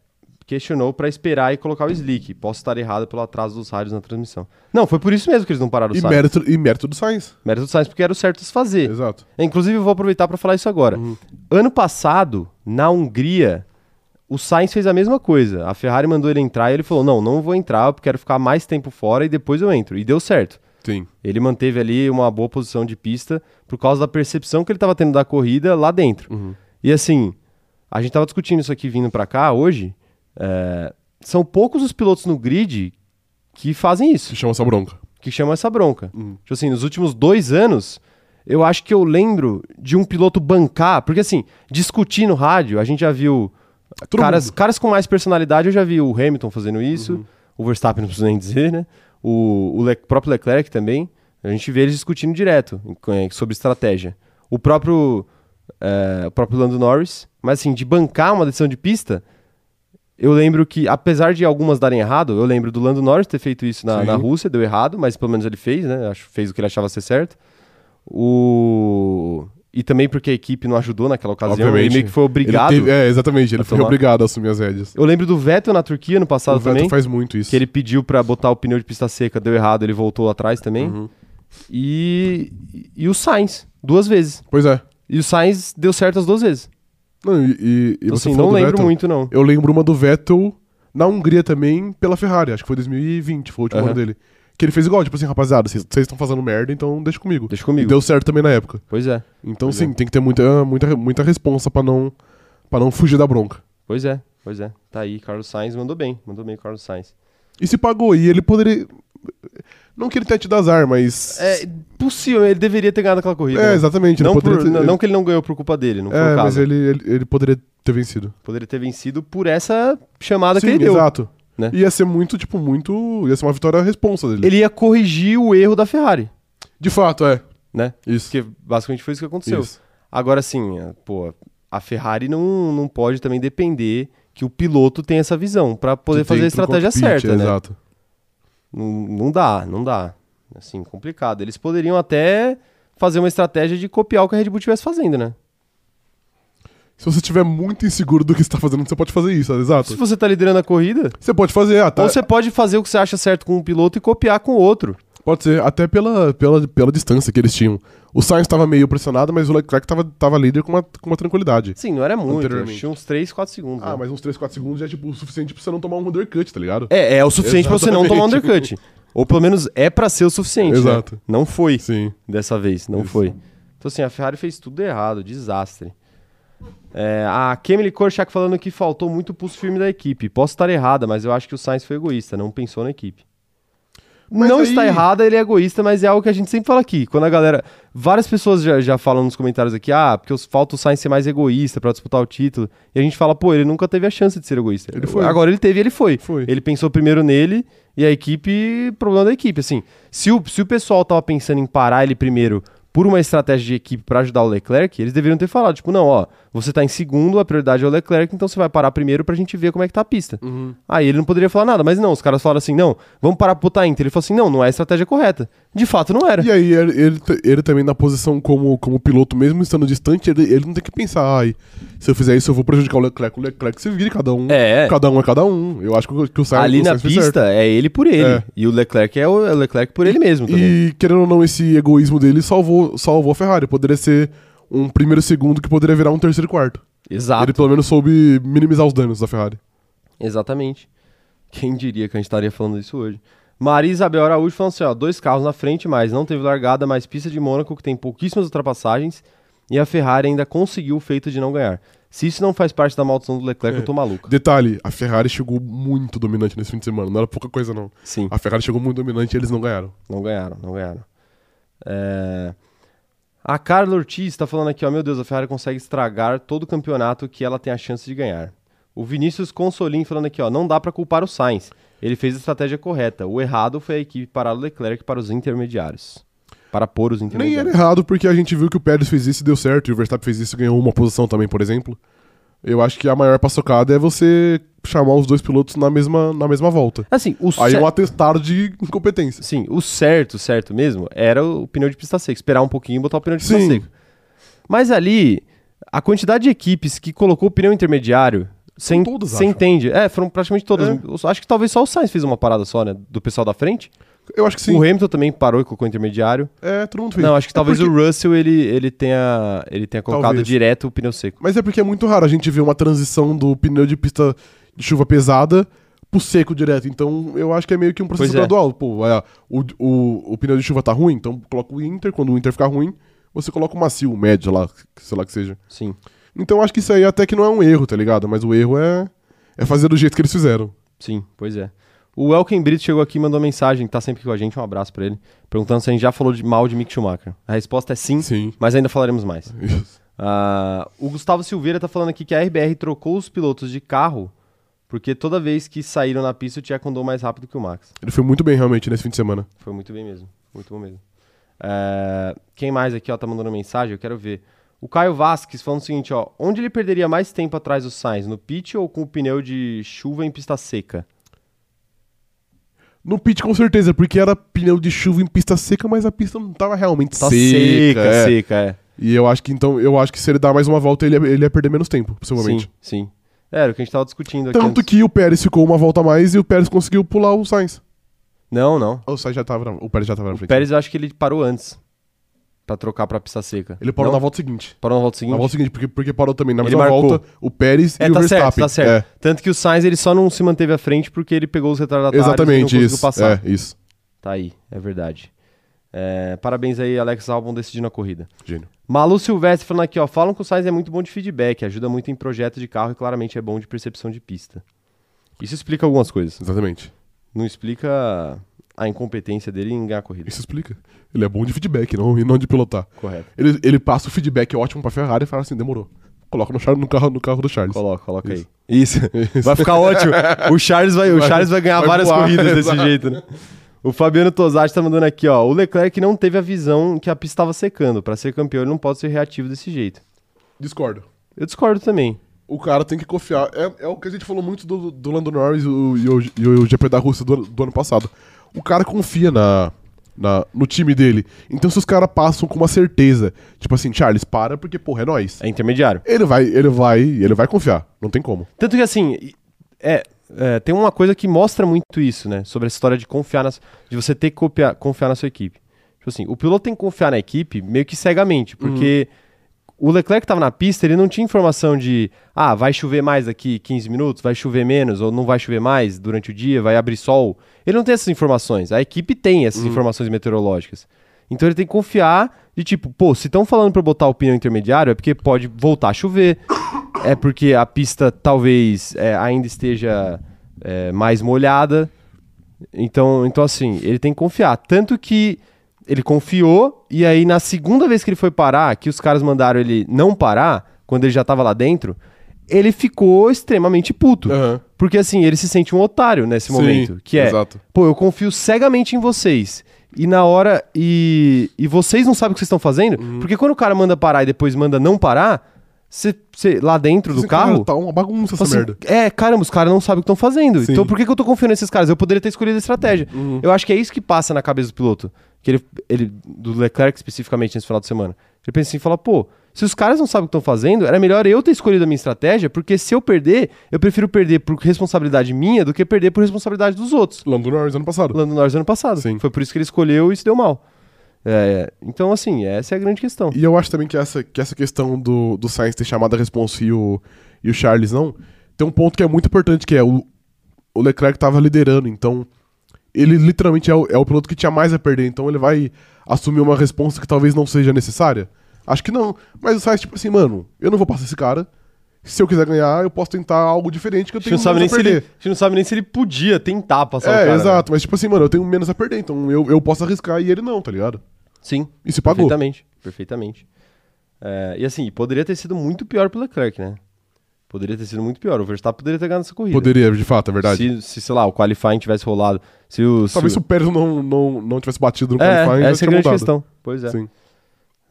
[SPEAKER 1] questionou pra esperar e colocar o Slick. Posso estar errado pelo atraso dos rádios na transmissão. Não, foi por isso mesmo que eles não pararam o
[SPEAKER 2] E
[SPEAKER 1] Sainz.
[SPEAKER 2] mérito, e mérito do Sainz.
[SPEAKER 1] Mérito do Sainz, porque era o certo a se fazer.
[SPEAKER 2] Exato.
[SPEAKER 1] Inclusive, eu vou aproveitar para falar isso agora. Ano passado, na Hungria, o Sainz fez a mesma coisa. A Ferrari mandou ele entrar e ele falou: Não, não vou entrar, eu quero ficar mais tempo fora e depois eu entro. E deu certo.
[SPEAKER 2] Sim.
[SPEAKER 1] Ele manteve ali uma boa posição de pista por causa da percepção que ele estava tendo da corrida lá dentro. E assim, a gente estava discutindo isso aqui vindo para cá hoje. é, são poucos os pilotos no grid que fazem isso
[SPEAKER 2] Se chama essa bronca.
[SPEAKER 1] que chama essa bronca.
[SPEAKER 2] Uhum.
[SPEAKER 1] Tipo assim, nos últimos dois anos, eu acho que eu lembro de um piloto bancar, porque assim, discutir no rádio, a gente já viu
[SPEAKER 2] Todo
[SPEAKER 1] caras,
[SPEAKER 2] mundo. Uhum.
[SPEAKER 1] caras com mais personalidade, eu já vi o Hamilton fazendo isso, o Verstappen não preciso nem dizer, né? O, o Le- próprio Leclerc também, a gente vê eles discutindo direto em- é, sobre estratégia. O próprio, é, o próprio Lando Norris, mas assim, de bancar uma decisão de pista... Eu lembro que, apesar de algumas darem errado, eu lembro do Lando Norris ter feito isso na,
[SPEAKER 2] Sim.
[SPEAKER 1] na Rússia, deu errado, mas pelo menos ele fez, né? Acho, fez o que ele achava ser certo. O... E também porque a equipe não ajudou naquela ocasião, ele meio que foi obrigado.
[SPEAKER 2] Ele teve- é, exatamente. Ele foi
[SPEAKER 1] tomar.
[SPEAKER 2] obrigado a assumir as rédeas.
[SPEAKER 1] Eu lembro do Vettel na Turquia no
[SPEAKER 2] O
[SPEAKER 1] passado
[SPEAKER 2] Vettel
[SPEAKER 1] também,
[SPEAKER 2] faz muito isso.
[SPEAKER 1] que ele pediu pra botar o pneu de pista seca, deu errado, ele voltou atrás também.
[SPEAKER 2] Uhum.
[SPEAKER 1] E... e o Sainz, duas vezes.
[SPEAKER 2] Pois é.
[SPEAKER 1] E o Sainz deu certo as duas vezes.
[SPEAKER 2] Não, e, e- e
[SPEAKER 1] Então,
[SPEAKER 2] você
[SPEAKER 1] assim,
[SPEAKER 2] falou
[SPEAKER 1] não
[SPEAKER 2] do
[SPEAKER 1] lembro
[SPEAKER 2] Vettel.
[SPEAKER 1] muito, não.
[SPEAKER 2] Eu lembro uma do Vettel na Hungria também, pela Ferrari. Acho que foi 2020, foi o último
[SPEAKER 1] Aham.
[SPEAKER 2] ano dele. Que ele fez igual, tipo assim, rapaziada, vocês vocês estão fazendo merda, então deixa comigo.
[SPEAKER 1] Deixa
[SPEAKER 2] E
[SPEAKER 1] comigo.
[SPEAKER 2] deu certo também na época.
[SPEAKER 1] Pois é.
[SPEAKER 2] Então,
[SPEAKER 1] Pois
[SPEAKER 2] sim, tem que ter muita, muita, muita responsa pra não, pra não fugir da bronca.
[SPEAKER 1] Pois é, pois é. Tá aí, Carlos Sainz mandou bem, mandou bem o Carlos Sainz.
[SPEAKER 2] E se pagou, e ele poderia. Não que ele tenha tido azar, mas.
[SPEAKER 1] É possível, ele deveria ter ganhado aquela corrida.
[SPEAKER 2] É,
[SPEAKER 1] né?
[SPEAKER 2] exatamente.
[SPEAKER 1] não,
[SPEAKER 2] ele poderia
[SPEAKER 1] por-
[SPEAKER 2] ter-
[SPEAKER 1] não- não que ele não ganhou por culpa dele, não foi
[SPEAKER 2] É,
[SPEAKER 1] o
[SPEAKER 2] mas
[SPEAKER 1] caso.
[SPEAKER 2] ele, ele, ele poderia ter vencido.
[SPEAKER 1] Poderia ter vencido por essa chamada
[SPEAKER 2] Sim,
[SPEAKER 1] que ele deu.
[SPEAKER 2] exato.
[SPEAKER 1] né?
[SPEAKER 2] Ia ser muito, tipo, muito. Ia ser uma vitória responsa dele.
[SPEAKER 1] Ele ia corrigir o erro da Ferrari,
[SPEAKER 2] De fato, é.
[SPEAKER 1] né?
[SPEAKER 2] Isso.
[SPEAKER 1] Porque basicamente foi isso que aconteceu.
[SPEAKER 2] Isso.
[SPEAKER 1] Agora sim, é, pô, a Ferrari não, não pode também depender que o piloto tenha essa visão pra poder
[SPEAKER 2] De
[SPEAKER 1] fazer a
[SPEAKER 2] dentro do
[SPEAKER 1] estratégia
[SPEAKER 2] cockpit,
[SPEAKER 1] certa, né?
[SPEAKER 2] Exato.
[SPEAKER 1] Não, não dá, não dá. Assim, complicado. Eles poderiam até fazer uma estratégia de copiar o que a Red Bull estivesse fazendo, né?
[SPEAKER 2] Se você estiver muito inseguro do que você tá fazendo, você pode fazer isso,
[SPEAKER 1] Se
[SPEAKER 2] exato.
[SPEAKER 1] você tá liderando a corrida,
[SPEAKER 2] Você pode fazer, ah, tá.
[SPEAKER 1] ou você pode fazer o que você acha certo com um piloto e copiar com o outro.
[SPEAKER 2] Pode ser, até pela, pela, pela distância que eles tinham. O Sainz tava meio pressionado, mas o Leclerc tava, tava líder com uma, com uma tranquilidade.
[SPEAKER 1] Sim, não era muito.
[SPEAKER 2] Anteriormente.
[SPEAKER 1] acho que Tinha uns 3, 4 segundos.
[SPEAKER 2] Ah,
[SPEAKER 1] né?
[SPEAKER 2] mas uns 3, 4 segundos já é tipo, o suficiente pra você não tomar um undercut, tá ligado?
[SPEAKER 1] É, é o suficiente pra você não tomar um
[SPEAKER 2] Exatamente.
[SPEAKER 1] undercut. Ou pelo menos é pra ser o suficiente. né?
[SPEAKER 2] Exato.
[SPEAKER 1] Não foi
[SPEAKER 2] Sim.
[SPEAKER 1] dessa vez, não
[SPEAKER 2] Isso.
[SPEAKER 1] foi. Então, assim, a Ferrari fez tudo errado, desastre. É, a Kemily Korchak falando que faltou muito pulso firme da equipe. Posso estar errada, mas eu acho que o Sainz foi egoísta, não pensou na equipe.
[SPEAKER 2] Mas
[SPEAKER 1] não
[SPEAKER 2] aí-
[SPEAKER 1] está errada, ele é egoísta, mas é algo que a gente sempre fala aqui. Quando a galera. Várias pessoas já, já falam nos comentários aqui, ah, porque os- falta o Sainz ser mais egoísta pra disputar o título. E a gente fala, pô, ele nunca teve a chance de ser egoísta.
[SPEAKER 2] Ele foi.
[SPEAKER 1] Agora ele teve ele foi.
[SPEAKER 2] Foi.
[SPEAKER 1] Ele pensou primeiro nele e a equipe. Problema da equipe. Assim, se o, se o pessoal tava pensando em parar ele primeiro por uma estratégia de equipe pra ajudar o Leclerc, eles deveriam ter falado, tipo, não, ó, você tá em segundo, a prioridade é o Leclerc, então você vai parar primeiro pra gente ver como é que tá a pista.
[SPEAKER 2] Hum.
[SPEAKER 1] Aí ele não poderia falar nada, mas não, os caras falaram assim, não, vamos parar pro botar Inter. Ele falou assim, não, não é a estratégia correta. De fato, não era.
[SPEAKER 2] E aí, ele, ele, t- ele também na posição como, como piloto, mesmo estando distante, ele, ele não tem que pensar, ai, se eu fizer isso eu vou prejudicar o Leclerc. O Leclerc se vire, cada um.
[SPEAKER 1] É, é.
[SPEAKER 2] Cada um é cada um. Eu acho que, o- que o Sainz
[SPEAKER 1] Ali
[SPEAKER 2] o
[SPEAKER 1] na
[SPEAKER 2] Sainz fez certo.
[SPEAKER 1] pista é ele por ele.
[SPEAKER 2] É.
[SPEAKER 1] E o Leclerc é o é o Leclerc por ele mesmo também.
[SPEAKER 2] E querendo ou não, esse egoísmo dele salvou, salvou a Ferrari. Poderia ser um primeiro segundo que poderia virar um terceiro quarto.
[SPEAKER 1] Exato.
[SPEAKER 2] Ele pelo menos soube minimizar os danos da Ferrari.
[SPEAKER 1] Exatamente. Quem diria que a gente estaria falando isso hoje? Maria Isabel Araújo falando assim: ó, dois carros na frente, mas não teve largada, mas pista de Mônaco que tem pouquíssimas ultrapassagens e a Ferrari ainda conseguiu o feito de não ganhar. Se isso não faz parte da maldição do Leclerc,
[SPEAKER 2] É.
[SPEAKER 1] eu tô maluco.
[SPEAKER 2] Detalhe, a Ferrari chegou muito dominante nesse fim de semana. Não era pouca coisa, não.
[SPEAKER 1] Sim,
[SPEAKER 2] A Ferrari chegou muito dominante e eles não ganharam.
[SPEAKER 1] não ganharam, não ganharam. É, A Carla Ortiz tá falando aqui: ó, meu Deus, a Ferrari consegue estragar todo o campeonato que ela tem a chance de ganhar. O Vinícius Consolim falando aqui: ó, não dá pra culpar o Sainz. Ele fez a estratégia correta. O errado foi a equipe parar o Leclerc para os intermediários. Para pôr os
[SPEAKER 2] Nem
[SPEAKER 1] intermediários.
[SPEAKER 2] era errado, porque a gente viu que o Pérez fez isso e deu certo, e o Verstappen fez isso e ganhou uma posição também, por exemplo. Eu acho que a maior paçocada é você chamar os dois pilotos na mesma, na mesma volta.
[SPEAKER 1] Assim, o
[SPEAKER 2] Aí é
[SPEAKER 1] cer-
[SPEAKER 2] um atestado de incompetência.
[SPEAKER 1] Sim, o certo, certo mesmo, era o pneu de pista seca. Esperar um pouquinho e botar o pneu de pista
[SPEAKER 2] Sim.
[SPEAKER 1] seca. Mas ali, a quantidade de equipes que colocou o pneu intermediário, você en-
[SPEAKER 2] todas,
[SPEAKER 1] você
[SPEAKER 2] acho.
[SPEAKER 1] entende? É, foram praticamente todas.
[SPEAKER 2] É.
[SPEAKER 1] Eu Acho que talvez só o Sainz fez uma parada só, né? Do pessoal da frente.
[SPEAKER 2] Eu acho que sim.
[SPEAKER 1] O Hamilton também parou e colocou intermediário.
[SPEAKER 2] É, todo mundo fez.
[SPEAKER 1] Não, acho que
[SPEAKER 2] É
[SPEAKER 1] talvez
[SPEAKER 2] porque-
[SPEAKER 1] o Russell ele, ele, tenha, ele tenha colocado
[SPEAKER 2] Talvez.
[SPEAKER 1] direto o pneu seco.
[SPEAKER 2] Mas é porque é muito raro a gente ver uma transição do pneu de pista de chuva pesada pro seco direto. Então eu acho que é meio que um processo
[SPEAKER 1] Pois é.
[SPEAKER 2] gradual. Pô, é, o, o, o pneu de chuva tá ruim, então coloca o Inter. Quando o Inter ficar ruim, você coloca o macio, o médio lá, sei lá que seja.
[SPEAKER 1] Sim.
[SPEAKER 2] Então eu acho que isso aí até que não é um erro, tá ligado? Mas o erro é, é fazer do jeito que eles fizeram.
[SPEAKER 1] Sim, pois é. O Elken Brito chegou aqui e mandou mensagem, tá sempre aqui com a gente, um abraço pra ele, perguntando se a gente já falou de mal de Mick Schumacher. A resposta é sim,
[SPEAKER 2] Sim.
[SPEAKER 1] mas ainda falaremos mais.
[SPEAKER 2] Isso.
[SPEAKER 1] Ah, o Gustavo Silveira tá falando aqui que a RBR trocou os pilotos de carro porque toda vez que saíram na pista o Tcheco andou mais rápido que o Max.
[SPEAKER 2] Ele foi muito bem realmente nesse fim de semana.
[SPEAKER 1] Foi muito bem mesmo, muito bom mesmo. É, quem mais aqui ó, tá mandando mensagem? Eu quero ver. O Caio Vasquez falando o seguinte, ó, onde ele perderia mais tempo atrás do Sainz, no pit ou com o pneu de chuva em pista seca?
[SPEAKER 2] No pit com certeza, porque era pneu de chuva em pista seca, mas a pista não tava realmente
[SPEAKER 1] Tá
[SPEAKER 2] seca.
[SPEAKER 1] seca,
[SPEAKER 2] é.
[SPEAKER 1] seca, é.
[SPEAKER 2] E eu acho que então, eu acho que se ele dar mais uma volta, ele ia, ele ia perder menos tempo, possivelmente.
[SPEAKER 1] Sim, sim. Era o que a gente tava discutindo aqui.
[SPEAKER 2] Tanto
[SPEAKER 1] antes.
[SPEAKER 2] que o Pérez ficou uma volta a mais e o Pérez conseguiu pular o Sainz.
[SPEAKER 1] Não, não.
[SPEAKER 2] Ah, O Sainz já tava na, o Pérez já tava na
[SPEAKER 1] O
[SPEAKER 2] frente.
[SPEAKER 1] Pérez eu acho que ele parou antes. Pra trocar pra pista seca.
[SPEAKER 2] Ele parou
[SPEAKER 1] Não?
[SPEAKER 2] na volta seguinte.
[SPEAKER 1] Parou na volta
[SPEAKER 2] Na
[SPEAKER 1] um seguinte.
[SPEAKER 2] volta um seguinte, porque, porque parou também na
[SPEAKER 1] Ele
[SPEAKER 2] mesma
[SPEAKER 1] marcou.
[SPEAKER 2] volta o Pérez
[SPEAKER 1] É,
[SPEAKER 2] e o
[SPEAKER 1] tá
[SPEAKER 2] Verstappen.
[SPEAKER 1] certo, tá certo. Tanto que o Sainz ele só não se manteve à frente porque ele pegou os
[SPEAKER 2] É,
[SPEAKER 1] retardatários e não
[SPEAKER 2] exatamente
[SPEAKER 1] conseguiu
[SPEAKER 2] isso.
[SPEAKER 1] passar.
[SPEAKER 2] É, isso.
[SPEAKER 1] Tá aí, é verdade. É, parabéns aí, Alex Albon decidindo a corrida.
[SPEAKER 2] Gênio.
[SPEAKER 1] Malu Silvestre falando aqui, ó. Falam que o Sainz é muito bom de feedback, ajuda muito em projeto de carro e claramente é bom de percepção de pista. Isso explica algumas coisas.
[SPEAKER 2] Exatamente.
[SPEAKER 1] Não explica a incompetência dele em ganhar a corrida.
[SPEAKER 2] Isso explica. Ele é bom de feedback não, e não de pilotar.
[SPEAKER 1] Correto.
[SPEAKER 2] Ele, ele passa o feedback ótimo pra Ferrari e fala assim: demorou. Coloca no, char- no carro, no carro do Charles.
[SPEAKER 1] Coloca, coloca
[SPEAKER 2] Isso.
[SPEAKER 1] aí. Isso. Vai ficar ótimo. O Charles vai, o
[SPEAKER 2] Vai-
[SPEAKER 1] Charles vai ganhar
[SPEAKER 2] vai
[SPEAKER 1] várias
[SPEAKER 2] voar,
[SPEAKER 1] corridas desse
[SPEAKER 2] exato.
[SPEAKER 1] jeito, né? O Fabiano Tosati tá mandando aqui, ó. O Leclerc não teve a visão que a pista estava secando. Pra ser campeão, ele não pode ser reativo desse jeito.
[SPEAKER 2] Discordo.
[SPEAKER 1] Eu discordo também.
[SPEAKER 2] O cara tem que confiar. É, é o que a gente falou muito do, do Lando Norris o- e o, e o GP da Rússia do, do ano passado. O cara confia na, na- no time dele. Então se os caras passam com uma certeza, tipo assim, Charles, para porque, porra, é nóis.
[SPEAKER 1] É intermediário.
[SPEAKER 2] Ele vai, ele vai, ele vai confiar. Não tem como.
[SPEAKER 1] Tanto que assim, é, é, tem uma coisa que mostra muito isso, né? Sobre essa história de confiar nas, de você ter que copiar- confiar na sua equipe. Tipo assim, o piloto tem que confiar na equipe meio que cegamente, porque o Leclerc estava na pista, ele não tinha informação de ah, vai chover mais daqui 15 minutos, vai chover menos, ou não vai chover mais durante o dia, vai abrir sol. Ele não tem essas informações. A equipe tem essas informações meteorológicas. Então ele tem que confiar de tipo, pô, se estão falando para botar o pneu intermediário é porque pode voltar a chover, é porque a pista talvez é, ainda esteja é, mais molhada. Então, então, assim, ele tem que confiar. Tanto que ele confiou, e aí na segunda vez que ele foi parar, que os caras mandaram ele não parar, quando ele já tava lá dentro, ele ficou extremamente puto. Porque assim, ele se sente um otário nesse
[SPEAKER 2] É. Sim,
[SPEAKER 1] momento. Que é,
[SPEAKER 2] exato.
[SPEAKER 1] pô, eu confio cegamente em vocês. E na hora. E, e vocês não sabem o que vocês estão fazendo?
[SPEAKER 2] Hum.
[SPEAKER 1] Porque quando o cara manda parar e depois manda não parar, você você- lá dentro do
[SPEAKER 2] Esse
[SPEAKER 1] carro.
[SPEAKER 2] Cara, tá uma bagunça essa
[SPEAKER 1] Fala assim,
[SPEAKER 2] merda.
[SPEAKER 1] É, caramba, os caras não sabem o que estão fazendo.
[SPEAKER 2] Sim. Uhum.
[SPEAKER 1] Então por que, que eu tô confiando nesses caras? Eu poderia ter escolhido a estratégia. Eu acho que é isso que passa na cabeça do piloto. Que ele, ele- do Leclerc especificamente nesse final de semana. Ele pensa assim, fala, pô, se os caras não sabem o que estão fazendo, era melhor eu ter escolhido a minha estratégia, porque se eu perder, eu prefiro perder por responsabilidade minha do que perder por responsabilidade dos outros.
[SPEAKER 2] Lando Norris ano passado.
[SPEAKER 1] Lando Norris ano passado.
[SPEAKER 2] Sim.
[SPEAKER 1] Foi por isso que ele escolheu e se deu mal. É, então, assim, essa é a grande questão.
[SPEAKER 2] E eu acho também que essa, que essa questão do, do Sainz ter chamado a responsa e o, e o Charles não, tem um ponto que é muito importante, que é o, o Leclerc estava liderando, então ele literalmente é o, é o piloto que tinha mais a perder, então ele vai assumir uma responsa que talvez não seja necessária? Acho que não, mas o Sainz, tipo assim, mano, eu não vou passar esse cara, se eu quiser ganhar, eu posso tentar algo diferente que eu
[SPEAKER 1] A gente,
[SPEAKER 2] tenho
[SPEAKER 1] não sabe nem
[SPEAKER 2] menos um a
[SPEAKER 1] se ele,
[SPEAKER 2] perder.
[SPEAKER 1] a gente não sabe nem se ele podia tentar passar o
[SPEAKER 2] É,
[SPEAKER 1] cara. né?
[SPEAKER 2] exato, mas tipo assim, mano, eu tenho menos a perder, então eu, eu posso arriscar e ele não, tá ligado?
[SPEAKER 1] Sim.
[SPEAKER 2] E se pagou.
[SPEAKER 1] Perfeitamente, perfeitamente. É, e assim, poderia ter sido muito pior pro Leclerc, né? Poderia ter sido muito pior. O Verstappen poderia ter ganho essa corrida.
[SPEAKER 2] Poderia, de fato, é verdade.
[SPEAKER 1] Se, se, sei lá, o qualifying tivesse rolado. Se o, se
[SPEAKER 2] Talvez se
[SPEAKER 1] o...
[SPEAKER 2] o Pérez não, não, não tivesse batido no
[SPEAKER 1] É,
[SPEAKER 2] qualifying, já
[SPEAKER 1] essa é
[SPEAKER 2] tinha
[SPEAKER 1] a grande
[SPEAKER 2] mudado.
[SPEAKER 1] questão. Pois é.
[SPEAKER 2] Sim.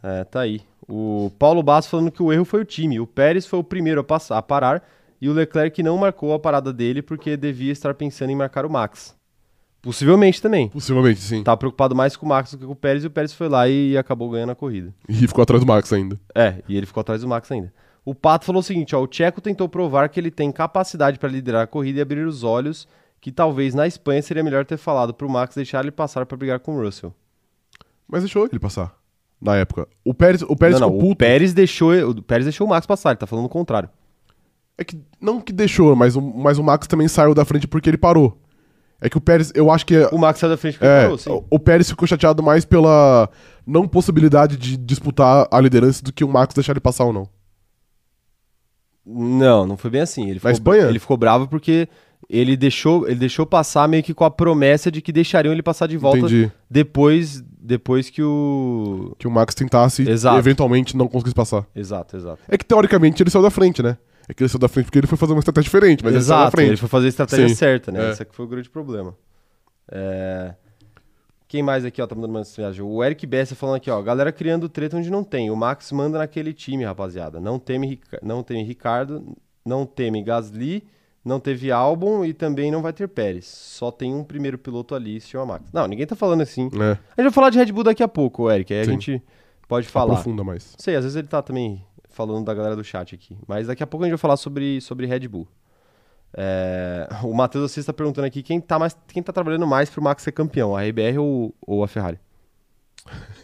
[SPEAKER 1] É, tá aí. O Paulo Basso falando que o erro foi o time. O Pérez foi o primeiro a, passar, a parar e o Leclerc não marcou a parada dele porque devia estar pensando em marcar o Max. Possivelmente também.
[SPEAKER 2] Possivelmente, sim.
[SPEAKER 1] Tava preocupado mais com o Max do que com o Pérez e o Pérez foi lá e acabou ganhando a corrida.
[SPEAKER 2] E ficou atrás do Max ainda.
[SPEAKER 1] É, e ele ficou atrás do Max ainda. O Pato falou o seguinte, ó, o Tcheco tentou provar que ele tem capacidade para liderar a corrida e abrir os olhos, que talvez na Espanha seria melhor ter falado pro Max deixar ele passar para brigar com o Russell.
[SPEAKER 2] Mas deixou ele passar. Na época. O Pérez, o Pérez
[SPEAKER 1] não, não,
[SPEAKER 2] ficou
[SPEAKER 1] o
[SPEAKER 2] puto.
[SPEAKER 1] Pérez deixou, o Pérez deixou o Max passar, ele tá falando o contrário.
[SPEAKER 2] É que não que deixou, mas o, mas o Max também saiu da frente porque ele parou. É que o Pérez, eu acho que. É,
[SPEAKER 1] O Max saiu da frente porque
[SPEAKER 2] é,
[SPEAKER 1] parou, sim.
[SPEAKER 2] o- o Pérez ficou chateado mais pela não possibilidade de disputar a liderança do que o Max deixar ele passar ou não.
[SPEAKER 1] Não, não foi bem assim. Ele ficou,
[SPEAKER 2] Espanha?
[SPEAKER 1] Ele ficou bravo porque ele deixou, ele deixou passar meio que com a promessa de que deixariam ele passar de volta
[SPEAKER 2] Entendi.
[SPEAKER 1] depois depois que o...
[SPEAKER 2] Que o Max tentasse
[SPEAKER 1] Exato.
[SPEAKER 2] e eventualmente não conseguisse passar.
[SPEAKER 1] Exato, exato.
[SPEAKER 2] É que teoricamente ele saiu da frente, né? É que ele saiu da frente porque ele foi fazer uma estratégia diferente, mas ele saiu da
[SPEAKER 1] Exato,
[SPEAKER 2] frente.
[SPEAKER 1] ele foi fazer a estratégia
[SPEAKER 2] Sim,
[SPEAKER 1] certa, né?
[SPEAKER 2] é.
[SPEAKER 1] Esse aqui foi o grande problema. É, Quem mais aqui, ó, tá mandando uma mensagem? O Eric Bessa falando aqui, ó, galera criando treta onde não tem. O Max manda naquele time, rapaziada. Não teme, Rica- não teme Ricardo, não teme Gasly, não teve Albon e também não vai ter Pérez. Só tem um primeiro piloto ali, se chama Max. Não, ninguém tá falando assim.
[SPEAKER 2] É,
[SPEAKER 1] A gente vai falar de Red Bull daqui a pouco, Eric, aí
[SPEAKER 2] Sim. Tá
[SPEAKER 1] a gente pode falar.
[SPEAKER 2] aprofunda mais.
[SPEAKER 1] Não sei, às vezes ele tá também falando da galera do chat aqui. Mas daqui a pouco a gente vai falar sobre, sobre Red Bull. É, o Matheus Assis tá perguntando aqui quem tá, mais, quem tá trabalhando mais pro Max ser campeão, a RBR ou, ou a Ferrari?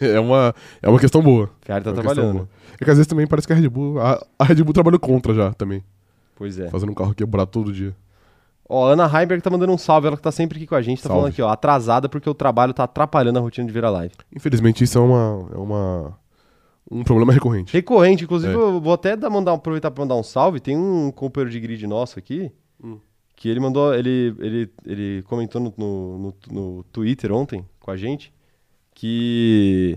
[SPEAKER 2] É uma, é uma questão boa.
[SPEAKER 1] A Ferrari tá
[SPEAKER 2] é uma questão
[SPEAKER 1] trabalhando.
[SPEAKER 2] boa. É que às vezes também parece que a Red Bull. A, a Red Bull trabalhou contra já também.
[SPEAKER 1] Pois é.
[SPEAKER 2] Fazendo um carro quebrado todo dia.
[SPEAKER 1] Ó, a Ana Heimberg tá mandando um salve, ela que tá sempre aqui com a gente, tá
[SPEAKER 2] Salve.
[SPEAKER 1] falando aqui, ó, atrasada porque o trabalho tá atrapalhando a rotina de virar live.
[SPEAKER 2] Infelizmente, isso é uma. É uma um problema recorrente.
[SPEAKER 1] Recorrente, inclusive,
[SPEAKER 2] É.
[SPEAKER 1] eu vou até dar, mandar, aproveitar pra mandar um salve. Tem um companheiro de grid nosso aqui que ele mandou, ele, ele, ele comentou no, no, no, no Twitter ontem com a gente que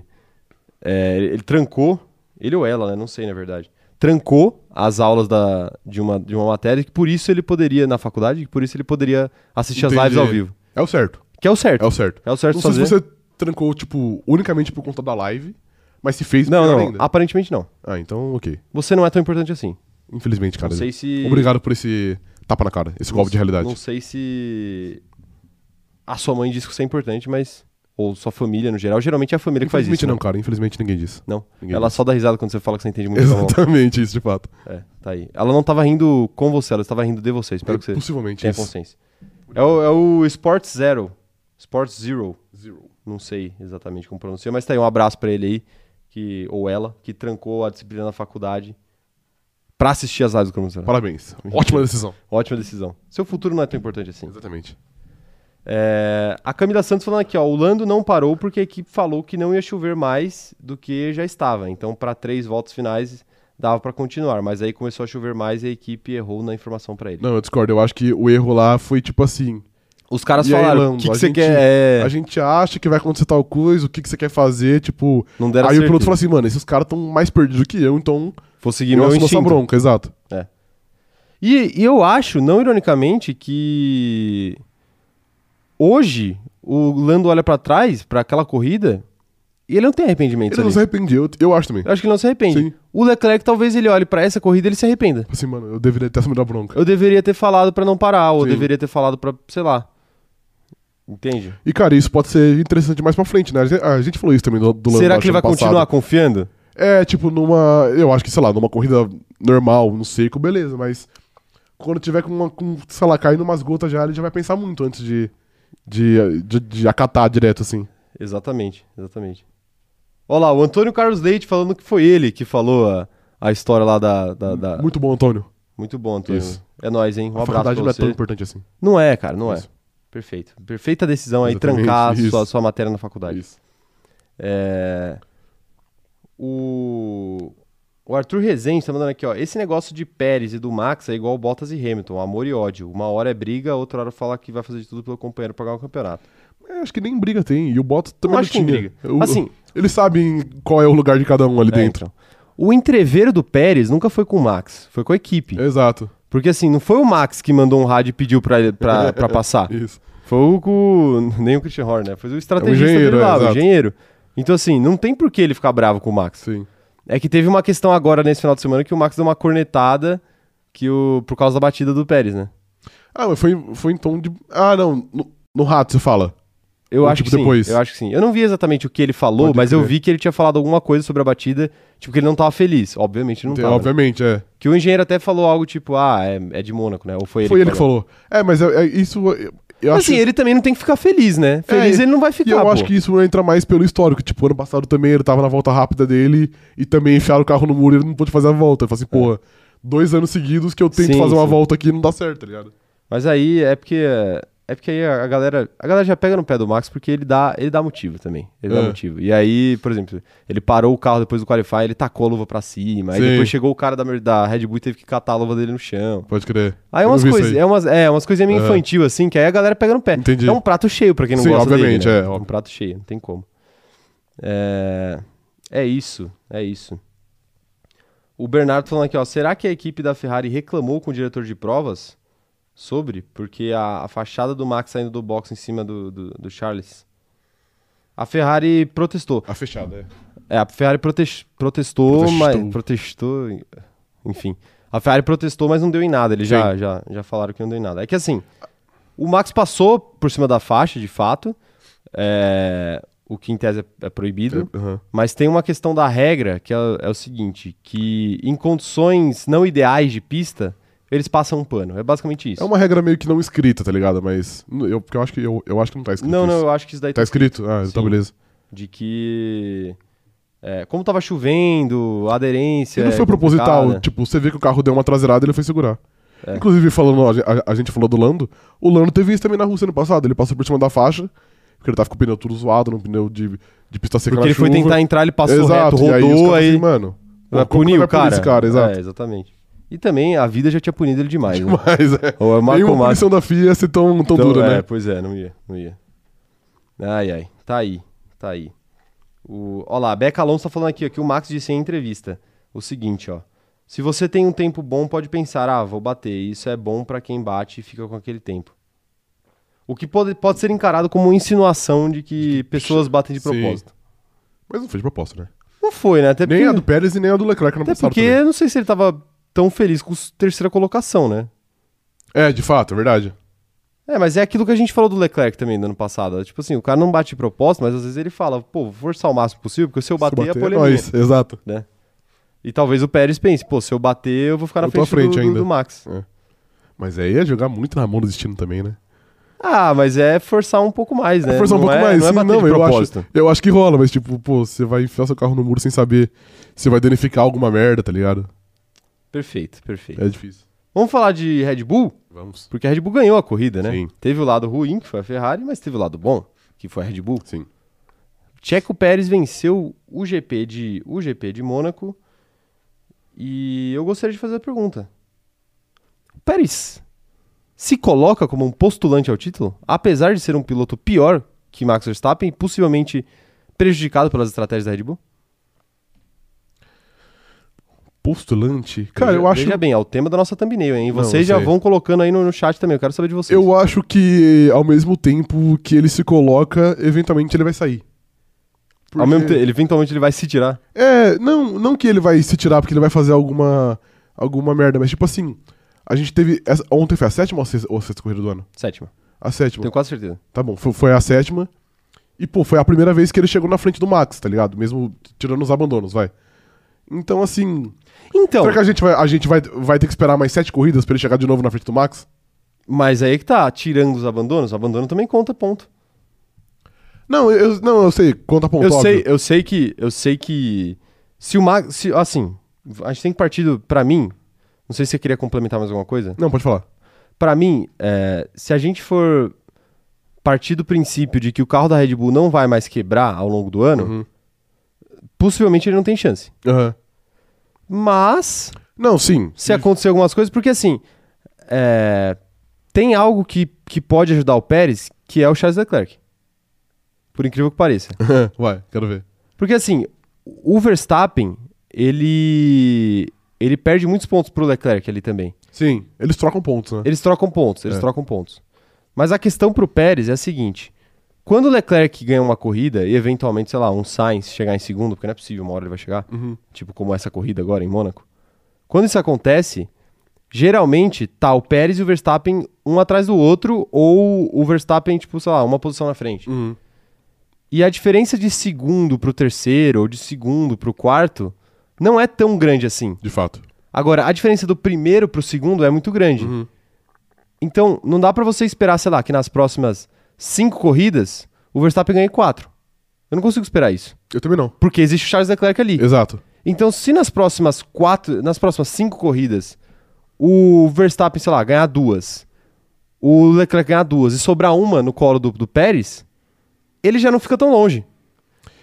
[SPEAKER 1] é, ele trancou, ele ou ela, né? Não sei na verdade. Trancou as aulas da, de, uma, de uma matéria que por isso ele poderia, na faculdade, que por isso ele poderia assistir as lives
[SPEAKER 2] Entendi.
[SPEAKER 1] ao vivo.
[SPEAKER 2] É o certo.
[SPEAKER 1] Que é o certo.
[SPEAKER 2] É o certo.
[SPEAKER 1] É o certo
[SPEAKER 2] Não
[SPEAKER 1] de fazer.
[SPEAKER 2] sei se você trancou, tipo, unicamente por conta da live, mas se fez
[SPEAKER 1] Não,
[SPEAKER 2] pior
[SPEAKER 1] não,
[SPEAKER 2] ainda.
[SPEAKER 1] aparentemente não.
[SPEAKER 2] Ah, então, ok.
[SPEAKER 1] Você não é tão importante assim.
[SPEAKER 2] Infelizmente, cara.
[SPEAKER 1] não sei se.
[SPEAKER 2] Obrigado por esse tapa na cara, esse golpe de realidade.
[SPEAKER 1] Não sei se a sua mãe diz que isso é importante, mas. Ou sua família no geral. Geralmente é a família que faz
[SPEAKER 2] Infelizmente
[SPEAKER 1] isso.
[SPEAKER 2] não,
[SPEAKER 1] né?
[SPEAKER 2] cara. Infelizmente ninguém diz.
[SPEAKER 1] Não.
[SPEAKER 2] Ninguém
[SPEAKER 1] Ela só dá risada quando você fala que você entende muito. Exato.
[SPEAKER 2] Exatamente isso, de fato.
[SPEAKER 1] É, tá aí. Ela não tava rindo com você, ela estava rindo de você. Espero que você
[SPEAKER 2] Possivelmente
[SPEAKER 1] tenha
[SPEAKER 2] isso.
[SPEAKER 1] consciência. É o, é o Sports Zero. Sports Zero.
[SPEAKER 2] Zero.
[SPEAKER 1] Não sei exatamente como pronuncia, mas tá aí um abraço pra ele aí, que, ou ela, que trancou a disciplina na faculdade pra assistir as lives do Cronos.
[SPEAKER 2] Parabéns. Ótima decisão.
[SPEAKER 1] Ótima né? decisão. Seu futuro não é tão importante assim.
[SPEAKER 2] Exatamente.
[SPEAKER 1] É, a Camila Santos falando aqui, ó, o Lando não parou porque a equipe falou que não ia chover mais do que já estava. Então, para três voltas finais dava para continuar, mas aí começou a chover mais e a equipe errou na informação para ele.
[SPEAKER 2] Não, eu discordo. Eu acho que o erro lá foi tipo assim.
[SPEAKER 1] Os caras
[SPEAKER 2] E aí,
[SPEAKER 1] falaram, o
[SPEAKER 2] Lando,
[SPEAKER 1] que, que
[SPEAKER 2] a
[SPEAKER 1] você
[SPEAKER 2] gente-
[SPEAKER 1] quer? É,
[SPEAKER 2] A gente acha que vai acontecer tal coisa, o que, que você quer fazer, tipo.
[SPEAKER 1] Não deram
[SPEAKER 2] Aí o piloto
[SPEAKER 1] certeza.
[SPEAKER 2] falou assim, mano, esses caras estão mais perdidos que eu, então.
[SPEAKER 1] Vou seguir
[SPEAKER 2] eu
[SPEAKER 1] meu
[SPEAKER 2] assumo essa
[SPEAKER 1] instinto.
[SPEAKER 2] bronca, exato.
[SPEAKER 1] E, e eu acho, não ironicamente, que hoje o Lando olha para trás, para aquela corrida, e ele não tem arrependimento.
[SPEAKER 2] Ele não
[SPEAKER 1] ali.
[SPEAKER 2] se arrependeu, eu, eu acho também.
[SPEAKER 1] Eu acho que ele não se arrepende.
[SPEAKER 2] Sim.
[SPEAKER 1] O Leclerc talvez ele olhe para essa corrida e ele se arrependa.
[SPEAKER 2] Assim, mano, eu deveria ter assumido a bronca.
[SPEAKER 1] Eu deveria ter falado pra não parar, ou
[SPEAKER 2] Sim.
[SPEAKER 1] deveria ter falado pra, sei lá. Entende?
[SPEAKER 2] E, cara, isso pode ser interessante mais pra frente, né? A gente, a gente falou isso também do, do Lando
[SPEAKER 1] Será
[SPEAKER 2] Norris
[SPEAKER 1] que ele vai
[SPEAKER 2] ano passado.
[SPEAKER 1] continuar confiando?
[SPEAKER 2] É, tipo, numa. Eu acho que, sei lá, numa corrida normal, no seco, beleza, mas. Quando tiver com, uma, com sei lá, caindo umas gotas já, ele já vai pensar muito antes de. de, de, de acatar direto, assim.
[SPEAKER 1] Exatamente, exatamente. Olha lá, o Antônio Carlos Leite falando que foi ele que falou a, a história lá da. da- da- Muito...
[SPEAKER 2] Muito bom, Antônio. bom,
[SPEAKER 1] bom, Antônio.
[SPEAKER 2] Isso.
[SPEAKER 1] É nóis, hein? Tá. Um
[SPEAKER 2] a
[SPEAKER 1] abraço pra
[SPEAKER 2] faculdade não é
[SPEAKER 1] você.
[SPEAKER 2] tão importante assim.
[SPEAKER 1] Não é, cara, não
[SPEAKER 2] Isso.
[SPEAKER 1] é. Perfeito. Perfeita decisão aí,
[SPEAKER 2] Exatamente,
[SPEAKER 1] trancar
[SPEAKER 2] isso.
[SPEAKER 1] sua, sua matéria na faculdade.
[SPEAKER 2] Isso.
[SPEAKER 1] É... O... o Arthur Rezende tá mandando aqui, ó. Esse negócio de Pérez e do Max é igual Bottas e Hamilton, amor e ódio. Uma hora é briga, outra hora fala que vai fazer de tudo pelo companheiro pra ganhar o campeonato.
[SPEAKER 2] É, acho que nem briga tem. E o Bottas também não,
[SPEAKER 1] acho que
[SPEAKER 2] tinha.
[SPEAKER 1] nem briga.
[SPEAKER 2] O-
[SPEAKER 1] Assim-
[SPEAKER 2] Eles sabem qual é o lugar de cada um ali
[SPEAKER 1] É,
[SPEAKER 2] dentro.
[SPEAKER 1] então. O entreveiro do Pérez nunca foi com o Max, foi com a equipe.
[SPEAKER 2] É. Exato.
[SPEAKER 1] Porque assim, não foi o Max que mandou um rádio e pediu pra, ele- pra, pra passar.
[SPEAKER 2] Isso.
[SPEAKER 1] Foi o. cu- Nem o Christian Horner, né? Foi o estrategista
[SPEAKER 2] engenheiro,
[SPEAKER 1] dele
[SPEAKER 2] é,
[SPEAKER 1] lá, o
[SPEAKER 2] exato.
[SPEAKER 1] engenheiro. Então, assim, não tem por que ele ficar bravo com o Max.
[SPEAKER 2] Sim.
[SPEAKER 1] É que teve uma questão agora nesse final de semana que o Max deu uma cornetada que o... por causa da batida do Pérez, né?
[SPEAKER 2] Ah, mas foi, foi em tom de. Ah, não. No, no rato você fala.
[SPEAKER 1] Eu
[SPEAKER 2] Ou,
[SPEAKER 1] acho
[SPEAKER 2] tipo,
[SPEAKER 1] que sim.
[SPEAKER 2] depois.
[SPEAKER 1] Eu acho que sim. Eu não vi exatamente o que ele falou,
[SPEAKER 2] Pode
[SPEAKER 1] mas eu
[SPEAKER 2] crer.
[SPEAKER 1] vi que ele tinha falado alguma coisa sobre a batida, tipo, que ele não tava feliz. Obviamente não
[SPEAKER 2] Tem-
[SPEAKER 1] tava. né?
[SPEAKER 2] obviamente, é.
[SPEAKER 1] Que o engenheiro até falou algo tipo, ah, é, é de Mônaco, né? Ou foi ele
[SPEAKER 2] foi ele que falou. É, mas é, é isso. Eu, eu acho É,
[SPEAKER 1] Assim, ele também não tem que ficar feliz, né? Feliz ele não vai
[SPEAKER 2] E
[SPEAKER 1] ficar,
[SPEAKER 2] eu
[SPEAKER 1] pô.
[SPEAKER 2] acho que isso entra mais pelo histórico. Tipo, ano passado também ele tava na volta rápida dele e também enfiaram o carro no muro e ele não pôde fazer a volta. Ele falou assim, porra, dois anos seguidos que eu tento
[SPEAKER 1] Sim,
[SPEAKER 2] fazer uma
[SPEAKER 1] sim.
[SPEAKER 2] volta aqui e não dá certo, tá ligado?
[SPEAKER 1] Mas aí é porque é porque aí a galera, a galera já pega no pé do Max porque ele dá, ele dá motivo também. Ele dá
[SPEAKER 2] É.
[SPEAKER 1] motivo. E aí, por exemplo, ele parou o carro depois do qualify, ele tacou a luva pra cima, aí
[SPEAKER 2] Sim.
[SPEAKER 1] depois chegou o cara da, mer- da Red Bull e teve que catar a luva dele no chão.
[SPEAKER 2] Pode crer.
[SPEAKER 1] Aí é
[SPEAKER 2] Eu
[SPEAKER 1] umas
[SPEAKER 2] vi isso
[SPEAKER 1] coisas,
[SPEAKER 2] aí.
[SPEAKER 1] é umas, é umas coisinhas meio
[SPEAKER 2] Aham.
[SPEAKER 1] infantil assim, que aí a galera pega no pé.
[SPEAKER 2] Entendi.
[SPEAKER 1] É um prato cheio pra quem não
[SPEAKER 2] Sim,
[SPEAKER 1] gosta
[SPEAKER 2] obviamente,
[SPEAKER 1] dele, né?
[SPEAKER 2] é, óbvio.
[SPEAKER 1] um prato cheio, não tem como. É, é isso, é isso. O Bernardo falando aqui, ó, será que a equipe da Ferrari reclamou com o diretor de provas sobre? Porque a, a fachada do Max saindo do box em cima do, do, do Charles. A Ferrari protestou.
[SPEAKER 2] A fechada,
[SPEAKER 1] É,
[SPEAKER 2] é.
[SPEAKER 1] a Ferrari protes- protestou,
[SPEAKER 2] Protestou.
[SPEAKER 1] mas. Protestou. Enfim. A Ferrari protestou, mas não deu em nada. Eles já, já, já falaram que não deu em nada. É que assim, o Max passou por cima da faixa, de fato. é, O que em tese é- é proibido.
[SPEAKER 2] Aham.
[SPEAKER 1] Mas tem uma questão da regra que é, é o seguinte: que em condições não ideais de pista, eles passam um pano. É basicamente isso.
[SPEAKER 2] É uma regra meio que não escrita, tá ligado? Mas. Eu, porque eu acho que eu, eu acho que não tá escrito.
[SPEAKER 1] Não, não,
[SPEAKER 2] isso.
[SPEAKER 1] eu acho que isso daí
[SPEAKER 2] Tá escrito? Ah, então
[SPEAKER 1] Sim.
[SPEAKER 2] beleza.
[SPEAKER 1] de que. é, como tava chovendo, a aderência.
[SPEAKER 2] Se não
[SPEAKER 1] é
[SPEAKER 2] foi proposital,
[SPEAKER 1] complicada.
[SPEAKER 2] tipo, você vê que o carro deu uma traseirada e ele foi segurar.
[SPEAKER 1] É.
[SPEAKER 2] Inclusive, falando, ó, a, a gente falou do Lando, o Lando teve isso também na Rússia ano passado. Ele passou por cima da faixa, porque ele tava com o pneu tudo zoado, num pneu de, de pista seca
[SPEAKER 1] Porque
[SPEAKER 2] na
[SPEAKER 1] ele foi
[SPEAKER 2] chuva.
[SPEAKER 1] tentar entrar, ele passou
[SPEAKER 2] Exato,
[SPEAKER 1] reto,
[SPEAKER 2] e aí, os
[SPEAKER 1] rodou,
[SPEAKER 2] caras
[SPEAKER 1] aí,
[SPEAKER 2] assim, mano.
[SPEAKER 1] vai
[SPEAKER 2] pô, como que
[SPEAKER 1] punir o
[SPEAKER 2] vai punir
[SPEAKER 1] cara.
[SPEAKER 2] Esse cara, exato.
[SPEAKER 1] É, exatamente. E também a vida já tinha punido ele demais, né?
[SPEAKER 2] Mas é.
[SPEAKER 1] Ou é Marco
[SPEAKER 2] Nenhuma
[SPEAKER 1] Marco.
[SPEAKER 2] punição da FIA ia ser tão,
[SPEAKER 1] Então,
[SPEAKER 2] tão dura,
[SPEAKER 1] é,
[SPEAKER 2] né?
[SPEAKER 1] Pois é, não ia, não ia. Ai, ai, tá aí, tá aí. O, ó lá, a Beca Alonso tá falando aqui, ó, que o Max disse em entrevista o seguinte, ó. Se você tem um tempo bom, pode pensar, ah, vou bater. Isso é bom pra quem bate e fica com aquele tempo. O que pode, pode ser encarado como uma insinuação de que pessoas batem de
[SPEAKER 2] Sim.
[SPEAKER 1] propósito.
[SPEAKER 2] Mas não foi de proposta, né?
[SPEAKER 1] Não foi, né? Até
[SPEAKER 2] Nem
[SPEAKER 1] porque-
[SPEAKER 2] a do Pérez e nem a do Leclerc não
[SPEAKER 1] Até
[SPEAKER 2] passaram
[SPEAKER 1] porque eu não sei se ele tava tão feliz com a terceira colocação, né?
[SPEAKER 2] É, de fato, é verdade.
[SPEAKER 1] É, mas é aquilo que a gente falou do Leclerc também do ano passado. Tipo assim, o cara não bate de propósito, mas às vezes ele fala, pô, vou forçar o máximo possível, porque se eu bater, é a
[SPEAKER 2] é
[SPEAKER 1] polêmica.
[SPEAKER 2] nós, exato.
[SPEAKER 1] Né? E talvez o Pérez pense, pô, se eu bater, eu vou ficar na
[SPEAKER 2] Eu tô
[SPEAKER 1] frente,
[SPEAKER 2] à
[SPEAKER 1] do,
[SPEAKER 2] frente
[SPEAKER 1] do-
[SPEAKER 2] ainda.
[SPEAKER 1] do Max.
[SPEAKER 2] Mas aí ia jogar muito na mão do destino também, né?
[SPEAKER 1] Ah, mas é forçar um pouco mais, né?
[SPEAKER 2] Forçar um
[SPEAKER 1] Não
[SPEAKER 2] pouco
[SPEAKER 1] é-
[SPEAKER 2] mais,
[SPEAKER 1] não é
[SPEAKER 2] sim,
[SPEAKER 1] bater
[SPEAKER 2] não,
[SPEAKER 1] de
[SPEAKER 2] eu
[SPEAKER 1] propósito.
[SPEAKER 2] acho, eu acho que rola, mas tipo, pô, você vai enfiar seu carro no muro sem saber se vai danificar alguma merda, tá ligado?
[SPEAKER 1] Perfeito, perfeito.
[SPEAKER 2] É difícil.
[SPEAKER 1] Vamos falar de Red Bull?
[SPEAKER 2] Vamos.
[SPEAKER 1] Porque a Red Bull ganhou a corrida, né?
[SPEAKER 2] Sim.
[SPEAKER 1] Teve o lado ruim, que foi a Ferrari, mas teve o lado bom, que foi a Red Bull.
[SPEAKER 2] Sim.
[SPEAKER 1] Checo Pérez venceu o GP de, o GP de Mônaco. E eu gostaria de fazer a pergunta. O Pérez se coloca como um postulante ao título, apesar de ser um piloto pior que Max Verstappen, possivelmente prejudicado pelas estratégias da Red Bull?
[SPEAKER 2] Postulante? Cara,
[SPEAKER 1] Veja-
[SPEAKER 2] eu acho,
[SPEAKER 1] Veja bem, é o tema da nossa thumbnail, hein?
[SPEAKER 2] Não,
[SPEAKER 1] Vocês
[SPEAKER 2] eu
[SPEAKER 1] já
[SPEAKER 2] sei.
[SPEAKER 1] vão colocando aí no, no chat também, eu quero saber de vocês.
[SPEAKER 2] eu acho que ao mesmo tempo que ele se coloca, eventualmente ele vai sair.
[SPEAKER 1] Ao mesmo
[SPEAKER 2] Porque-
[SPEAKER 1] tempo, ele, eventualmente ele vai se tirar.
[SPEAKER 2] É, não, não que ele vai se tirar porque ele vai fazer alguma, alguma merda, mas tipo assim, a gente teve. essa- ontem foi a sétima ou a sexta, ou a sexta corrida do ano?
[SPEAKER 1] Sétima,
[SPEAKER 2] A sétima.
[SPEAKER 1] tenho quase certeza.
[SPEAKER 2] Tá bom, foi, foi a sétima. E, pô, foi a primeira vez que ele chegou na frente do Max, tá ligado? Mesmo tirando os abandonos, vai. Então, assim.
[SPEAKER 1] Então,
[SPEAKER 2] Será que a gente, vai, a gente vai, vai ter que esperar mais sete corridas pra ele chegar de novo na frente do Max?
[SPEAKER 1] é mas aí que tá, tirando os abandonos, o abandono também conta, ponto.
[SPEAKER 2] Não, eu, não, eu sei, conta ponto.
[SPEAKER 1] Eu sei,
[SPEAKER 2] óbvio.
[SPEAKER 1] eu sei que, eu sei que se o Max, se- assim, a gente tem que partir do- pra mim, não sei se você queria complementar mais alguma coisa.
[SPEAKER 2] Não, pode falar.
[SPEAKER 1] Pra mim, é, se a gente for partir do princípio de que o carro da Red Bull não vai mais quebrar ao longo do ano,
[SPEAKER 2] Uhum.
[SPEAKER 1] possivelmente ele não tem chance.
[SPEAKER 2] Aham.
[SPEAKER 1] Mas
[SPEAKER 2] Não, sim.
[SPEAKER 1] se acontecer algumas coisas, porque assim, é, tem algo que, que pode ajudar o Pérez, que é o Charles Leclerc. Por incrível que pareça.
[SPEAKER 2] Vai, quero ver.
[SPEAKER 1] Porque assim, o Verstappen, ele ele perde muitos pontos pro Leclerc ali também.
[SPEAKER 2] Sim, eles trocam pontos, né?
[SPEAKER 1] Eles trocam pontos, eles
[SPEAKER 2] É.
[SPEAKER 1] trocam pontos. Mas a questão pro Pérez é a seguinte, quando o Leclerc ganha uma corrida e eventualmente, sei lá, um Sainz chegar em segundo, porque não é possível, uma hora ele vai chegar,
[SPEAKER 2] Uhum.
[SPEAKER 1] tipo como essa corrida agora em Mônaco. Quando isso acontece, geralmente tá o Pérez e o Verstappen um atrás do outro ou o Verstappen tipo, sei lá, uma posição na frente.
[SPEAKER 2] Uhum.
[SPEAKER 1] E a diferença de segundo pro terceiro ou de segundo pro quarto não é tão grande assim.
[SPEAKER 2] De fato.
[SPEAKER 1] Agora, a diferença do primeiro pro segundo é muito grande.
[SPEAKER 2] Uhum.
[SPEAKER 1] Então, não dá pra você esperar, sei lá, que nas próximas cinco corridas o Verstappen ganhe quatro. Eu não consigo esperar isso.
[SPEAKER 2] Eu também não.
[SPEAKER 1] Porque existe o Charles Leclerc ali.
[SPEAKER 2] Exato.
[SPEAKER 1] Então, se nas próximas quatro, nas próximas cinco corridas, o Verstappen, sei lá, ganhar duas, o Leclerc ganhar duas e sobrar uma no colo do, do Pérez, ele já não fica tão longe.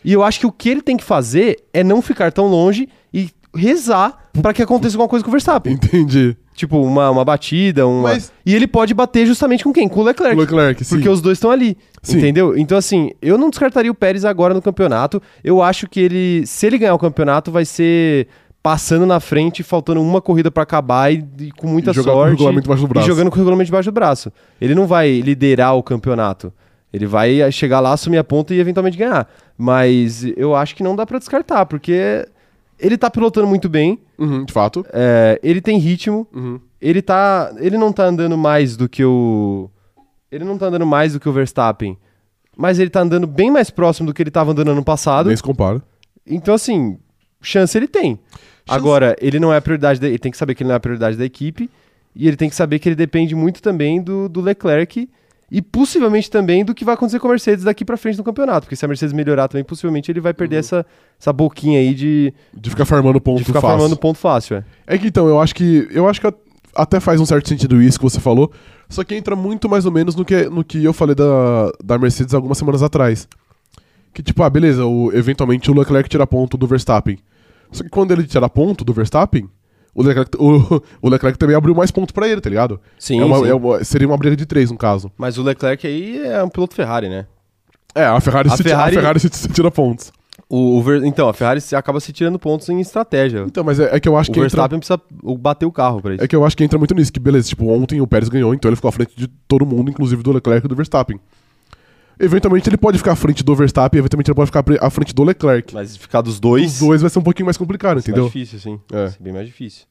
[SPEAKER 1] E eu acho que o que ele tem que fazer é não ficar tão longe e rezar pra que aconteça alguma coisa com o Verstappen.
[SPEAKER 2] Entendi.
[SPEAKER 1] Tipo, uma, uma batida, uma.
[SPEAKER 2] Mas-
[SPEAKER 1] E ele pode bater justamente com quem? Com o Leclerc.
[SPEAKER 2] Leclerc, sim.
[SPEAKER 1] Porque os dois estão ali,
[SPEAKER 2] Sim.
[SPEAKER 1] entendeu? Então, assim, eu não descartaria o Pérez agora no campeonato. Eu acho que ele, se ele ganhar o campeonato, vai ser passando na frente, faltando uma corrida pra acabar e, e com muita
[SPEAKER 2] E jogar com o
[SPEAKER 1] sorte.
[SPEAKER 2] regulamento debaixo do braço.
[SPEAKER 1] E jogando com o regulamento debaixo do braço. Ele não vai liderar o campeonato. Ele vai eh, chegar lá, assumir a ponta e eventualmente ganhar. Mas eu acho que não dá pra descartar, porque ele tá pilotando muito bem,
[SPEAKER 2] Uhum, de fato.
[SPEAKER 1] eh, ele tem ritmo,
[SPEAKER 2] Uhum.
[SPEAKER 1] ele tá. Ele não tá andando mais do que o. Ele não tá andando mais do que o Verstappen. Mas ele tá andando bem mais próximo do que ele tava andando ano passado.
[SPEAKER 2] Nem se compara.
[SPEAKER 1] Então, assim, chance ele tem. Agora, ele não é a prioridade. Da, ele tem que saber que ele não é a prioridade da equipe. E ele tem que saber que ele depende muito também do, do Leclerc. E possivelmente também do que vai acontecer com a Mercedes daqui pra frente no campeonato. Porque se a Mercedes melhorar também, possivelmente ele vai perder essa, essa boquinha aí de,
[SPEAKER 2] De ficar farmando Uhum. ponto
[SPEAKER 1] de ficar
[SPEAKER 2] fácil.
[SPEAKER 1] formando ponto fácil. É.
[SPEAKER 2] É que então, eu acho que. Eu acho que até faz um certo sentido isso que você falou. Só que entra muito mais ou menos no que, no que eu falei da, da Mercedes algumas semanas atrás. Que, tipo, ah, beleza, o, eventualmente o Leclerc tira ponto do Verstappen. Só que quando ele tira ponto do Verstappen, o Leclerc, o, o Leclerc também abriu mais pontos pra ele, tá ligado?
[SPEAKER 1] Sim,
[SPEAKER 2] É uma-
[SPEAKER 1] sim.
[SPEAKER 2] é uma- seria uma briga de três, no caso.
[SPEAKER 1] Mas o Leclerc aí é um piloto Ferrari, né?
[SPEAKER 2] É, a Ferrari,
[SPEAKER 1] A
[SPEAKER 2] se, tira-
[SPEAKER 1] Ferrari-
[SPEAKER 2] a Ferrari se, se tira pontos.
[SPEAKER 1] O, o Ver- Então, a Ferrari se- acaba se tirando pontos em estratégia.
[SPEAKER 2] Então, mas é, é que eu acho
[SPEAKER 1] o
[SPEAKER 2] que entra,
[SPEAKER 1] Verstappen precisa o- bater o carro pra isso.
[SPEAKER 2] É que eu acho que entra muito nisso, que beleza, tipo, ontem o Pérez ganhou, então ele ficou à frente de todo mundo, inclusive do Leclerc e do Verstappen. Eventualmente ele pode ficar à frente do Verstappen, eventualmente ele pode ficar pre- à frente do Leclerc.
[SPEAKER 1] Mas ficar dos dois,
[SPEAKER 2] Os dois vai ser um pouquinho mais complicado,
[SPEAKER 1] é mais
[SPEAKER 2] entendeu?
[SPEAKER 1] difícil, sim.
[SPEAKER 2] É.
[SPEAKER 1] Vai ser bem mais difícil.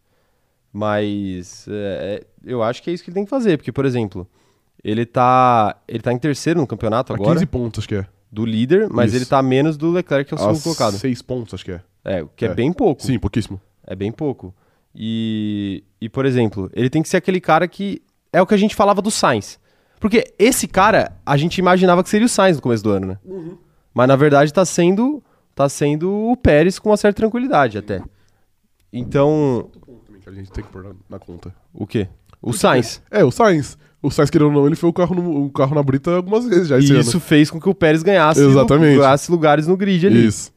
[SPEAKER 1] Mas é, é, eu acho que é isso que ele tem que fazer. Porque, por exemplo, ele tá, ele tá em terceiro no campeonato
[SPEAKER 2] A
[SPEAKER 1] agora,
[SPEAKER 2] 15 pontos, acho que é.
[SPEAKER 1] do líder, mas
[SPEAKER 2] Isso.
[SPEAKER 1] ele tá menos do Leclerc, que é o
[SPEAKER 2] A
[SPEAKER 1] segundo colocado.
[SPEAKER 2] 6 pontos, acho que é.
[SPEAKER 1] É, o que é,
[SPEAKER 2] É.
[SPEAKER 1] bem pouco.
[SPEAKER 2] Sim, pouquíssimo.
[SPEAKER 1] É bem pouco. E, e, por exemplo, ele tem que ser aquele cara que. É o que a gente falava do Sainz. Porque esse cara, a gente imaginava que seria o Sainz no começo do ano, né?
[SPEAKER 2] Uhum.
[SPEAKER 1] Mas na verdade tá sendo. tá sendo o Pérez com uma certa tranquilidade até. Então.
[SPEAKER 2] A gente tem que pôr na, na conta.
[SPEAKER 1] O quê? O Sainz.
[SPEAKER 2] É, o Sainz. O Sainz, querendo ou não, ele foi o carro, no, o carro na brita algumas vezes já É esse
[SPEAKER 1] E
[SPEAKER 2] ano.
[SPEAKER 1] isso fez com que o Pérez ganhasse,
[SPEAKER 2] Exatamente.
[SPEAKER 1] ganhasse lugares no grid ali.
[SPEAKER 2] Isso.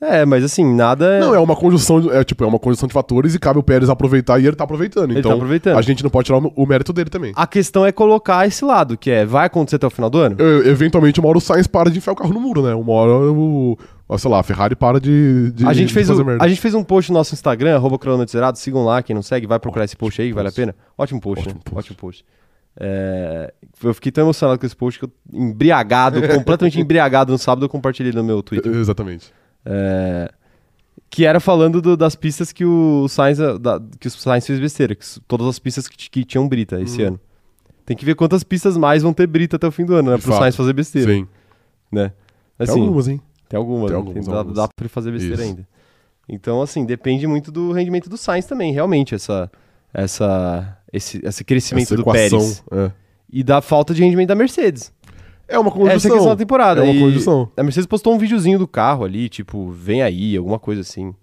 [SPEAKER 1] É, mas assim, nada.
[SPEAKER 2] Não, é uma conjunção, de- é, tipo, é uma conjunção de fatores e cabe o Pérez aproveitar e ele tá aproveitando.
[SPEAKER 1] Ele
[SPEAKER 2] então,
[SPEAKER 1] tá aproveitando.
[SPEAKER 2] a gente não pode tirar o, o mérito dele também.
[SPEAKER 1] A questão é colocar esse lado, que é, vai acontecer até o final do ano?
[SPEAKER 2] Eu- eventualmente uma hora o Sainz para de enfiar o carro no muro, né? Uma hora o. ó, Sei lá, a Ferrari para de. de-
[SPEAKER 1] A gente,
[SPEAKER 2] de
[SPEAKER 1] fez
[SPEAKER 2] fazer
[SPEAKER 1] um,
[SPEAKER 2] merda.
[SPEAKER 1] a gente fez um post no nosso Instagram, arroba cronômetro zerado, sigam lá, quem não segue, vai procurar esse post aí, vale a pena. Ótimo post,
[SPEAKER 2] Ótimo
[SPEAKER 1] né?
[SPEAKER 2] post.
[SPEAKER 1] Ótimo post. É, eu fiquei tão emocionado com esse post que eu, embriagado, completamente embriagado no sábado, eu compartilhei no meu Twitter.
[SPEAKER 2] Exatamente.
[SPEAKER 1] É, que era falando do- das pistas que o Sainz, ah, da- que o Sainz fez besteira, que s- todas as pistas que, t- que tinham brita esse
[SPEAKER 2] Uhum.
[SPEAKER 1] ano. Tem que ver quantas pistas mais vão ter brita até o fim do ano, né?
[SPEAKER 2] De
[SPEAKER 1] Pro
[SPEAKER 2] fato.
[SPEAKER 1] Sainz fazer besteira,
[SPEAKER 2] Sim. É um
[SPEAKER 1] né?
[SPEAKER 2] Tem
[SPEAKER 1] Assim,
[SPEAKER 2] algumas, hein?
[SPEAKER 1] tem algumas,
[SPEAKER 2] Tem
[SPEAKER 1] né?
[SPEAKER 2] algumas,
[SPEAKER 1] Tem- dá,
[SPEAKER 2] algumas.
[SPEAKER 1] dá pra ele fazer besteira
[SPEAKER 2] Isso.
[SPEAKER 1] ainda. Então, assim, depende muito do rendimento do Sainz também, realmente, essa, essa, esse, esse crescimento do Pérez.
[SPEAKER 2] É.
[SPEAKER 1] E da falta de rendimento da Mercedes.
[SPEAKER 2] É, É uma conjunção.
[SPEAKER 1] Essa aqui é só uma temporada.
[SPEAKER 2] É uma
[SPEAKER 1] e
[SPEAKER 2] conjunção.
[SPEAKER 1] A Mercedes postou um videozinho do carro ali, tipo, vem aí, alguma coisa assim.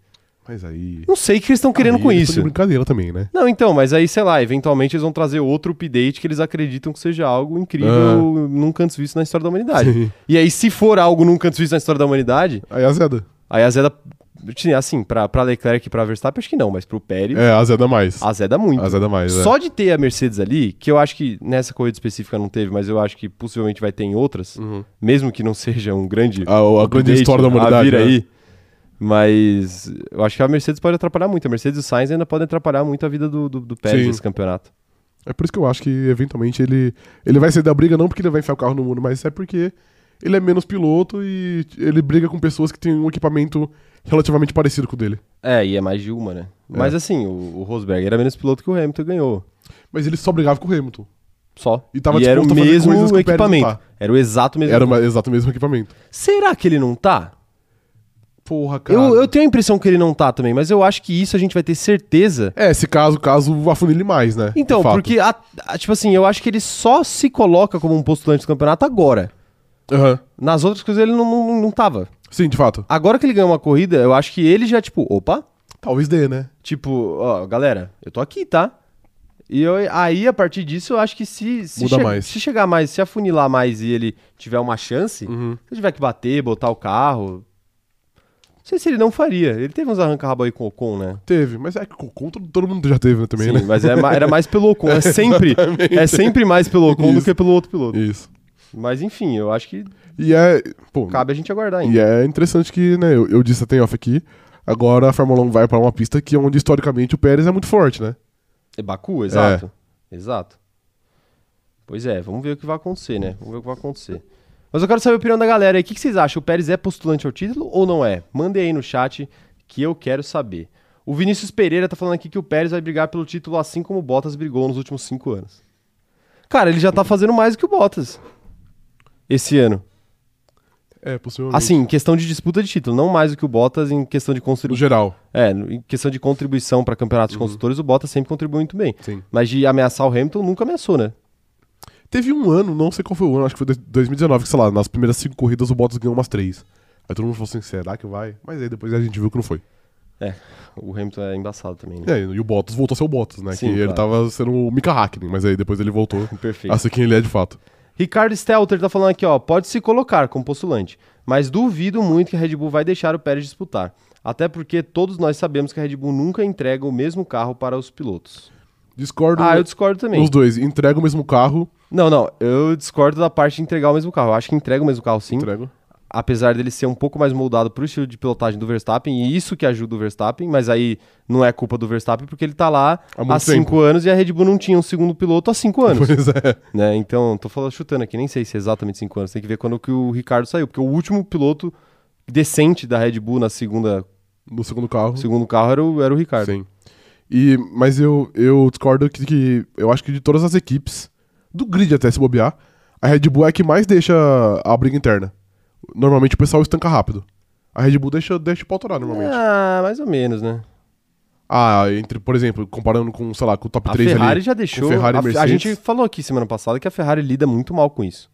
[SPEAKER 2] Mas aí.
[SPEAKER 1] Não sei o que eles estão querendo
[SPEAKER 2] aí
[SPEAKER 1] com
[SPEAKER 2] eles tão
[SPEAKER 1] isso.
[SPEAKER 2] de brincadeira também, né?
[SPEAKER 1] Não, então, mas aí, sei lá, eventualmente eles vão trazer outro update que eles acreditam que seja algo incrível,
[SPEAKER 2] Ah.
[SPEAKER 1] nunca antes visto na história da humanidade.
[SPEAKER 2] Sim.
[SPEAKER 1] E aí, se for algo nunca antes visto na história da humanidade,
[SPEAKER 2] Aí azeda.
[SPEAKER 1] aí a Zeda, assim, pra, pra Leclerc e pra Verstappen, acho que não, mas pro Pérez,
[SPEAKER 2] É, azeda mais.
[SPEAKER 1] a Zeda muito.
[SPEAKER 2] Azeda mais, é.
[SPEAKER 1] Ah, Só de ter a Mercedes ali, que eu acho que nessa corrida específica não teve, mas eu acho que possivelmente vai ter em outras, mesmo que não seja um grande.
[SPEAKER 2] A, Uhum. a grande história da humanidade.
[SPEAKER 1] Vira
[SPEAKER 2] né?
[SPEAKER 1] aí. Mas eu acho que a Mercedes pode atrapalhar muito. A Mercedes e o Sainz ainda podem atrapalhar muito a vida do, do, do Pérez
[SPEAKER 2] Sim.
[SPEAKER 1] nesse campeonato.
[SPEAKER 2] É por isso que eu acho que, eventualmente, ele, ele vai sair da briga, não porque ele vai enfiar o carro no mundo, mas é porque ele é menos piloto e ele briga com pessoas que têm um equipamento relativamente parecido com o dele.
[SPEAKER 1] É, e é mais de uma, né? Mas assim, o, o Rosberg era menos piloto que o Hamilton ganhou.
[SPEAKER 2] Mas ele só brigava com o Hamilton.
[SPEAKER 1] Só.
[SPEAKER 2] E tava
[SPEAKER 1] era o
[SPEAKER 2] disposto a fazer
[SPEAKER 1] mesmo
[SPEAKER 2] coisas que o Pérez não
[SPEAKER 1] equipamento.
[SPEAKER 2] tá.
[SPEAKER 1] Era o exato mesmo.
[SPEAKER 2] Era o exato o mesmo equipamento.
[SPEAKER 1] Será que ele não tá?
[SPEAKER 2] Porra, cara.
[SPEAKER 1] Eu, eu tenho a impressão que ele não tá também, mas eu acho que isso a gente vai ter certeza
[SPEAKER 2] É, se caso, caso afunile mais, né?
[SPEAKER 1] Então,
[SPEAKER 2] De fato.
[SPEAKER 1] porque, a- a- tipo assim, eu acho que ele só se coloca como um postulante do campeonato agora.
[SPEAKER 2] Aham.
[SPEAKER 1] Nas outras coisas ele não, não, não tava.
[SPEAKER 2] Sim, de fato.
[SPEAKER 1] Agora que ele ganhou uma corrida, eu acho que ele já, tipo, opa,
[SPEAKER 2] Talvez dê, né?
[SPEAKER 1] tipo, ó, galera, eu tô aqui, tá? E eu- aí, a partir disso, eu acho que se, se,
[SPEAKER 2] Muda mais.
[SPEAKER 1] se chegar mais, se afunilar mais e ele tiver uma chance,
[SPEAKER 2] Uhum.
[SPEAKER 1] se ele tiver que bater, botar o carro. Não sei se ele não faria. Ele teve uns arranca-rabo aí com o Ocon, né?
[SPEAKER 2] Teve, mas é que com com todo todo mundo já teve né, também,
[SPEAKER 1] Sim,
[SPEAKER 2] né?
[SPEAKER 1] mas é ma- era mais pelo Ocon. É sempre, é sempre mais pelo Ocon do
[SPEAKER 2] Isso.
[SPEAKER 1] que pelo outro piloto.
[SPEAKER 2] Isso.
[SPEAKER 1] Mas enfim, eu acho que
[SPEAKER 2] E é. Pô,
[SPEAKER 1] cabe a gente aguardar ainda.
[SPEAKER 2] e é interessante que, né? Eu, eu disse até em off aqui. Agora a Fórmula 1 vai pra uma pista que é onde historicamente o Pérez é muito forte, né?
[SPEAKER 1] É Baku, exato. Exato. Pois é, vamos ver o que vai acontecer, né? Vamos ver o que vai acontecer. Mas eu quero saber a opinião da galera aí. O que, que vocês acham? O Pérez é postulante ao título ou não é? Mandem aí no chat que eu quero saber. O Vinícius Pereira tá falando aqui que o Pérez vai brigar pelo título assim como o Bottas brigou nos últimos cinco anos. Cara, ele já tá fazendo mais do que o Bottas esse ano.
[SPEAKER 2] É, possivelmente.
[SPEAKER 1] Assim, em questão de disputa de título, não mais do que o Bottas em questão de construir
[SPEAKER 2] No geral.
[SPEAKER 1] É, no- em questão de contribuição para campeonatos de construtores, o Bottas sempre contribui muito bem.
[SPEAKER 2] Uhum. Sim.
[SPEAKER 1] Mas de ameaçar o Hamilton, nunca ameaçou, né?
[SPEAKER 2] Teve um ano, não sei qual foi o ano, acho que foi dois- 2019, que sei lá, nas primeiras cinco corridas o Bottas ganhou umas três. Aí todo mundo falou assim: será que vai? Mas aí depois a gente viu que não foi.
[SPEAKER 1] O Hamilton é embaçado também, né?
[SPEAKER 2] E, aí, e o Bottas voltou a ser o Bottas, né?
[SPEAKER 1] Sim,
[SPEAKER 2] que ele
[SPEAKER 1] claro.
[SPEAKER 2] tava sendo o Mika Hakkinen, mas aí depois ele voltou
[SPEAKER 1] Perfeito.
[SPEAKER 2] a ser quem ele é de fato.
[SPEAKER 1] Ricardo Stelter tá falando aqui, ó, pode se colocar como postulante, mas duvido muito que a Red Bull vai deixar o Pérez disputar. Até porque todos nós sabemos que a Red Bull nunca entrega o mesmo carro para os pilotos.
[SPEAKER 2] Discordo.
[SPEAKER 1] Ah, eu discordo também.
[SPEAKER 2] Os dois, entrega o mesmo carro.
[SPEAKER 1] Não, não, eu discordo da parte de entregar o mesmo carro. Eu acho que entrega o mesmo carro sim.
[SPEAKER 2] Entrega.
[SPEAKER 1] apesar dele ser um pouco mais moldado pro estilo de pilotagem do Verstappen, e isso que ajuda o Verstappen, mas aí não é culpa do Verstappen, porque ele tá lá
[SPEAKER 2] Há
[SPEAKER 1] há,
[SPEAKER 2] muito
[SPEAKER 1] cinco anos e a Red Bull não tinha um segundo piloto há cinco anos.
[SPEAKER 2] Pois é.
[SPEAKER 1] né? Então, tô falando, chutando aqui, nem sei se é exatamente cinco anos, tem que ver quando que o Ricardo saiu, porque o último piloto decente da Red Bull na segunda,
[SPEAKER 2] No segundo carro.
[SPEAKER 1] segundo carro era o, era o Ricardo.
[SPEAKER 2] Sim. E, mas eu, eu discordo que, que eu acho que de todas as equipes, do grid até se bobear, a Red Bull é a que mais deixa a briga interna. Normalmente o pessoal estanca rápido. A Red Bull deixa, deixa pautorar normalmente.
[SPEAKER 1] Ah, mais ou menos, né?
[SPEAKER 2] Ah, entre, por exemplo, comparando com, sei lá, com o top
[SPEAKER 1] A
[SPEAKER 2] 3
[SPEAKER 1] Ferrari
[SPEAKER 2] ali.
[SPEAKER 1] já deixou.
[SPEAKER 2] Ferrari e
[SPEAKER 1] a, Fe- a
[SPEAKER 2] Mercedes.
[SPEAKER 1] gente falou aqui semana passada que a Ferrari lida muito mal com isso.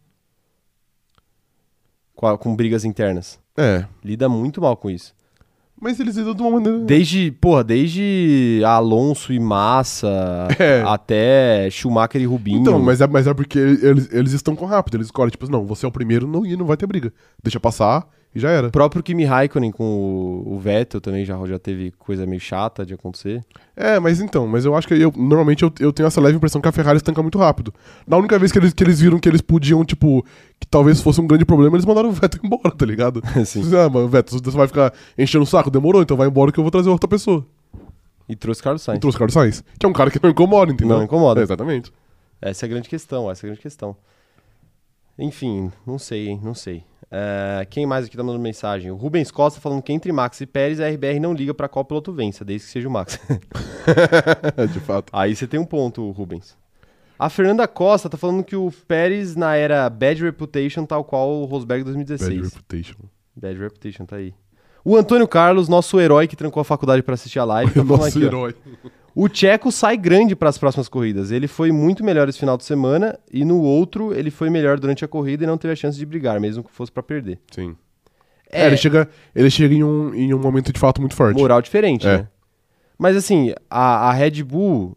[SPEAKER 1] Com a- com brigas internas.
[SPEAKER 2] É.
[SPEAKER 1] lida muito mal com isso.
[SPEAKER 2] Mas eles lidam de uma maneira.
[SPEAKER 1] Desde, porra, desde Alonso e Massa
[SPEAKER 2] É.
[SPEAKER 1] até Schumacher e Rubinho.
[SPEAKER 2] Então, mas é, mas é porque eles, eles estão com rápido. Eles escolhem, tipo, não, você é o primeiro não, e não vai ter briga. Deixa passar e já era.
[SPEAKER 1] O próprio Kimi Raikkonen com o, o Vettel também já, já teve coisa meio chata de acontecer.
[SPEAKER 2] É, mas então, mas eu acho que eu, normalmente eu, eu tenho essa leve impressão que a Ferrari estanca muito rápido. Na única vez que eles, que eles viram que eles podiam, tipo, que talvez fosse um grande problema, eles mandaram o Vettel embora, tá ligado?
[SPEAKER 1] Sim.
[SPEAKER 2] Ah, mas Vettel, você vai ficar enchendo o saco, demorou, então vai embora que eu vou trazer outra pessoa.
[SPEAKER 1] E trouxe Carlos
[SPEAKER 2] E
[SPEAKER 1] Sainz.
[SPEAKER 2] trouxe o Carlos Sainz, que é um cara que não incomoda, entendeu?
[SPEAKER 1] Não incomoda.
[SPEAKER 2] É, exatamente.
[SPEAKER 1] Essa é a grande questão, essa é a grande questão. Enfim, não sei, hein? Não sei. É, quem mais aqui tá mandando mensagem? O Rubens Costa falando que entre Max e Pérez, a RBR não liga pra qual piloto vença, desde que seja o Max.
[SPEAKER 2] É, de fato.
[SPEAKER 1] Aí você tem um ponto, Rubens. A Fernanda Costa tá falando que o Pérez na era Bad Reputation, tal qual o Rosberg
[SPEAKER 2] Bad
[SPEAKER 1] 2016. Bad,
[SPEAKER 2] reputation.
[SPEAKER 1] Reputation, tá aí. O Antônio Carlos, nosso herói que trancou a faculdade pra assistir a live, tá falando
[SPEAKER 2] Nosso
[SPEAKER 1] aqui, ó,
[SPEAKER 2] herói.
[SPEAKER 1] O Tcheco sai grande para as próximas corridas. Ele foi muito melhor esse final de semana e no outro ele foi melhor durante a corrida e não teve a chance de brigar, mesmo que fosse para perder.
[SPEAKER 2] Sim. É, ele chega, ele chega em, um, em um momento de fato muito forte.
[SPEAKER 1] moral diferente,
[SPEAKER 2] É.
[SPEAKER 1] né? Mas assim, a, a Red Bull,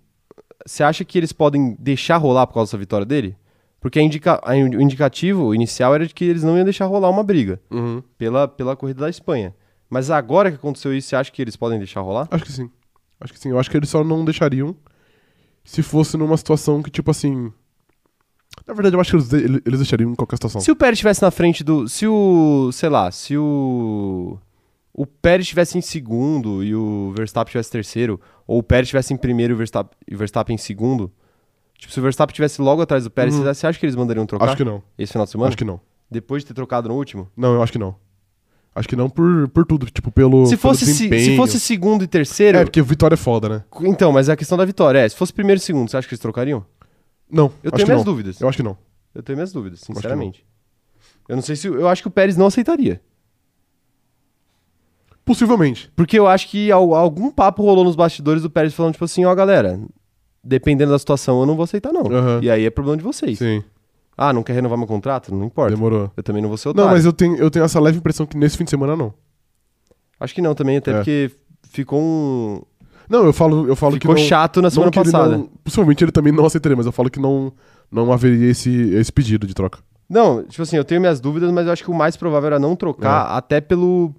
[SPEAKER 1] você acha que eles podem deixar rolar por causa dessa vitória dele? Porque a indica- a in- o indicativo inicial era de que eles não iam deixar rolar uma briga
[SPEAKER 2] Uhum.
[SPEAKER 1] pela, pela corrida da Espanha. Mas agora que aconteceu isso, você acha que eles podem deixar rolar?
[SPEAKER 2] Acho que sim. Acho que sim. Eu acho que eles só não deixariam se fosse numa situação que, tipo assim. Na verdade, eu acho que eles, de- eles deixariam em qualquer situação.
[SPEAKER 1] Se o Pérez estivesse na frente do. Se o. Sei lá, se o. O Pérez estivesse em segundo e o Verstappen estivesse terceiro, ou o Pérez estivesse em primeiro e o Verstappen, e o Verstappen em segundo. Tipo, se o Verstappen estivesse logo atrás do Pérez,
[SPEAKER 2] Uhum.
[SPEAKER 1] você acha que eles mandariam trocar?
[SPEAKER 2] Acho que não.
[SPEAKER 1] Esse final de semana?
[SPEAKER 2] Acho que não.
[SPEAKER 1] Depois de ter trocado no último?
[SPEAKER 2] Não, eu acho que não. Acho que não por, por tudo. Tipo, pelo.
[SPEAKER 1] Se
[SPEAKER 2] pelo
[SPEAKER 1] fosse, se, se
[SPEAKER 2] desempenho.
[SPEAKER 1] fosse segundo e terceiro.
[SPEAKER 2] É, porque vitória é foda, né?
[SPEAKER 1] Então, mas é a questão da vitória. É, se fosse primeiro e segundo, você acha que eles trocariam?
[SPEAKER 2] Não.
[SPEAKER 1] Eu tenho
[SPEAKER 2] acho que
[SPEAKER 1] minhas
[SPEAKER 2] não.
[SPEAKER 1] dúvidas. Eu...
[SPEAKER 2] Eu acho que não.
[SPEAKER 1] tenho minhas dúvidas,
[SPEAKER 2] que não.
[SPEAKER 1] sinceramente. Eu não sei se. Eu acho que o Pérez não aceitaria.
[SPEAKER 2] Possivelmente.
[SPEAKER 1] Porque eu acho que al- algum papo rolou nos bastidores do Pérez falando, tipo assim, ó, galera, dependendo da situação, eu não vou aceitar, não.
[SPEAKER 2] Aham.
[SPEAKER 1] E aí é problema de vocês.
[SPEAKER 2] Sim.
[SPEAKER 1] Ah, não quer renovar meu contrato? Não importa.
[SPEAKER 2] Demorou.
[SPEAKER 1] Eu também não vou ser otário.
[SPEAKER 2] Não, mas eu tenho, eu tenho essa leve impressão que nesse fim de semana não.
[SPEAKER 1] Acho que não também, até
[SPEAKER 2] É.
[SPEAKER 1] porque ficou um.
[SPEAKER 2] Não, eu falo, eu falo
[SPEAKER 1] ficou
[SPEAKER 2] que não.
[SPEAKER 1] chato na
[SPEAKER 2] não
[SPEAKER 1] semana
[SPEAKER 2] que ele
[SPEAKER 1] passada.
[SPEAKER 2] não- possivelmente ele também não aceitaria, mas eu falo que não, não haveria esse, esse pedido de troca.
[SPEAKER 1] Não, tipo assim, eu tenho minhas dúvidas, mas eu acho que o mais provável era não trocar, até pelo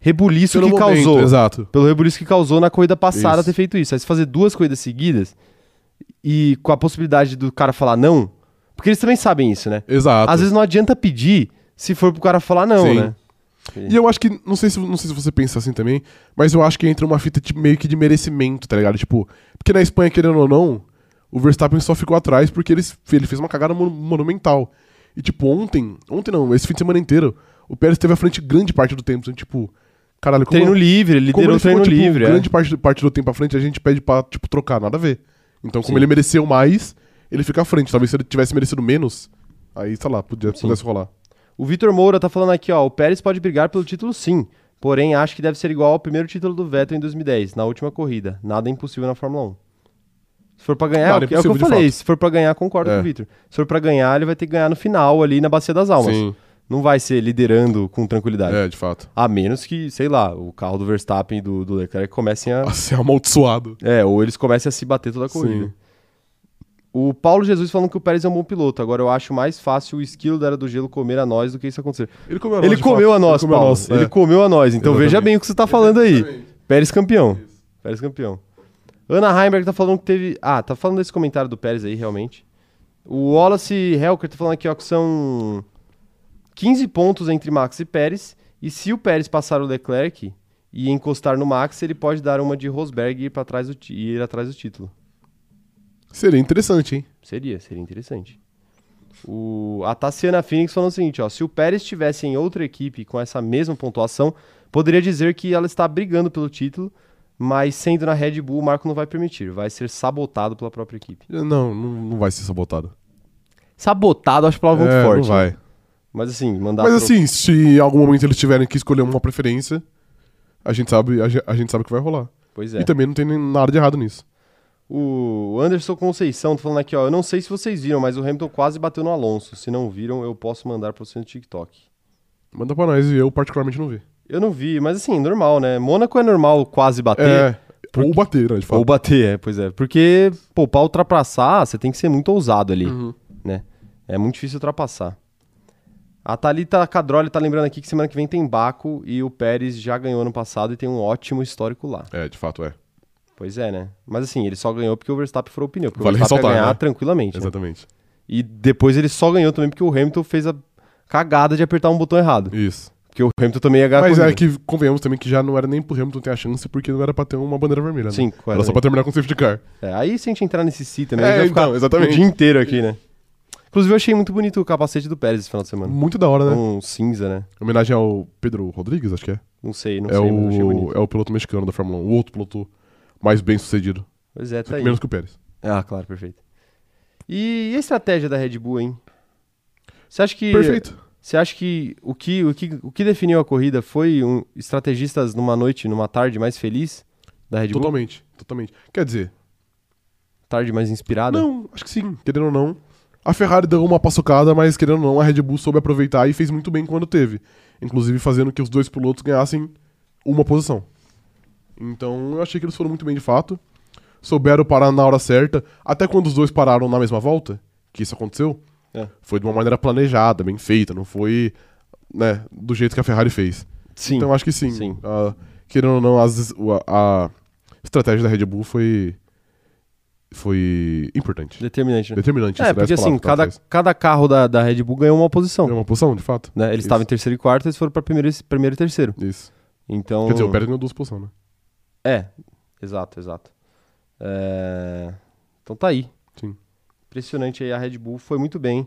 [SPEAKER 1] rebuliço
[SPEAKER 2] É. Pelo
[SPEAKER 1] que
[SPEAKER 2] momento,
[SPEAKER 1] causou.
[SPEAKER 2] Exato.
[SPEAKER 1] Pelo rebuliço que causou na corrida passada
[SPEAKER 2] Isso.
[SPEAKER 1] ter feito isso. Aí se fazer duas corridas seguidas e com a possibilidade do cara falar não, porque eles também sabem isso, né?
[SPEAKER 2] Exato.
[SPEAKER 1] Às vezes não adianta pedir se for pro cara falar não,
[SPEAKER 2] Sim.
[SPEAKER 1] né?
[SPEAKER 2] E eu acho que, não sei, se, não sei se você pensa assim também, mas eu acho que entra uma fita tipo, meio que de merecimento, tá ligado? Tipo, porque na Espanha, querendo ou não, o Verstappen só ficou atrás porque ele, ele fez uma cagada mon- monumental. E tipo, ontem, ontem não, esse fim de semana inteiro, o Pérez teve à frente grande parte do tempo. Então, tipo, caralho, como,
[SPEAKER 1] Treino livre, ele
[SPEAKER 2] como
[SPEAKER 1] liderou
[SPEAKER 2] ele
[SPEAKER 1] o
[SPEAKER 2] ficou,
[SPEAKER 1] treino
[SPEAKER 2] tipo,
[SPEAKER 1] livre. é.
[SPEAKER 2] grande parte, parte do tempo à frente, a gente pede pra, tipo, trocar, nada a ver. Então, como
[SPEAKER 1] Sim.
[SPEAKER 2] ele mereceu mais, ele fica à frente. Talvez se ele tivesse merecido menos, aí, sei lá, podia,
[SPEAKER 1] Sim.
[SPEAKER 2] pudesse rolar.
[SPEAKER 1] O Vitor Moura tá falando aqui, ó, o Pérez pode brigar pelo título sim, porém acho que deve ser igual ao primeiro título do Vettel em 2010, na última corrida. Nada é impossível na Fórmula 1. Se for pra ganhar,
[SPEAKER 2] Nada
[SPEAKER 1] é, o que- é o que eu
[SPEAKER 2] impossível, de
[SPEAKER 1] falei,
[SPEAKER 2] fato.
[SPEAKER 1] se for pra ganhar, concordo
[SPEAKER 2] É.
[SPEAKER 1] com o Vitor. Se for pra ganhar, ele vai ter que ganhar no final ali na Bacia das Almas.
[SPEAKER 2] Sim,
[SPEAKER 1] Não vai ser liderando com tranquilidade.
[SPEAKER 2] é, de fato.
[SPEAKER 1] A menos que, sei lá, o carro do Verstappen e do, do Leclerc comecem a
[SPEAKER 2] A ser amaldiçoado.
[SPEAKER 1] É, ou eles começam a se bater toda a corrida.
[SPEAKER 2] Sim.
[SPEAKER 1] O Paulo Jesus falando que o Pérez é um bom piloto. Agora eu acho mais fácil o esquilo da Era do Gelo comer a nós do que isso acontecer.
[SPEAKER 2] Ele comeu
[SPEAKER 1] ele comeu a nós, Paulo. Ele comeu a nós. Então
[SPEAKER 2] Exatamente.
[SPEAKER 1] veja bem o que você tá falando aí. Pérez campeão. Pérez campeão. Ana Heimberg tá falando que teve... Ah, tá falando desse comentário do Pérez aí, realmente. O Wallace Helker tá falando aqui, ó, que são 15 pontos entre Max e Pérez. E se o Pérez passar o Leclerc e encostar no Max, ele pode dar uma de Rosberg e ir, pra trás do ti- e ir atrás do título.
[SPEAKER 2] Seria interessante, hein?
[SPEAKER 1] Seria, seria interessante. O, a Tassiana Phoenix falando o seguinte, ó, se o Pérez estivesse em outra equipe com essa mesma pontuação, poderia dizer que ela está brigando pelo título, mas sendo na Red Bull, o Marco não vai permitir, vai ser sabotado pela própria equipe.
[SPEAKER 2] Não, não, não vai ser sabotado.
[SPEAKER 1] Sabotado, acho que palavra muito
[SPEAKER 2] É,
[SPEAKER 1] Tá forte.
[SPEAKER 2] Não vai.
[SPEAKER 1] Mas assim, mandar
[SPEAKER 2] Mas
[SPEAKER 1] pro-
[SPEAKER 2] assim, se em algum momento eles tiverem que escolher uma preferência, a gente sabe, a ge- a gente sabe que vai rolar.
[SPEAKER 1] Pois é.
[SPEAKER 2] E também não tem nem nada de errado nisso.
[SPEAKER 1] O Anderson Conceição tá falando aqui, ó, eu não sei se vocês viram, mas o Hamilton quase bateu no Alonso. Se não viram, eu posso mandar para você no TikTok.
[SPEAKER 2] Manda pra nós e eu particularmente não vi.
[SPEAKER 1] Eu não vi, mas assim, normal, né? Mônaco é normal quase bater.
[SPEAKER 2] É, ou bater, né, de fato.
[SPEAKER 1] Ou bater, é, pois é. Porque, pô, pra ultrapassar, você tem que ser muito ousado ali,
[SPEAKER 2] Uhum.
[SPEAKER 1] né? É muito difícil ultrapassar. A Thalita Cadroli tá lembrando aqui que semana que vem tem Baco e o Pérez já ganhou ano passado e tem um ótimo histórico lá.
[SPEAKER 2] É, de fato, é.
[SPEAKER 1] Pois é, né? Mas assim, ele só ganhou porque o Verstappen furou o pneu. Porque
[SPEAKER 2] Vale
[SPEAKER 1] o Verstappen ia
[SPEAKER 2] ressaltar,
[SPEAKER 1] ganhar
[SPEAKER 2] né?
[SPEAKER 1] tranquilamente. né?
[SPEAKER 2] Exatamente.
[SPEAKER 1] E depois ele só ganhou também porque o Hamilton fez a cagada de apertar um botão errado.
[SPEAKER 2] Isso.
[SPEAKER 1] Porque o Hamilton também ia ganhar a
[SPEAKER 2] Mas
[SPEAKER 1] corrida.
[SPEAKER 2] é que convenhamos também que já não era nem pro Hamilton ter a chance, porque não era pra ter uma bandeira vermelha, né?
[SPEAKER 1] Sim,
[SPEAKER 2] Era só pra terminar com o safety car.
[SPEAKER 1] É, aí se a gente entrar nesse si também,
[SPEAKER 2] É,
[SPEAKER 1] a gente vai ficar
[SPEAKER 2] então, exatamente.
[SPEAKER 1] o dia inteiro aqui, né? Inclusive, eu achei muito bonito o capacete do Pérez esse final de semana.
[SPEAKER 2] Muito da hora, né?
[SPEAKER 1] Um cinza, né?
[SPEAKER 2] Homenagem ao Pedro Rodrigues, acho que é.
[SPEAKER 1] Não sei, não
[SPEAKER 2] é,
[SPEAKER 1] sei, mas eu achei bonito.
[SPEAKER 2] o, é o piloto mexicano da Fórmula 1, o outro piloto mais bem sucedido.
[SPEAKER 1] Pois é, tá
[SPEAKER 2] Só que
[SPEAKER 1] aí.
[SPEAKER 2] menos que o Pérez.
[SPEAKER 1] Ah, claro, perfeito. E a estratégia da Red Bull, hein? Você acha que.
[SPEAKER 2] Perfeito.
[SPEAKER 1] Você acha que o que, o que o que definiu a corrida foi um estrategistas numa noite, numa tarde mais feliz? da Red Bull?
[SPEAKER 2] Totalmente, totalmente. Quer dizer,
[SPEAKER 1] Tarde mais inspirada?
[SPEAKER 2] não, acho que sim, querendo ou não. A Ferrari deu uma paçocada, mas querendo ou não, a Red Bull soube aproveitar e fez muito bem quando teve. Inclusive fazendo que os dois pilotos ganhassem uma posição. Então eu achei que eles foram muito bem de fato. Souberam parar na hora certa, até quando os dois pararam na mesma volta, que isso aconteceu.
[SPEAKER 1] É.
[SPEAKER 2] Foi de uma maneira planejada, bem feita, não foi né, do jeito que a Ferrari fez.
[SPEAKER 1] Sim.
[SPEAKER 2] Então acho que sim.
[SPEAKER 1] Sim.
[SPEAKER 2] Ah, querendo ou não, as- o- a, a estratégia da Red Bull foi. Foi importante.
[SPEAKER 1] Determinante. né?
[SPEAKER 2] Determinante.
[SPEAKER 1] É,
[SPEAKER 2] essa
[SPEAKER 1] porque
[SPEAKER 2] era essa
[SPEAKER 1] assim, cada,
[SPEAKER 2] palavra que
[SPEAKER 1] cada carro da, da Red Bull ganhou uma posição.
[SPEAKER 2] eu tava atrás. É uma posição, de fato.
[SPEAKER 1] né? Eles
[SPEAKER 2] Isso.
[SPEAKER 1] estavam em terceiro e quarto, eles foram pra primeiro, e- primeiro e terceiro.
[SPEAKER 2] Isso.
[SPEAKER 1] Então.
[SPEAKER 2] Quer dizer, o Pérez ganhou duas posições, né?
[SPEAKER 1] É, exato, exato. É, Então tá aí.
[SPEAKER 2] Sim.
[SPEAKER 1] Impressionante aí, a Red Bull foi muito bem.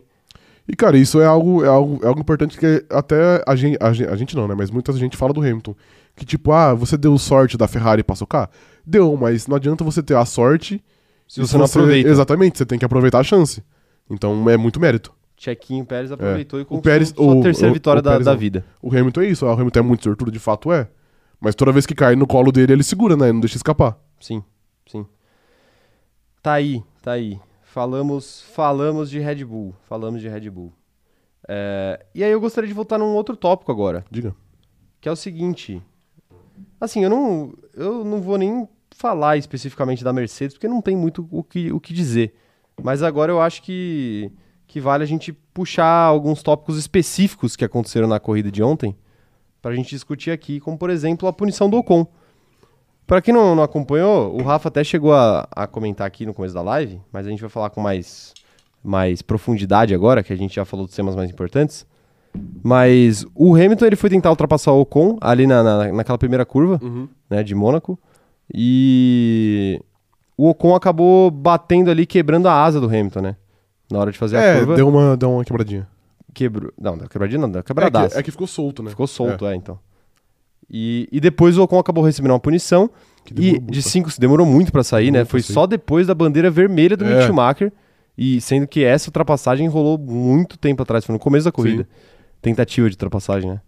[SPEAKER 2] E, cara, isso é algo, é algo, é algo importante que até a gente, a, gen- a gente não, né? Mas muita gente fala do Hamilton. Que tipo, ah, você deu sorte da Ferrari passou cá? Deu, mas não adianta você ter a sorte
[SPEAKER 1] Se você não aproveita.
[SPEAKER 2] Exatamente, você tem que aproveitar a chance. Então é muito mérito.
[SPEAKER 1] Chequinho, Pérez aproveitou e conquistou
[SPEAKER 2] Pérez-
[SPEAKER 1] sua
[SPEAKER 2] É. o-
[SPEAKER 1] terceira
[SPEAKER 2] o-
[SPEAKER 1] vitória
[SPEAKER 2] o
[SPEAKER 1] da,
[SPEAKER 2] Pérez um-
[SPEAKER 1] da
[SPEAKER 2] não.
[SPEAKER 1] vida.
[SPEAKER 2] O Hamilton é isso, o Hamilton é muito sortudo, de fato é. Mas toda vez que cai no colo dele, ele segura, né? Não deixa escapar.
[SPEAKER 1] Sim, sim. Tá aí, tá aí. Falamos, falamos de Red Bull. Falamos de Red Bull. É, E aí eu gostaria de voltar num outro tópico agora.
[SPEAKER 2] Diga.
[SPEAKER 1] que é o seguinte. Assim, eu não, eu não vou nem falar especificamente da Mercedes, porque não tem muito o que, o que dizer. Mas agora eu acho que, que vale a gente puxar alguns tópicos específicos que aconteceram na corrida de ontem para a gente discutir aqui, como por exemplo a punição do Ocon. Para quem não, não acompanhou, o Rafa até chegou a, a comentar aqui no começo da live, mas a gente vai falar com mais, mais profundidade agora, que a gente já falou dos temas mais importantes. Mas o Hamilton ele foi tentar ultrapassar o Ocon ali na, na- naquela primeira curva
[SPEAKER 2] Uhum.
[SPEAKER 1] né, de Mônaco. E o Ocon acabou batendo ali, quebrando a asa do Hamilton, né? Na hora de fazer a
[SPEAKER 2] É,
[SPEAKER 1] curva.
[SPEAKER 2] deu uma, deu uma quebradinha.
[SPEAKER 1] Quebrou. Não, deu quebradinha, não, deu
[SPEAKER 2] É
[SPEAKER 1] quebradaça.
[SPEAKER 2] que, é que ficou solto, né?
[SPEAKER 1] Ficou solto, é, então. E, e depois o Ocon acabou recebendo uma punição.
[SPEAKER 2] Que demorou
[SPEAKER 1] E
[SPEAKER 2] muito
[SPEAKER 1] de
[SPEAKER 2] pra-
[SPEAKER 1] cinco, demorou muito pra sair,
[SPEAKER 2] Demorou
[SPEAKER 1] né? Foi
[SPEAKER 2] pra sair.
[SPEAKER 1] só depois da bandeira vermelha do
[SPEAKER 2] É.
[SPEAKER 1] Mick Schumacher. E sendo que essa ultrapassagem rolou muito tempo atrás, foi no começo da corrida. Tentativa de ultrapassagem, né?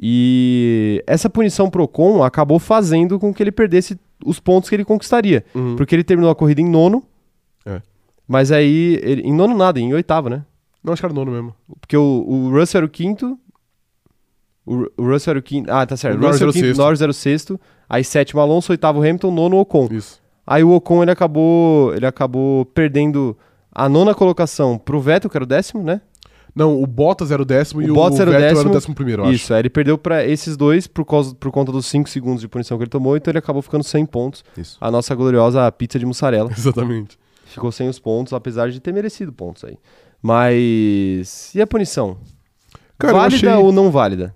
[SPEAKER 1] E essa punição pro Ocon acabou fazendo com que ele perdesse os pontos que ele conquistaria.
[SPEAKER 2] Uhum.
[SPEAKER 1] Porque ele terminou a corrida em nono.
[SPEAKER 2] É.
[SPEAKER 1] Mas aí, ele- em nono nada, em oitavo, né?
[SPEAKER 2] Não, acho que era nono mesmo.
[SPEAKER 1] Porque o, o Russell era o quinto. O, Ru- o Russell era o quinto. Ah, tá certo.
[SPEAKER 2] O
[SPEAKER 1] Russell
[SPEAKER 2] Norris
[SPEAKER 1] era o
[SPEAKER 2] era o
[SPEAKER 1] quinto,
[SPEAKER 2] sexto.
[SPEAKER 1] Norris era o sexto. Aí sétimo Alonso, oitavo Hamilton, nono Ocon.
[SPEAKER 2] Isso.
[SPEAKER 1] Aí o Ocon ele acabou, ele acabou perdendo a nona colocação pro Vettel, que era o décimo, né?
[SPEAKER 2] Não, o Bottas era o décimo
[SPEAKER 1] O
[SPEAKER 2] e o
[SPEAKER 1] Bottas era o
[SPEAKER 2] Vettel era
[SPEAKER 1] décimo.
[SPEAKER 2] o décimo primeiro, eu acho.
[SPEAKER 1] Isso, aí ele perdeu pra esses dois por, causa, por conta dos 5 segundos de punição que ele tomou, então ele acabou ficando sem pontos.
[SPEAKER 2] Isso.
[SPEAKER 1] A nossa gloriosa pizza de mussarela.
[SPEAKER 2] Exatamente.
[SPEAKER 1] Ficou sem os pontos, apesar de ter merecido pontos aí. Mas. E a punição?
[SPEAKER 2] Cara, eu
[SPEAKER 1] válida
[SPEAKER 2] achei-
[SPEAKER 1] ou não válida?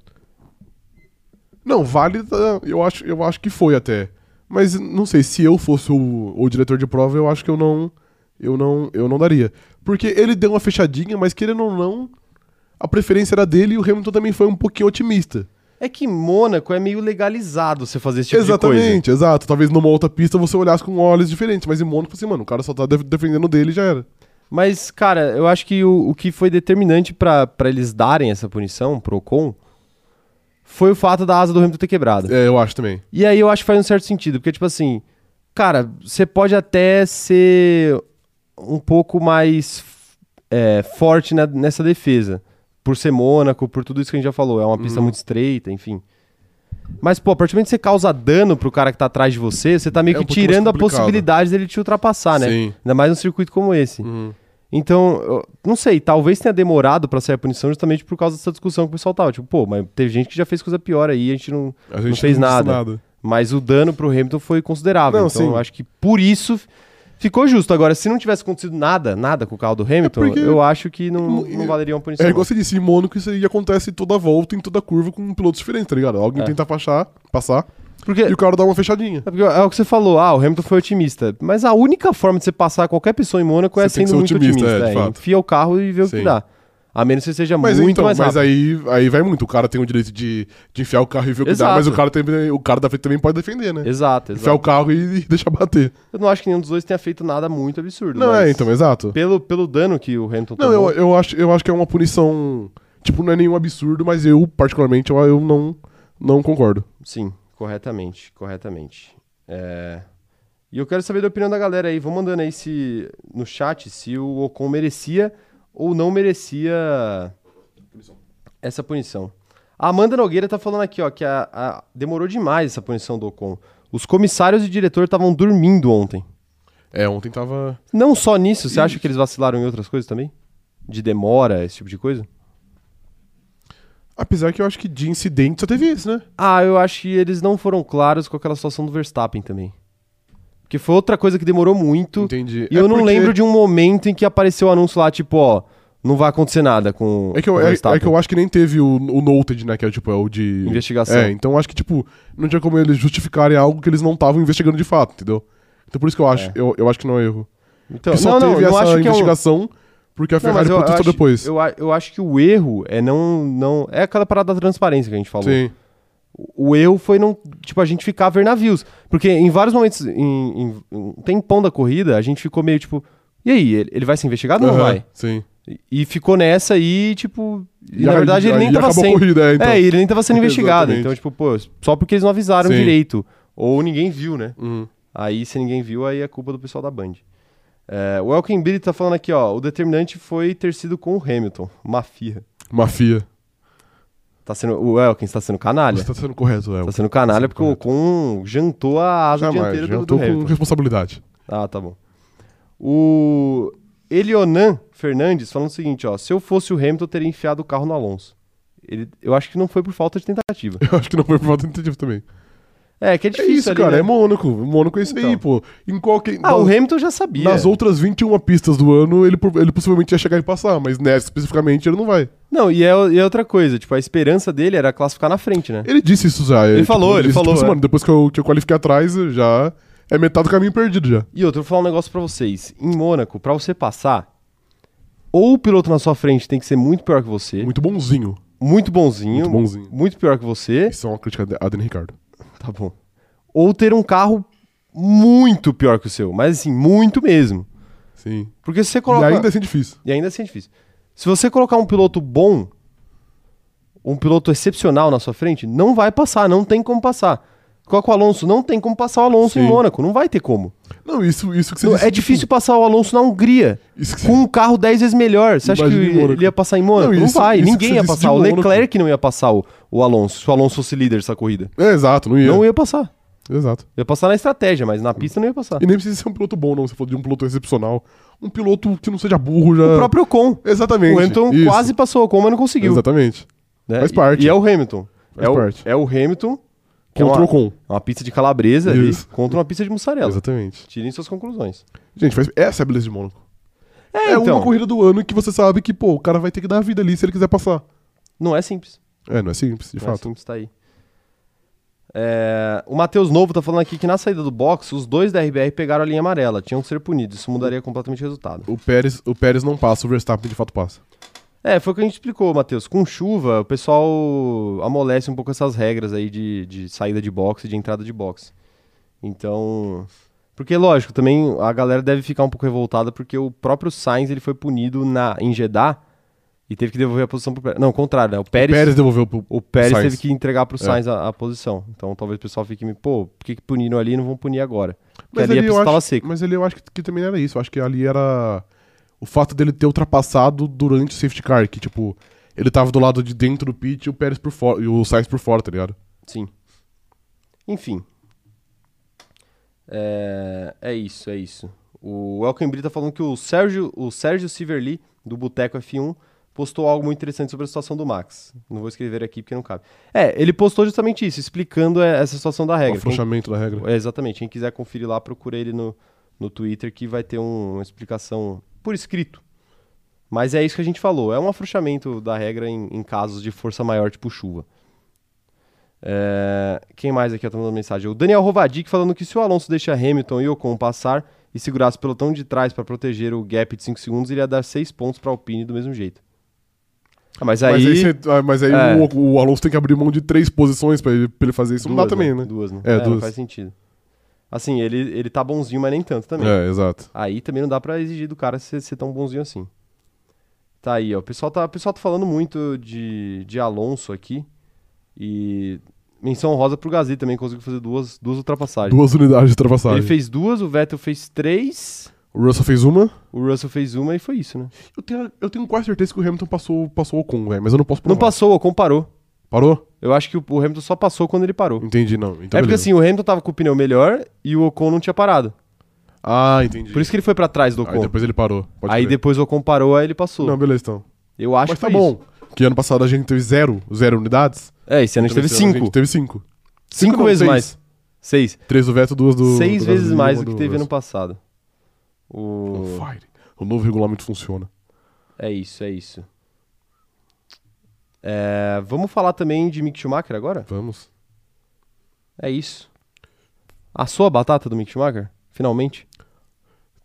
[SPEAKER 2] Não, válida, eu acho, eu acho que foi até. Mas não sei, se eu fosse o, o diretor de prova, eu acho que eu não. Eu não, eu não daria. Porque ele deu uma fechadinha, mas querendo ou não, a preferência era dele e o Hamilton também foi um pouquinho otimista.
[SPEAKER 1] É que em Mônaco é meio legalizado você fazer esse tipo de coisa.
[SPEAKER 2] Exatamente, exato. Talvez numa outra pista você olhasse com olhos diferentes, mas em Mônaco, assim, mano, o cara só tá def- defendendo dele e já era.
[SPEAKER 1] Mas, cara, eu acho que o, o que foi determinante pra pra eles darem essa punição pro Ocon foi o fato da asa do Hamilton ter quebrado.
[SPEAKER 2] É, eu acho também.
[SPEAKER 1] E aí eu acho que faz um certo sentido, porque, tipo assim, cara, você pode até ser um pouco mais é, forte na- nessa defesa. Por ser Mônaco, por tudo isso que a gente já falou. É uma
[SPEAKER 2] Uhum.
[SPEAKER 1] pista muito estreita, enfim. Mas, pô, a partir do momento que você causa dano pro cara que tá atrás de você, você tá meio
[SPEAKER 2] É
[SPEAKER 1] que
[SPEAKER 2] um pouquinho mais
[SPEAKER 1] tirando a
[SPEAKER 2] complicado.
[SPEAKER 1] possibilidade dele te ultrapassar, né?
[SPEAKER 2] Sim. Hum. Uhum.
[SPEAKER 1] Ainda mais num circuito como esse. Então, eu não sei, talvez tenha demorado pra sair a punição justamente por causa dessa discussão que o pessoal tava. Tipo, pô, mas teve gente que já fez coisa pior aí, a gente não,
[SPEAKER 2] A gente
[SPEAKER 1] não fez
[SPEAKER 2] disse
[SPEAKER 1] nada. Mas o dano pro Hamilton foi considerável.
[SPEAKER 2] Não,
[SPEAKER 1] então
[SPEAKER 2] sim.
[SPEAKER 1] eu acho que por isso ficou justo. Agora, se não tivesse acontecido nada, nada com o carro do Hamilton,
[SPEAKER 2] É porque-
[SPEAKER 1] eu acho que não,
[SPEAKER 2] Hum,
[SPEAKER 1] não valeria uma punição.
[SPEAKER 2] É
[SPEAKER 1] não.
[SPEAKER 2] igual você disse, em Mônaco isso aí acontece toda volta, em toda curva, com um piloto diferente, tá ligado? Alguém
[SPEAKER 1] É.
[SPEAKER 2] tenta passar, passar
[SPEAKER 1] Porque,
[SPEAKER 2] e o cara dá uma fechadinha.
[SPEAKER 1] é porque é o que você falou, ah, o Hamilton foi otimista. Mas a única forma de você passar qualquer pessoa em Mônaco é
[SPEAKER 2] Você tem que
[SPEAKER 1] sendo muito
[SPEAKER 2] ser
[SPEAKER 1] otimista.
[SPEAKER 2] otimista, é, de
[SPEAKER 1] é,
[SPEAKER 2] fato.
[SPEAKER 1] enfia o carro e vê o que
[SPEAKER 2] Sim.
[SPEAKER 1] dá. A menos que você seja
[SPEAKER 2] Mas
[SPEAKER 1] muito
[SPEAKER 2] então,
[SPEAKER 1] mais rápido.
[SPEAKER 2] mas aí, aí vai muito. O cara tem o direito de, de enfiar o carro e ver o que
[SPEAKER 1] Exato.
[SPEAKER 2] dá, mas o cara, também, o cara da frente também pode defender, né?
[SPEAKER 1] Exato,
[SPEAKER 2] Enfiar
[SPEAKER 1] exato.
[SPEAKER 2] o carro e, e deixar bater.
[SPEAKER 1] Eu não acho que nenhum dos dois tenha feito nada muito absurdo.
[SPEAKER 2] Não,
[SPEAKER 1] mas
[SPEAKER 2] é, então, exato.
[SPEAKER 1] Pelo, pelo dano que o Hamilton
[SPEAKER 2] Não, eu, eu, acho, eu acho que é uma punição. Tipo, não é nenhum absurdo, mas eu, particularmente, eu, eu não, não concordo.
[SPEAKER 1] Sim, corretamente, corretamente. É, E eu quero saber da opinião da galera aí. Vão mandando aí se, no chat se o Ocon merecia ou não merecia essa punição. A Amanda Nogueira tá falando aqui, ó, que a- a- demorou demais essa punição do Ocon. Os comissários e diretor estavam dormindo ontem.
[SPEAKER 2] É, ontem tava.
[SPEAKER 1] Não só nisso, você acha que eles vacilaram em outras coisas também? De demora, esse tipo de coisa?
[SPEAKER 2] Apesar que eu acho que de incidente só teve esse, né?
[SPEAKER 1] Ah, eu acho que eles não foram claros com aquela situação do Verstappen também. Porque foi outra coisa que demorou muito.
[SPEAKER 2] Entendi.
[SPEAKER 1] E
[SPEAKER 2] É
[SPEAKER 1] eu não
[SPEAKER 2] porque-
[SPEAKER 1] lembro de um momento em que apareceu o anúncio lá, tipo, ó, não vai acontecer nada com
[SPEAKER 2] É que, eu,
[SPEAKER 1] o
[SPEAKER 2] é,
[SPEAKER 1] Verstappen.
[SPEAKER 2] é que eu acho que nem teve o, o Noted, né? Que é tipo, é o de.
[SPEAKER 1] Investigação.
[SPEAKER 2] É, então eu acho que, tipo, não tinha como eles justificarem algo que eles não estavam investigando de fato, entendeu? Então por isso que eu acho,
[SPEAKER 1] É.
[SPEAKER 2] eu, eu acho que não é erro.
[SPEAKER 1] Então,
[SPEAKER 2] que só
[SPEAKER 1] não, não,
[SPEAKER 2] teve
[SPEAKER 1] eu não
[SPEAKER 2] essa
[SPEAKER 1] acho que é um...
[SPEAKER 2] investigação, porque a
[SPEAKER 1] Não, mas
[SPEAKER 2] Ferrari
[SPEAKER 1] eu, eu,
[SPEAKER 2] protestou
[SPEAKER 1] acho,
[SPEAKER 2] depois.
[SPEAKER 1] eu, a- eu acho que o erro é não, não. É aquela parada da transparência que a gente falou.
[SPEAKER 2] Sim.
[SPEAKER 1] O erro foi não. Tipo, a gente ficar a ver navios. Porque em vários momentos, em, em um tempão da corrida, a gente ficou meio tipo. E aí, ele, ele vai ser investigado ou
[SPEAKER 2] Aham,
[SPEAKER 1] não vai?
[SPEAKER 2] Sim.
[SPEAKER 1] E- E ficou nessa aí, tipo. E, na
[SPEAKER 2] a-
[SPEAKER 1] verdade, ele
[SPEAKER 2] a-
[SPEAKER 1] nem
[SPEAKER 2] e
[SPEAKER 1] tava
[SPEAKER 2] acabou a
[SPEAKER 1] sendo.
[SPEAKER 2] corrida, é, então.
[SPEAKER 1] É, e ele nem tava sendo investigado.
[SPEAKER 2] Exatamente.
[SPEAKER 1] Então, tipo, pô, só porque eles não avisaram
[SPEAKER 2] Sim.
[SPEAKER 1] direito. Ou ninguém viu, né?
[SPEAKER 2] Uhum.
[SPEAKER 1] Aí, se ninguém viu, aí é culpa do pessoal da Band. É, o Elkin Billy tá falando aqui, ó. O determinante foi ter sido com o Hamilton. Mafia.
[SPEAKER 2] Mafia.
[SPEAKER 1] Tá sendo, o Elkin está sendo canalha.
[SPEAKER 2] Você tá sendo correto, Léo.
[SPEAKER 1] Tá sendo canalha porque o Ocon jantou a asa
[SPEAKER 2] Jamais,
[SPEAKER 1] dianteira
[SPEAKER 2] já
[SPEAKER 1] do, do
[SPEAKER 2] tô com
[SPEAKER 1] Hamilton.
[SPEAKER 2] responsabilidade.
[SPEAKER 1] Ah, tá bom. O Elionan Fernandes falando o seguinte, ó. Se eu fosse o Hamilton, eu teria enfiado o carro no Alonso. Ele, eu acho que não foi por falta de tentativa.
[SPEAKER 2] Eu acho que não foi por falta de tentativa também.
[SPEAKER 1] É, que é
[SPEAKER 2] É
[SPEAKER 1] difícil
[SPEAKER 2] isso,
[SPEAKER 1] ali,
[SPEAKER 2] cara,
[SPEAKER 1] né?
[SPEAKER 2] é Mônaco. Mônaco é isso aí,
[SPEAKER 1] Então.
[SPEAKER 2] pô. Em qualquer.
[SPEAKER 1] Ah, o é. Hamilton já sabia.
[SPEAKER 2] Nas outras 21 pistas do ano, ele, pro- ele possivelmente ia chegar e passar, mas nessa especificamente ele não vai.
[SPEAKER 1] Não, e é, e é outra coisa. Tipo, a esperança dele era classificar na frente, né?
[SPEAKER 2] Ele disse isso já.
[SPEAKER 1] Ele falou, ele
[SPEAKER 2] disse,
[SPEAKER 1] falou,
[SPEAKER 2] assim,
[SPEAKER 1] é.
[SPEAKER 2] mano, depois que eu, que eu qualifiquei atrás, eu já é metade do caminho perdido já.
[SPEAKER 1] E outro, eu vou falar um negócio pra vocês. Em Mônaco, pra você passar, ou o piloto na sua frente tem que ser muito pior que você, muito,
[SPEAKER 2] Muito bonzinho.
[SPEAKER 1] bonzinho,
[SPEAKER 2] Muito bonzinho.
[SPEAKER 1] muito pior que você,
[SPEAKER 2] Isso é uma crítica a Dani Ricardo.
[SPEAKER 1] tá bom. Ou ter um carro muito pior que o seu, mas assim, muito mesmo.
[SPEAKER 2] Sim.
[SPEAKER 1] Porque se você coloca.
[SPEAKER 2] E ainda assim é difícil.
[SPEAKER 1] E ainda assim é difícil. Se você colocar um piloto bom, um piloto excepcional na sua frente, não vai passar, não tem como passar. Coloca o Alonso, não tem como passar o Alonso em
[SPEAKER 2] Sim.
[SPEAKER 1] Mônaco, não vai ter como.
[SPEAKER 2] Não, isso, isso que você
[SPEAKER 1] Não,
[SPEAKER 2] disse,
[SPEAKER 1] é
[SPEAKER 2] tipo,
[SPEAKER 1] difícil passar o Alonso na Hungria.
[SPEAKER 2] Isso que você-
[SPEAKER 1] com um carro 10 vezes melhor. Você acha
[SPEAKER 2] Imagina em
[SPEAKER 1] que
[SPEAKER 2] Mônaco.
[SPEAKER 1] ele ia passar em Mônaco?
[SPEAKER 2] Não,
[SPEAKER 1] Não,
[SPEAKER 2] isso-
[SPEAKER 1] vai,
[SPEAKER 2] isso que
[SPEAKER 1] ninguém
[SPEAKER 2] você
[SPEAKER 1] ia
[SPEAKER 2] disse de
[SPEAKER 1] passar. O
[SPEAKER 2] Mônaco.
[SPEAKER 1] Leclerc não ia passar o, o Alonso, se o Alonso fosse líder dessa corrida.
[SPEAKER 2] É, exato, não ia.
[SPEAKER 1] Não ia passar.
[SPEAKER 2] Exato.
[SPEAKER 1] Ia passar na estratégia, mas na pista não ia passar.
[SPEAKER 2] E nem precisa ser um piloto bom, não. Você falou de um piloto excepcional. Um piloto que não seja burro já.
[SPEAKER 1] O próprio Ocon.
[SPEAKER 2] Exatamente.
[SPEAKER 1] O Hamilton
[SPEAKER 2] isso.
[SPEAKER 1] quase passou o Ocon, mas não conseguiu.
[SPEAKER 2] Exatamente.
[SPEAKER 1] né?
[SPEAKER 2] Faz
[SPEAKER 1] E-
[SPEAKER 2] parte.
[SPEAKER 1] E, é o Hamilton.
[SPEAKER 2] Faz
[SPEAKER 1] é, o,
[SPEAKER 2] parte.
[SPEAKER 1] é o Hamilton que
[SPEAKER 2] Contra
[SPEAKER 1] é uma,
[SPEAKER 2] o com.
[SPEAKER 1] uma pizza de calabresa ali,
[SPEAKER 2] Isso.
[SPEAKER 1] contra uma pizza de mussarela.
[SPEAKER 2] Exatamente.
[SPEAKER 1] Tirem suas conclusões.
[SPEAKER 2] Gente, faz... essa é a beleza de Mônaco.
[SPEAKER 1] É,
[SPEAKER 2] É
[SPEAKER 1] então,
[SPEAKER 2] uma corrida do ano que você sabe que, pô, o cara vai ter que dar a vida ali se ele quiser passar.
[SPEAKER 1] não é simples.
[SPEAKER 2] É, não é simples, de
[SPEAKER 1] Não É
[SPEAKER 2] fato.
[SPEAKER 1] simples, tá aí. É, o Matheus Novo tá falando aqui que na saída do box, os dois da RBR pegaram a linha amarela, tinham que ser punidos, isso mudaria completamente o resultado.
[SPEAKER 2] O Pérez, o Pérez não passa, o Verstappen de fato passa.
[SPEAKER 1] É, foi o que a gente explicou, Matheus. Com chuva, o pessoal amolece um pouco essas regras aí de, de saída de boxe e de entrada de boxe. Então. Porque, lógico, também a galera deve ficar um pouco revoltada porque o próprio Sainz ele foi punido na, em Jeddah e teve que devolver a posição pro Pérez. Não, o contrário, né? O Pérez,
[SPEAKER 2] Pérez devolveu pro.
[SPEAKER 1] o Pérez
[SPEAKER 2] Sainz. É.
[SPEAKER 1] teve que entregar pro Sainz a, a posição. Então talvez o pessoal fique me, pô, por que, que puniram ali e não vão punir agora? Porque ali a
[SPEAKER 2] eu
[SPEAKER 1] pista tava
[SPEAKER 2] acho,
[SPEAKER 1] seca.
[SPEAKER 2] mas ali eu acho que, que também era isso. Eu acho que ali era o fato dele ter ultrapassado durante o safety car, que, tipo, ele tava do lado de dentro do pit e o Pérez por fora e o Sainz por fora, tá ligado?
[SPEAKER 1] Sim. Enfim. É, é isso, é isso. O Elkin Brita tá falando que o Sérgio, o Sérgio Siverli, do Boteco F1, postou algo muito interessante sobre a situação do Max. Não vou escrever aqui porque não cabe. É, ele postou justamente isso, explicando é, essa situação da
[SPEAKER 2] O
[SPEAKER 1] regra. Quem-
[SPEAKER 2] afrouxamento da regra.
[SPEAKER 1] é, exatamente. Quem quiser conferir lá, procura ele no, no Twitter que vai ter um- uma explicação por escrito. Mas é isso que a gente falou. É um afrouxamento da regra em, em casos de força maior, tipo chuva. É, quem mais aqui tá mandando mensagem? O Daniel Rovadic falando que se o Alonso deixa Hamilton e Ocon passar e segurasse o pelotão de trás para proteger o gap de 5 segundos, ele ia dar 6 pontos para Alpine do mesmo jeito. Ah, mas aí...
[SPEAKER 2] Mas aí, você- ah, mas aí
[SPEAKER 1] É.
[SPEAKER 2] o, o Alonso tem que abrir mão de três posições pra ele, pra ele fazer isso. não dá
[SPEAKER 1] Duas,
[SPEAKER 2] também, né?
[SPEAKER 1] Duas, né?
[SPEAKER 2] É,
[SPEAKER 1] não
[SPEAKER 2] duas.
[SPEAKER 1] faz sentido. Assim, ele, ele tá bonzinho, mas nem tanto também.
[SPEAKER 2] É, exato.
[SPEAKER 1] Aí também não dá pra exigir do cara ser, ser tão bonzinho assim. Tá aí, ó. O pessoal tá, o pessoal tá falando muito de, de Alonso aqui. E menção rosa pro Gasly também, conseguiu fazer duas, duas ultrapassagens.
[SPEAKER 2] Duas unidades de ultrapassagem.
[SPEAKER 1] Ele fez duas, o Vettel fez três,
[SPEAKER 2] O Russell fez uma.
[SPEAKER 1] o Russell fez uma e foi isso, né?
[SPEAKER 2] Eu tenho, eu tenho quase certeza que o Hamilton passou, passou o Ocon, velho, mas eu não posso provar.
[SPEAKER 1] Não passou, o Ocon parou.
[SPEAKER 2] Parou?
[SPEAKER 1] Eu acho que o- o Hamilton só passou quando ele parou.
[SPEAKER 2] Entendi, não. Então
[SPEAKER 1] é porque
[SPEAKER 2] beleza.
[SPEAKER 1] assim, o Hamilton tava com o pneu melhor e o Ocon não tinha parado.
[SPEAKER 2] Ah, entendi.
[SPEAKER 1] assim, Por isso que ele foi pra trás do Ocon.
[SPEAKER 2] Aí depois ele parou. Pode
[SPEAKER 1] Aí
[SPEAKER 2] crer.
[SPEAKER 1] depois o Ocon parou, aí ele passou.
[SPEAKER 2] Não, beleza então.
[SPEAKER 1] Eu acho
[SPEAKER 2] mas
[SPEAKER 1] que
[SPEAKER 2] tá
[SPEAKER 1] foi
[SPEAKER 2] bom.
[SPEAKER 1] isso.
[SPEAKER 2] Que ano passado a gente teve zero, zero unidades.
[SPEAKER 1] É, esse ano a gente
[SPEAKER 2] Então,
[SPEAKER 1] teve
[SPEAKER 2] esse ano A
[SPEAKER 1] cinco.
[SPEAKER 2] gente teve cinco.
[SPEAKER 1] Cinco
[SPEAKER 2] não,
[SPEAKER 1] vezes
[SPEAKER 2] seis.
[SPEAKER 1] mais. Seis.
[SPEAKER 2] Três do Veto, duas do.
[SPEAKER 1] Seis
[SPEAKER 2] do Oh,
[SPEAKER 1] vezes
[SPEAKER 2] Gasly,
[SPEAKER 1] mais
[SPEAKER 2] uma
[SPEAKER 1] do que teve ano
[SPEAKER 2] Russell.
[SPEAKER 1] passado. O...
[SPEAKER 2] On fire. O novo regulamento funciona.
[SPEAKER 1] É isso, é isso. É, vamos falar também de Mick Schumacher agora?
[SPEAKER 2] Vamos.
[SPEAKER 1] É isso. A sua batata do Mick Schumacher? Finalmente?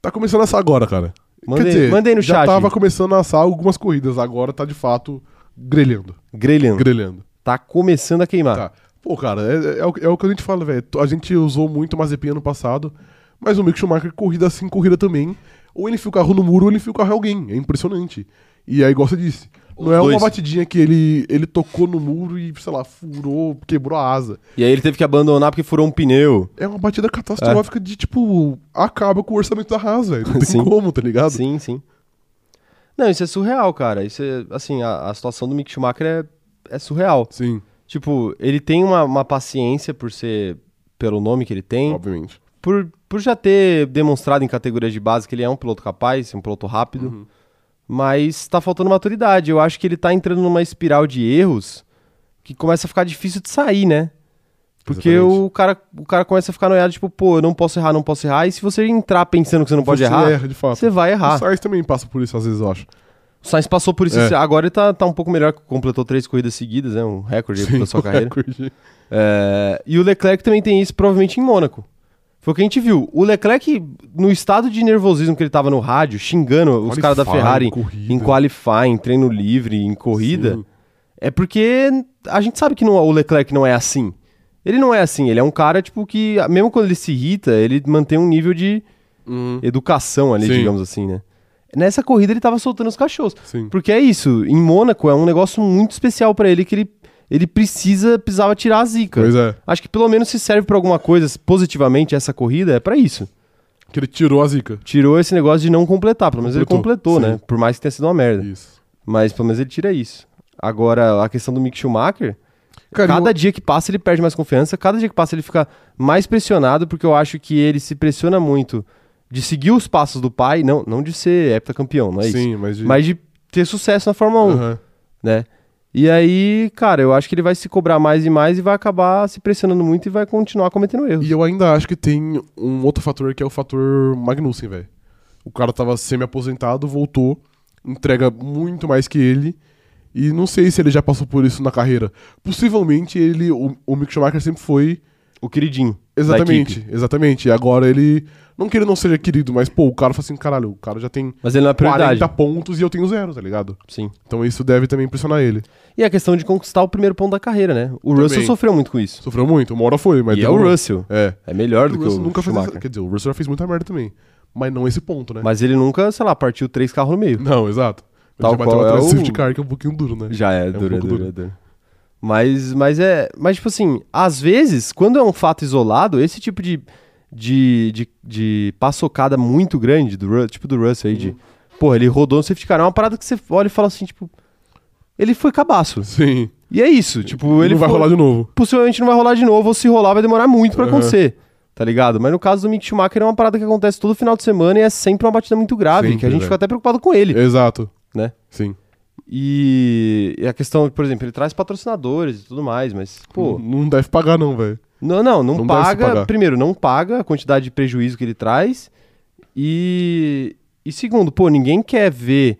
[SPEAKER 2] Tá começando a assar agora, cara.
[SPEAKER 1] Mandei,
[SPEAKER 2] Quer dizer,
[SPEAKER 1] mandei no
[SPEAKER 2] já
[SPEAKER 1] chat.
[SPEAKER 2] tava começando a assar algumas corridas, agora tá de fato grelhando.
[SPEAKER 1] Grelhando.
[SPEAKER 2] Grelhando.
[SPEAKER 1] Tá começando a queimar.
[SPEAKER 2] Tá. Pô, cara, é, é o, é o que a gente fala, velho. A gente usou muito o Mazepin ano passado, mas o Mick Schumacher, corrida assim, corrida também. Ou ele enfia o carro no muro, ou ele enfia o carro em alguém. É impressionante. E aí, igual você disse,
[SPEAKER 1] Os
[SPEAKER 2] não é
[SPEAKER 1] dois.
[SPEAKER 2] uma batidinha que ele, ele tocou no muro e, sei lá, furou, quebrou a asa.
[SPEAKER 1] E aí ele teve que abandonar porque furou um pneu.
[SPEAKER 2] É uma batida catastrófica de, tipo, acaba com o orçamento da Haas, velho. Não tem
[SPEAKER 1] É. Sim.
[SPEAKER 2] como, tá ligado?
[SPEAKER 1] Sim, sim. Não, isso é surreal, cara. Isso é, assim, a, a situação do Mick Schumacher é, é surreal.
[SPEAKER 2] Sim,
[SPEAKER 1] Tipo, ele tem uma, uma paciência por ser, pelo nome que ele tem,
[SPEAKER 2] obviamente.
[SPEAKER 1] por, por já ter demonstrado em categorias de base que ele é um piloto capaz, um piloto rápido,
[SPEAKER 2] Uhum.
[SPEAKER 1] mas tá faltando maturidade. Eu acho que ele tá entrando numa espiral de erros que começa a ficar difícil de sair, né? Porque
[SPEAKER 2] Exatamente.
[SPEAKER 1] o cara, o cara começa a ficar noiado, tipo, pô, eu não posso errar, não posso errar. E se você entrar pensando que você não pode
[SPEAKER 2] Você
[SPEAKER 1] errar,
[SPEAKER 2] erra, de fato.
[SPEAKER 1] você vai errar.
[SPEAKER 2] O Sainz também passa por isso, às vezes, eu acho.
[SPEAKER 1] O Sainz passou por isso.
[SPEAKER 2] É.
[SPEAKER 1] Agora ele tá, tá um pouco melhor, completou três corridas seguidas, né? Um recorde aí da sua
[SPEAKER 2] o
[SPEAKER 1] carreira.
[SPEAKER 2] recorde.
[SPEAKER 1] É, e o Leclerc também tem isso, provavelmente em Mônaco. Foi o que a gente viu. O Leclerc, no estado de nervosismo que ele tava no rádio, xingando os caras da
[SPEAKER 2] Qualifying,
[SPEAKER 1] Ferrari
[SPEAKER 2] corrida.
[SPEAKER 1] em qualify, em treino livre, em corrida,
[SPEAKER 2] Sim.
[SPEAKER 1] é porque a gente sabe que não- o Leclerc não é assim. Ele não é assim, ele é um cara, tipo, que mesmo quando ele se irrita, ele mantém um nível de
[SPEAKER 2] Uhum.
[SPEAKER 1] educação ali,
[SPEAKER 2] Sim.
[SPEAKER 1] digamos assim, né? Nessa corrida ele tava soltando os cachorros.
[SPEAKER 2] Sim.
[SPEAKER 1] Porque é isso, em Mônaco é um negócio muito especial pra ele que ele, ele precisa, precisava tirar a zica.
[SPEAKER 2] Pois é.
[SPEAKER 1] Acho que pelo menos se serve pra alguma coisa positivamente essa corrida é pra isso.
[SPEAKER 2] Que ele tirou a zica.
[SPEAKER 1] Tirou esse negócio de não completar, pelo menos
[SPEAKER 2] Completou,
[SPEAKER 1] ele completou, né? Por mais que tenha sido uma merda.
[SPEAKER 2] Isso.
[SPEAKER 1] Mas pelo menos ele tira isso. Agora, a questão do Mick Schumacher,
[SPEAKER 2] Cara,
[SPEAKER 1] cada
[SPEAKER 2] eu-
[SPEAKER 1] dia que passa ele perde mais confiança, cada dia que passa ele fica mais pressionado, porque eu acho que ele se pressiona muito de seguir os passos do pai, não, não de ser heptacampeão, não é isso?
[SPEAKER 2] Sim, mas de...
[SPEAKER 1] Mas de ter sucesso na Fórmula 1
[SPEAKER 2] Aham.
[SPEAKER 1] né? E aí, cara, eu acho que ele vai se cobrar mais e mais e vai acabar se pressionando muito e vai continuar cometendo erros.
[SPEAKER 2] E eu ainda acho que tem um outro fator que é o fator Magnussen, velho. O cara tava semi-aposentado, voltou, entrega muito mais que ele. E não sei se ele já passou por isso na carreira. Possivelmente ele, o, o Mick Schumacher sempre foi.
[SPEAKER 1] O queridinho. da equipe.
[SPEAKER 2] Exatamente, exatamente. E agora ele. Não que ele não seja querido, mas, pô, o cara fala assim: caralho, o cara já tem
[SPEAKER 1] Mas ele não é prioridade.
[SPEAKER 2] 40 pontos e eu tenho zero, tá ligado?
[SPEAKER 1] Sim.
[SPEAKER 2] Então isso deve também impressionar ele.
[SPEAKER 1] E a questão de conquistar o primeiro ponto da carreira, né? O Russell sofreu muito com isso.
[SPEAKER 2] Sofreu muito, uma hora foi, mas.
[SPEAKER 1] e é o
[SPEAKER 2] demorou.
[SPEAKER 1] Russell.
[SPEAKER 2] É.
[SPEAKER 1] É melhor
[SPEAKER 2] O
[SPEAKER 1] do que
[SPEAKER 2] Russell
[SPEAKER 1] o
[SPEAKER 2] nunca fez essa...
[SPEAKER 1] Schumacher.
[SPEAKER 2] Quer dizer, o Russell já fez muita merda também. Mas não esse ponto, né?
[SPEAKER 1] Mas ele nunca, sei lá, partiu três carros no meio.
[SPEAKER 2] Não, exato. Ele
[SPEAKER 1] Tal
[SPEAKER 2] já bateu
[SPEAKER 1] qual é
[SPEAKER 2] atrás do
[SPEAKER 1] o-
[SPEAKER 2] safety car, que é um pouquinho duro, né?
[SPEAKER 1] Já é,
[SPEAKER 2] um
[SPEAKER 1] dura,
[SPEAKER 2] pouco
[SPEAKER 1] dura,
[SPEAKER 2] duro.
[SPEAKER 1] dura. Mas, mas é. Mas, tipo assim, às vezes, quando é um fato isolado, esse tipo de. de, de, de paçocada muito grande, do, Ru- tipo do Russell aí, de. Porra, ele rodou no safety car. É uma parada que você olha e fala assim, tipo. Ele foi cabaço.
[SPEAKER 2] Sim.
[SPEAKER 1] E é isso. Tipo, ele
[SPEAKER 2] não vai
[SPEAKER 1] foi-
[SPEAKER 2] rolar de novo.
[SPEAKER 1] possivelmente não vai rolar de novo, ou se rolar vai demorar muito pra
[SPEAKER 2] Uhum.
[SPEAKER 1] acontecer, tá ligado? Mas no caso do Mick Schumacher é uma parada que acontece todo final de semana e é sempre uma batida muito grave, que a
[SPEAKER 2] Sempre,
[SPEAKER 1] gente
[SPEAKER 2] velho.
[SPEAKER 1] fica até preocupado com ele,
[SPEAKER 2] Exato.
[SPEAKER 1] né?
[SPEAKER 2] Sim.
[SPEAKER 1] E, e a questão, por exemplo, ele traz patrocinadores e tudo mais, mas, pô,
[SPEAKER 2] N- Não deve pagar, não, velho.
[SPEAKER 1] não, não, não,
[SPEAKER 2] Uhum. Não deve se
[SPEAKER 1] paga,
[SPEAKER 2] pagar.
[SPEAKER 1] primeiro, não paga a quantidade de prejuízo que ele traz e, e segundo, pô, ninguém quer ver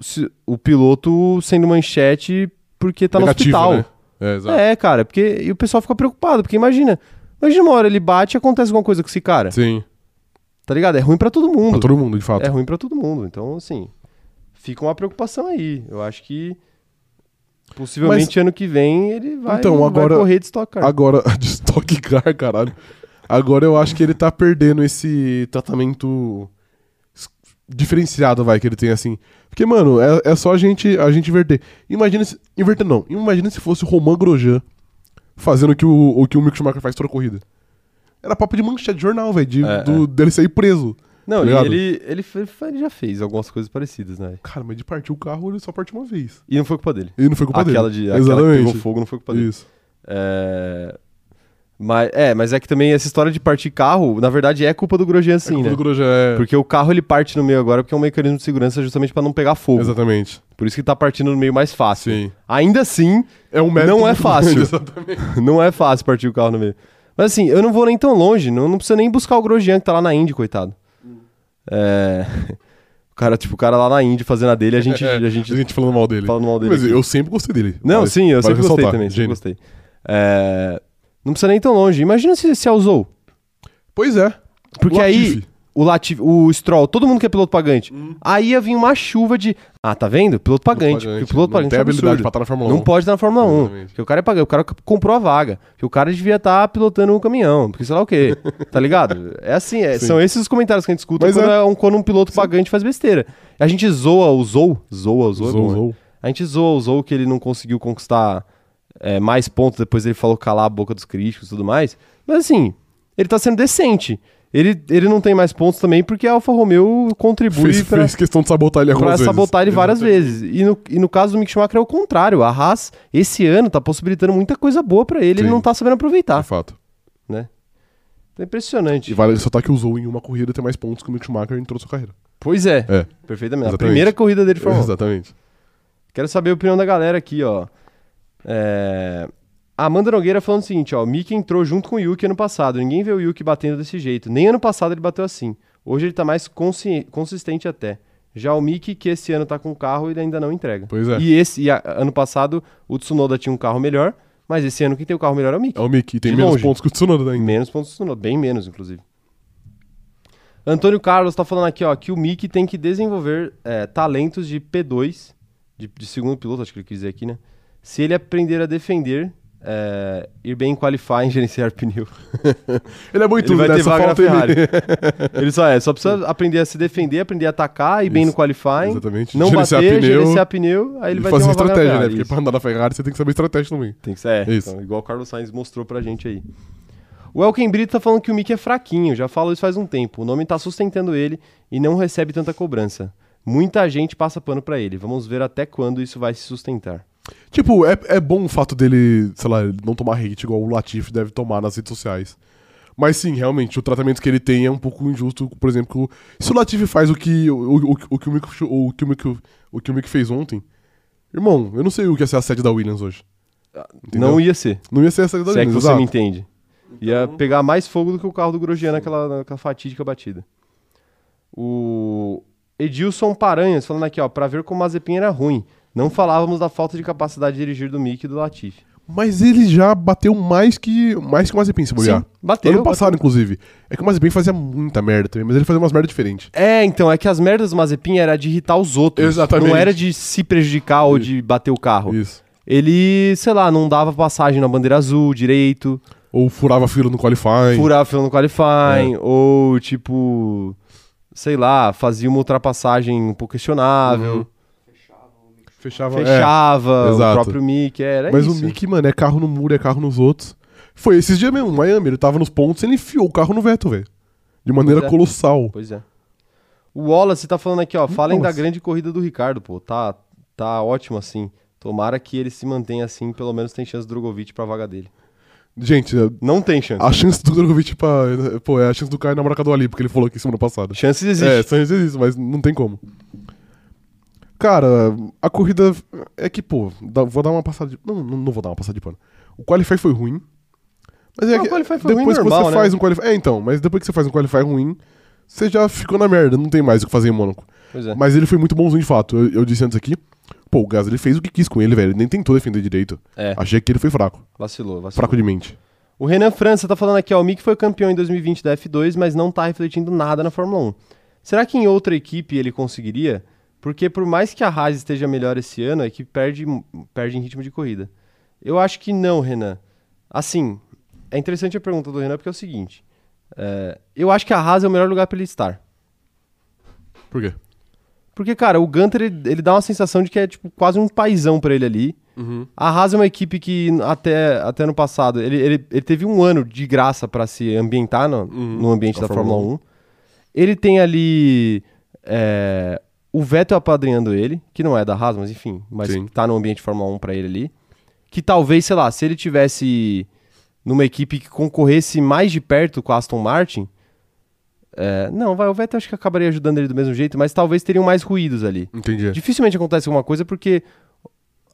[SPEAKER 1] se- o piloto sendo manchete porque tá
[SPEAKER 2] Negativo,
[SPEAKER 1] no hospital.
[SPEAKER 2] né? É, exato.
[SPEAKER 1] É, cara, porque e o pessoal fica preocupado, porque imagina, imagina uma hora ele bate e acontece alguma coisa com esse cara,
[SPEAKER 2] Sim.
[SPEAKER 1] tá ligado? É ruim pra todo mundo.
[SPEAKER 2] Pra todo mundo, de fato.
[SPEAKER 1] É ruim pra todo mundo. Então, assim, fica uma preocupação aí. Eu acho que possivelmente ano que vem ele vai,
[SPEAKER 2] Então,
[SPEAKER 1] vai
[SPEAKER 2] agora-
[SPEAKER 1] correr de Stock Car.
[SPEAKER 2] Agora, de Stock Car, caralho. Agora eu acho que ele tá perdendo esse tratamento s- diferenciado, vai, que ele tem assim. Porque, mano, é, é só a gente, a gente inverter. Imagina se. Inverter não. Imagina se fosse o Romain Grosjean fazendo o que o, o que o Mick Schumacher faz toda a corrida. Era papo de manchete de jornal, velho, de,
[SPEAKER 1] É,
[SPEAKER 2] do- dele sair preso.
[SPEAKER 1] Não,
[SPEAKER 2] Tá
[SPEAKER 1] e
[SPEAKER 2] ligado?
[SPEAKER 1] ele, ele, fe- ele já fez algumas coisas parecidas, né?
[SPEAKER 2] Cara, mas de partir o carro, ele só parte uma vez.
[SPEAKER 1] E não foi culpa dele.
[SPEAKER 2] E não foi culpa
[SPEAKER 1] aquela
[SPEAKER 2] dele.
[SPEAKER 1] de aquela que pegou fogo não foi culpa dele.
[SPEAKER 2] Isso.
[SPEAKER 1] É... Mas, é, mas é que também essa história de partir carro, na verdade, é culpa do Grosjean
[SPEAKER 2] É
[SPEAKER 1] sim,
[SPEAKER 2] culpa
[SPEAKER 1] né?
[SPEAKER 2] do Grosjean, é...
[SPEAKER 1] Porque o carro ele parte no meio agora porque é um mecanismo de segurança justamente pra não pegar fogo.
[SPEAKER 2] Exatamente.
[SPEAKER 1] Por isso que tá partindo no meio mais fácil.
[SPEAKER 2] Sim.
[SPEAKER 1] Ainda assim,
[SPEAKER 2] É um mérito
[SPEAKER 1] Não é
[SPEAKER 2] muito
[SPEAKER 1] fácil.
[SPEAKER 2] grande, exatamente.
[SPEAKER 1] não é fácil partir o carro no meio. Mas assim, eu não vou nem tão longe, não, não precisa nem buscar o Grosjean que tá lá na Indy, coitado.
[SPEAKER 2] Uhum.
[SPEAKER 1] É. O cara, tipo, o cara lá na Indy fazendo a dele, a gente,
[SPEAKER 2] É,
[SPEAKER 1] a gente
[SPEAKER 2] falando mal dele.
[SPEAKER 1] falando mal dele.
[SPEAKER 2] Mas
[SPEAKER 1] aqui.
[SPEAKER 2] eu sempre gostei dele.
[SPEAKER 1] Não,
[SPEAKER 2] Vale-
[SPEAKER 1] sim, eu
[SPEAKER 2] vale
[SPEAKER 1] sempre gostei
[SPEAKER 2] ressaltar,
[SPEAKER 1] também, sempre
[SPEAKER 2] gênio.
[SPEAKER 1] gostei. É, Não precisa nem tão longe. Imagina se se usou.
[SPEAKER 2] Pois é.
[SPEAKER 1] Porque aí
[SPEAKER 2] Latifi.
[SPEAKER 1] o Latif, o Stroll, todo mundo que é piloto pagante. Aí ia vir uma chuva de, ah, tá vendo? Piloto pagante. porque o piloto
[SPEAKER 2] não
[SPEAKER 1] pagante
[SPEAKER 2] tem
[SPEAKER 1] é um
[SPEAKER 2] habilidade
[SPEAKER 1] absurdo.
[SPEAKER 2] pra estar na Fórmula 1.
[SPEAKER 1] Não pode estar na Fórmula 1.
[SPEAKER 2] Exatamente.
[SPEAKER 1] Porque o cara é pagante, o cara comprou a vaga. Que o cara devia estar pilotando um caminhão, porque sei lá o quê. tá ligado? É assim, é-
[SPEAKER 2] Sim.
[SPEAKER 1] são esses os comentários que a gente escuta
[SPEAKER 2] Mas
[SPEAKER 1] quando,
[SPEAKER 2] é.
[SPEAKER 1] é um, quando um piloto pagante faz besteira. A gente zoa o Zou, zoa o Zou, é bom,
[SPEAKER 2] Zou,
[SPEAKER 1] né?
[SPEAKER 2] Zou.
[SPEAKER 1] A gente zoa o Zou que ele não conseguiu conquistar é, mais pontos, depois ele falou calar a boca dos críticos e tudo mais. Mas assim, ele tá sendo decente. Ele, ele não tem mais pontos também porque a Alfa Romeo contribui
[SPEAKER 2] Fez,
[SPEAKER 1] pra,
[SPEAKER 2] fez questão de sabotar ele
[SPEAKER 1] pra
[SPEAKER 2] algumas vezes.
[SPEAKER 1] sabotar ele várias
[SPEAKER 2] Exatamente.
[SPEAKER 1] vezes. E no, e no caso do Mick Schumacher é o contrário. A Haas, esse ano, tá possibilitando muita coisa boa pra ele, ele
[SPEAKER 2] Sim.
[SPEAKER 1] não tá sabendo
[SPEAKER 2] De
[SPEAKER 1] aproveitar,
[SPEAKER 2] fato.
[SPEAKER 1] né? Então É
[SPEAKER 2] E
[SPEAKER 1] impressionante.
[SPEAKER 2] vale ressaltar que usou em uma corrida tem mais pontos que o Mick Schumacher entrou na sua carreira.
[SPEAKER 1] Pois é,
[SPEAKER 2] É.
[SPEAKER 1] perfeitamente. A
[SPEAKER 2] Exatamente.
[SPEAKER 1] primeira corrida dele foi
[SPEAKER 2] Exatamente.
[SPEAKER 1] Quero saber a opinião da galera aqui, ó. É... a Amanda Nogueira falando o seguinte, ó. O Mickey entrou junto com o Yuki ano passado. Ninguém vê o Yuki batendo desse jeito. Nem ano passado ele bateu assim. Hoje ele tá mais consci- consistente até. Já o Mickey, que esse ano tá com o carro, ele ainda não entrega.
[SPEAKER 2] Pois é.
[SPEAKER 1] E esse e a- ano passado o Tsunoda tinha um carro melhor, mas esse ano quem tem o carro melhor é o Mickey.
[SPEAKER 2] É o Mick. E tem
[SPEAKER 1] De
[SPEAKER 2] menos
[SPEAKER 1] longe.
[SPEAKER 2] pontos que o Tsunoda ainda.
[SPEAKER 1] Menos pontos do Tsunoda, bem menos, inclusive. Antônio Carlos tá falando aqui, ó, que o Mickey tem que desenvolver é, talentos de P2, de, de segundo piloto, acho que ele quis dizer aqui, né? Se ele aprender a defender, é, ir bem em qualifying, gerenciar pneu.
[SPEAKER 2] Ele é muito
[SPEAKER 1] Ele vai ter
[SPEAKER 2] nessa
[SPEAKER 1] vaga na
[SPEAKER 2] falta ele-
[SPEAKER 1] Ferrari. ele só é, só precisa aprender a se defender, aprender a atacar, ir bem
[SPEAKER 2] Isso,
[SPEAKER 1] no qualifying,
[SPEAKER 2] Exatamente.
[SPEAKER 1] não
[SPEAKER 2] Gerenciar
[SPEAKER 1] bater,
[SPEAKER 2] pneu
[SPEAKER 1] gerenciar pneu, aí ele
[SPEAKER 2] e
[SPEAKER 1] vai ter
[SPEAKER 2] fazer
[SPEAKER 1] uma vaga na
[SPEAKER 2] estratégia, né?
[SPEAKER 1] Ferrari,
[SPEAKER 2] Porque
[SPEAKER 1] isso.
[SPEAKER 2] pra andar na Ferrari você tem que saber estratégia também.
[SPEAKER 1] Tem que ser. É,
[SPEAKER 2] Isso.
[SPEAKER 1] então, igual o Carlos Sainz mostrou pra gente aí. O Elken Brito tá falando que o Mickey é fraquinho, já falo isso faz um tempo. O nome tá sustentando ele e não recebe tanta cobrança. Muita gente passa pano pra ele. Vamos ver até quando isso vai se sustentar.
[SPEAKER 2] Tipo, é, é bom o fato dele, sei lá, ele não tomar hate igual o Latif deve tomar nas redes sociais. Mas sim, realmente, o tratamento que ele tem é um pouco injusto, por exemplo, se o Latif faz o que o, o, o, o que o Mick o, que o Mick o que o Mick fez ontem, irmão, eu não sei o que ia ser a sede da Williams hoje. Entendeu?
[SPEAKER 1] Não ia ser.
[SPEAKER 2] Não ia ser a sede da
[SPEAKER 1] Se é que
[SPEAKER 2] Williams,
[SPEAKER 1] você
[SPEAKER 2] exato. Então-
[SPEAKER 1] me entende. Ia pegar mais fogo do que o carro do Grosjean naquela, naquela fatídica batida. O Edilson Paranhas falando aqui, ó, pra ver como o Mazepin era ruim. Não falávamos da falta de capacidade de dirigir do Mickey e do Latifi.
[SPEAKER 2] Mas ele já bateu mais que mais que o Mazepin, se bobear.
[SPEAKER 1] bateu,
[SPEAKER 2] Ano passado, inclusive. É que o Mazepin fazia muita merda também, mas ele fazia umas merdas diferentes.
[SPEAKER 1] É, então, é que as merdas do Mazepin era de irritar os outros.
[SPEAKER 2] Exatamente.
[SPEAKER 1] Não era de se prejudicar ou de bater o carro.
[SPEAKER 2] Isso.
[SPEAKER 1] Ele, sei lá, não dava passagem na bandeira azul direito,
[SPEAKER 2] Ou furava fila no qualifying.
[SPEAKER 1] furava fila no qualifying,
[SPEAKER 2] É.
[SPEAKER 1] ou tipo, sei lá, fazia uma ultrapassagem um pouco questionável,
[SPEAKER 2] Fechava, Uhum. é.
[SPEAKER 1] fechava o
[SPEAKER 2] exato.
[SPEAKER 1] próprio Mick, era
[SPEAKER 2] Mas
[SPEAKER 1] isso.
[SPEAKER 2] o Mickey, mano, é carro no muro, é carro nos outros. Foi esses dias mesmo, Miami, ele tava nos pontos ele enfiou o carro no Vettel, velho. De maneira
[SPEAKER 1] Pois é.
[SPEAKER 2] colossal.
[SPEAKER 1] Pois é. O Wallace tá falando aqui, ó, falem da
[SPEAKER 2] Wallace.
[SPEAKER 1] grande corrida do Ricardo, pô, tá, tá ótimo assim. Tomara que ele se mantenha assim, pelo menos tem chance do Drogovic pra vaga dele.
[SPEAKER 2] Gente, é,
[SPEAKER 1] Não tem chance.
[SPEAKER 2] a chance do Drogovic pra. Pô, é a chance do Caio namorar com a ali, porque ele falou aqui semana passada.
[SPEAKER 1] Chances
[SPEAKER 2] É,
[SPEAKER 1] existem.
[SPEAKER 2] são isso, mas não tem como. Cara, a corrida é que, pô, dá- vou dar uma passada de. Não, não, não vou dar uma passada de pano. O qualify foi ruim. Mas é
[SPEAKER 1] Ah, o
[SPEAKER 2] que
[SPEAKER 1] qualify foi ruim
[SPEAKER 2] depois que
[SPEAKER 1] normal,
[SPEAKER 2] você
[SPEAKER 1] né?
[SPEAKER 2] faz um qualify. É, então, mas depois que você faz um qualify ruim, você já ficou na merda, não tem mais o que fazer em Mônaco.
[SPEAKER 1] Pois é.
[SPEAKER 2] Mas ele foi muito bonzinho de fato. Eu, eu disse antes aqui, pô, o Gasly fez o que quis com ele, velho. Ele nem tentou defender direito.
[SPEAKER 1] É.
[SPEAKER 2] Achei que ele foi fraco.
[SPEAKER 1] Vacilou, vacilou.
[SPEAKER 2] Fraco de mente.
[SPEAKER 1] O Renan França tá falando aqui, ó. O Mick foi campeão em 2020 da F2, mas não tá refletindo nada na Fórmula 1. Será que em outra equipe ele conseguiria? Porque por mais que a Haas esteja melhor esse ano, a equipe perde, perde em ritmo de corrida. Eu acho que não, Renan. Assim, é interessante a pergunta do Renan porque é o seguinte. é, eu acho que a Haas é o melhor lugar pra ele estar.
[SPEAKER 2] Por quê?
[SPEAKER 1] Porque, cara, o Gunter, ele, ele dá uma sensação de que é tipo, quase um paizão pra ele ali.
[SPEAKER 2] Uhum.
[SPEAKER 1] A Haas é uma equipe que até, até ano passado, ele, ele, ele teve um ano de graça pra se ambientar no,
[SPEAKER 2] Uhum.
[SPEAKER 1] no ambiente
[SPEAKER 2] A
[SPEAKER 1] da
[SPEAKER 2] Fórmula
[SPEAKER 1] Fórmula 1. Ele tem ali é, o Vettel apadrinhando ele, que não é da Haas, mas enfim, mas
[SPEAKER 2] Sim.
[SPEAKER 1] tá no ambiente Fórmula 1 pra ele ali. Que talvez, sei lá, se ele tivesse numa equipe que concorresse mais de perto com a Aston Martin, é, não, vai, o Vettel acho que acabaria ajudando ele do mesmo jeito, mas talvez teriam mais ruídos ali.
[SPEAKER 2] Entendi.
[SPEAKER 1] Dificilmente acontece alguma coisa porque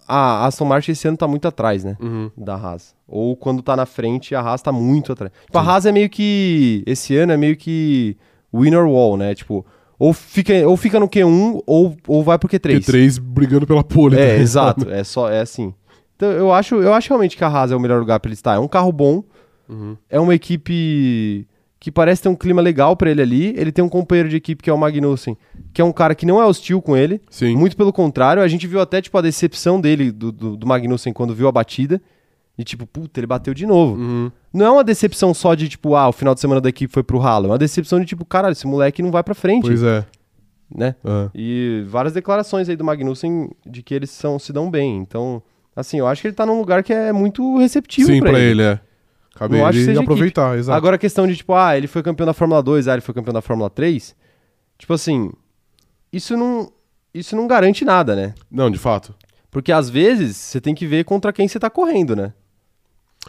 [SPEAKER 1] a Aston Martin esse ano tá muito atrás, né?
[SPEAKER 2] Uhum.
[SPEAKER 1] Da Haas. Ou quando tá na frente, a Haas tá muito atrás. Tipo, a Haas é meio que. Esse ano é meio que winner wall, né? Tipo, ou fica, ou fica no Q1 ou, ou vai pro Q3.
[SPEAKER 2] Q3 brigando pela pole.
[SPEAKER 1] É,
[SPEAKER 2] tá?
[SPEAKER 1] exato. É só, é assim. Então eu acho, eu acho realmente que a Haas é o melhor lugar pra ele estar. É um carro bom,
[SPEAKER 2] Uhum.
[SPEAKER 1] é uma equipe que parece ter um clima legal pra ele ali. Ele tem um companheiro de equipe que é o Magnussen, que é um cara que não é hostil com ele.
[SPEAKER 2] Sim.
[SPEAKER 1] Muito pelo contrário, a gente viu até, tipo, a decepção dele, do, do, do Magnussen, quando viu a batida. E tipo, puta, ele bateu de novo.
[SPEAKER 2] Uhum.
[SPEAKER 1] Não é uma decepção só de, tipo, ah, o final de semana da equipe foi pro ralo. É uma decepção de, tipo, caralho, esse moleque não vai pra frente,
[SPEAKER 2] Pois é.
[SPEAKER 1] né?
[SPEAKER 2] é.
[SPEAKER 1] E várias declarações aí do Magnussen de que eles são, se dão bem. Então, assim, eu acho que ele tá num lugar que é muito receptivo
[SPEAKER 2] Sim,
[SPEAKER 1] pra, ele.
[SPEAKER 2] é. Cabe
[SPEAKER 1] Não acho que
[SPEAKER 2] ele
[SPEAKER 1] seja
[SPEAKER 2] aproveitar, exato.
[SPEAKER 1] Agora a questão de, tipo, ah, ele foi campeão da Fórmula 2, ah, ele foi campeão da Fórmula 3. Tipo assim, isso não, isso não garante nada, né?
[SPEAKER 2] Não, de fato.
[SPEAKER 1] Porque às vezes você tem que ver contra quem você tá correndo, né?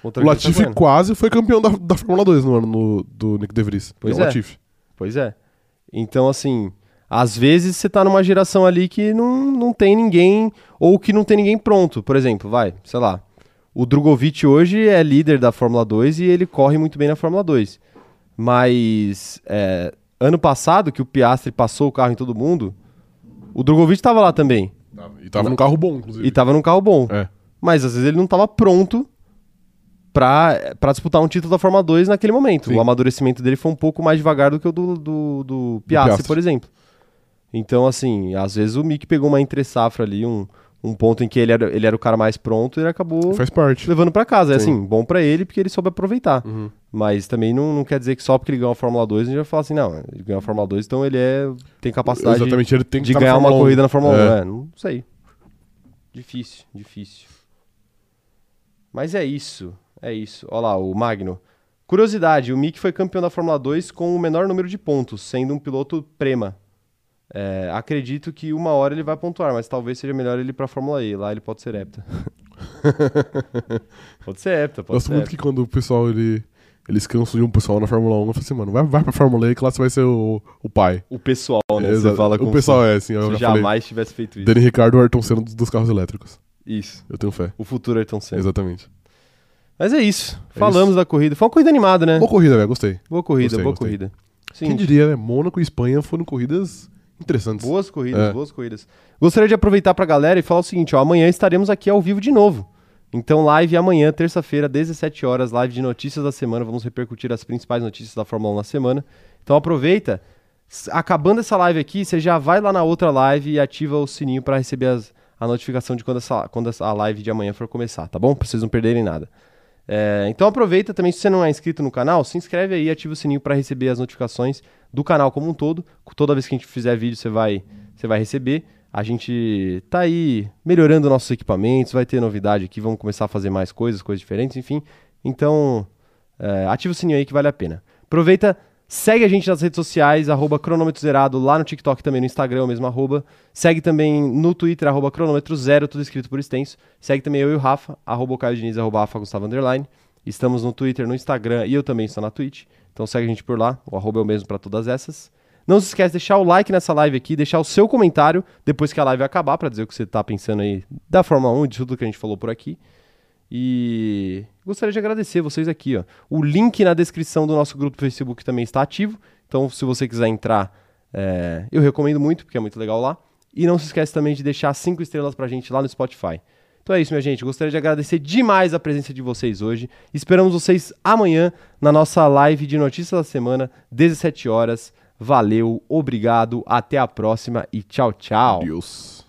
[SPEAKER 1] Contra quem você tá
[SPEAKER 2] o Latifi
[SPEAKER 1] correndo.
[SPEAKER 2] quase foi campeão da, da Fórmula 2 no ano no- do Nick De Vries.
[SPEAKER 1] Pois
[SPEAKER 2] Não,
[SPEAKER 1] é.
[SPEAKER 2] Latifi.
[SPEAKER 1] Pois é. Então, assim, às vezes você tá numa geração ali que não, não tem ninguém, ou que não tem ninguém pronto. Por exemplo, vai, sei lá. O Drogovic hoje é líder da Fórmula 2 e ele corre muito bem na Fórmula 2. Mas é, ano passado, que o Piastri passou o carro em todo mundo, o Drogovic tava lá também.
[SPEAKER 2] E tava num carro bom, inclusive.
[SPEAKER 1] E tava num carro bom.
[SPEAKER 2] É.
[SPEAKER 1] Mas às vezes ele não estava pronto pra pra disputar um título da Fórmula 2 naquele momento.
[SPEAKER 2] Sim.
[SPEAKER 1] O amadurecimento dele foi um pouco mais devagar do que o do, do, do Piastri,
[SPEAKER 2] Piastri.
[SPEAKER 1] por exemplo. Então, assim, às vezes o Mick pegou uma entre-safra ali, um, um ponto em que ele era, ele era o cara mais pronto e ele acabou
[SPEAKER 2] Faz parte.
[SPEAKER 1] levando pra casa. É
[SPEAKER 2] Sim.
[SPEAKER 1] assim, bom pra ele porque ele soube aproveitar.
[SPEAKER 2] Uhum.
[SPEAKER 1] Mas também não, não quer dizer que só porque ele ganhou a Fórmula 2 a gente vai falar assim, não, ele ganhou a Fórmula 2, então ele é, tem capacidade de-
[SPEAKER 2] Exatamente, ele tem que
[SPEAKER 1] de
[SPEAKER 2] tá na
[SPEAKER 1] ganhar uma
[SPEAKER 2] Fórmula 1.
[SPEAKER 1] corrida na Fórmula
[SPEAKER 2] É.
[SPEAKER 1] 1. É, não sei. Difícil, difícil. Mas é isso, é isso. Olha lá, o Magno. Curiosidade, o Mick foi campeão da Fórmula 2 com o menor número de pontos, sendo um piloto prema. É, acredito que uma hora ele vai pontuar, mas talvez seja melhor ele ir pra Fórmula E. Lá ele pode ser hepta. pode ser hepta, pode
[SPEAKER 2] Gosto
[SPEAKER 1] ser
[SPEAKER 2] muito
[SPEAKER 1] hepta.
[SPEAKER 2] que quando o pessoal, ele, eles cansam de um pessoal na Fórmula 1, eu falo assim, mano, vai, vai pra Fórmula E que lá você vai ser o, o pai.
[SPEAKER 1] O pessoal, né?
[SPEAKER 2] Exato.
[SPEAKER 1] Você fala
[SPEAKER 2] o
[SPEAKER 1] como
[SPEAKER 2] pessoal é assim,
[SPEAKER 1] se,
[SPEAKER 2] eu
[SPEAKER 1] se
[SPEAKER 2] já falei.
[SPEAKER 1] jamais tivesse feito isso.
[SPEAKER 2] Dani Ricardo e Ayrton Senna dos, dos carros elétricos.
[SPEAKER 1] Isso.
[SPEAKER 2] Eu tenho fé.
[SPEAKER 1] O futuro é tão cedo.
[SPEAKER 2] Exatamente.
[SPEAKER 1] Mas é isso.
[SPEAKER 2] É
[SPEAKER 1] Falamos da corrida. Foi uma corrida animada, né?
[SPEAKER 2] Boa corrida, velho, gostei.
[SPEAKER 1] Boa corrida,
[SPEAKER 2] Gostei,
[SPEAKER 1] boa
[SPEAKER 2] gostei.
[SPEAKER 1] corrida.
[SPEAKER 2] Quem
[SPEAKER 1] Sim,
[SPEAKER 2] diria, né? Mônaco e Espanha foram corridas interessantes.
[SPEAKER 1] boas corridas,
[SPEAKER 2] É.
[SPEAKER 1] boas corridas. Gostaria de aproveitar pra galera e falar o seguinte, ó, amanhã estaremos aqui ao vivo de novo. Então, live amanhã, terça-feira, 17 horas, live de notícias da semana. Vamos repercutir as principais notícias da Fórmula 1 na semana. Então aproveita, S- acabando essa live aqui, você já vai lá na outra live e ativa o sininho pra receber as- a notificação de quando, essa, quando essa- a live de amanhã for começar, tá bom? Pra vocês não perderem nada. É, então aproveita também, se você não é inscrito no canal, se inscreve aí, ativa o sininho para receber as notificações do canal como um todo. Toda vez que a gente fizer vídeo, você vai, você vai receber. A gente tá aí melhorando nossos equipamentos, vai ter novidade aqui, vamos começar a fazer mais coisas, coisas diferentes, enfim. Então, é, ativa o sininho aí que vale a pena. Aproveita, segue a gente nas redes sociais, arroba cronômetro zerado, lá no TikTok também, no Instagram, é o mesmo arroba. Segue também no Twitter, arroba cronômetro zero, tudo escrito por extenso. Segue também eu e o Rafa, arroba o Caio Diniz, arroba Rafa Gustavo Underline. Estamos no Twitter, no Instagram e eu também estou na Twitch. Então segue a gente por lá, o arroba é o mesmo para todas essas. Não se esquece de deixar o like nessa live aqui, deixar o seu comentário depois que a live acabar, para dizer o que você tá pensando aí da Fórmula 1, de tudo que a gente falou por aqui. E gostaria de agradecer vocês aqui, ó. O link na descrição do nosso grupo do Facebook também está ativo. Então, se você quiser entrar, é, eu recomendo muito, porque é muito legal lá. E não se esquece também de deixar cinco estrelas pra gente lá no Spotify. Então é isso, minha gente. Gostaria de agradecer demais a presença de vocês hoje. Esperamos vocês amanhã na nossa live de notícias da semana, 17 horas. Valeu, obrigado, até a próxima e tchau, tchau.
[SPEAKER 2] Deus.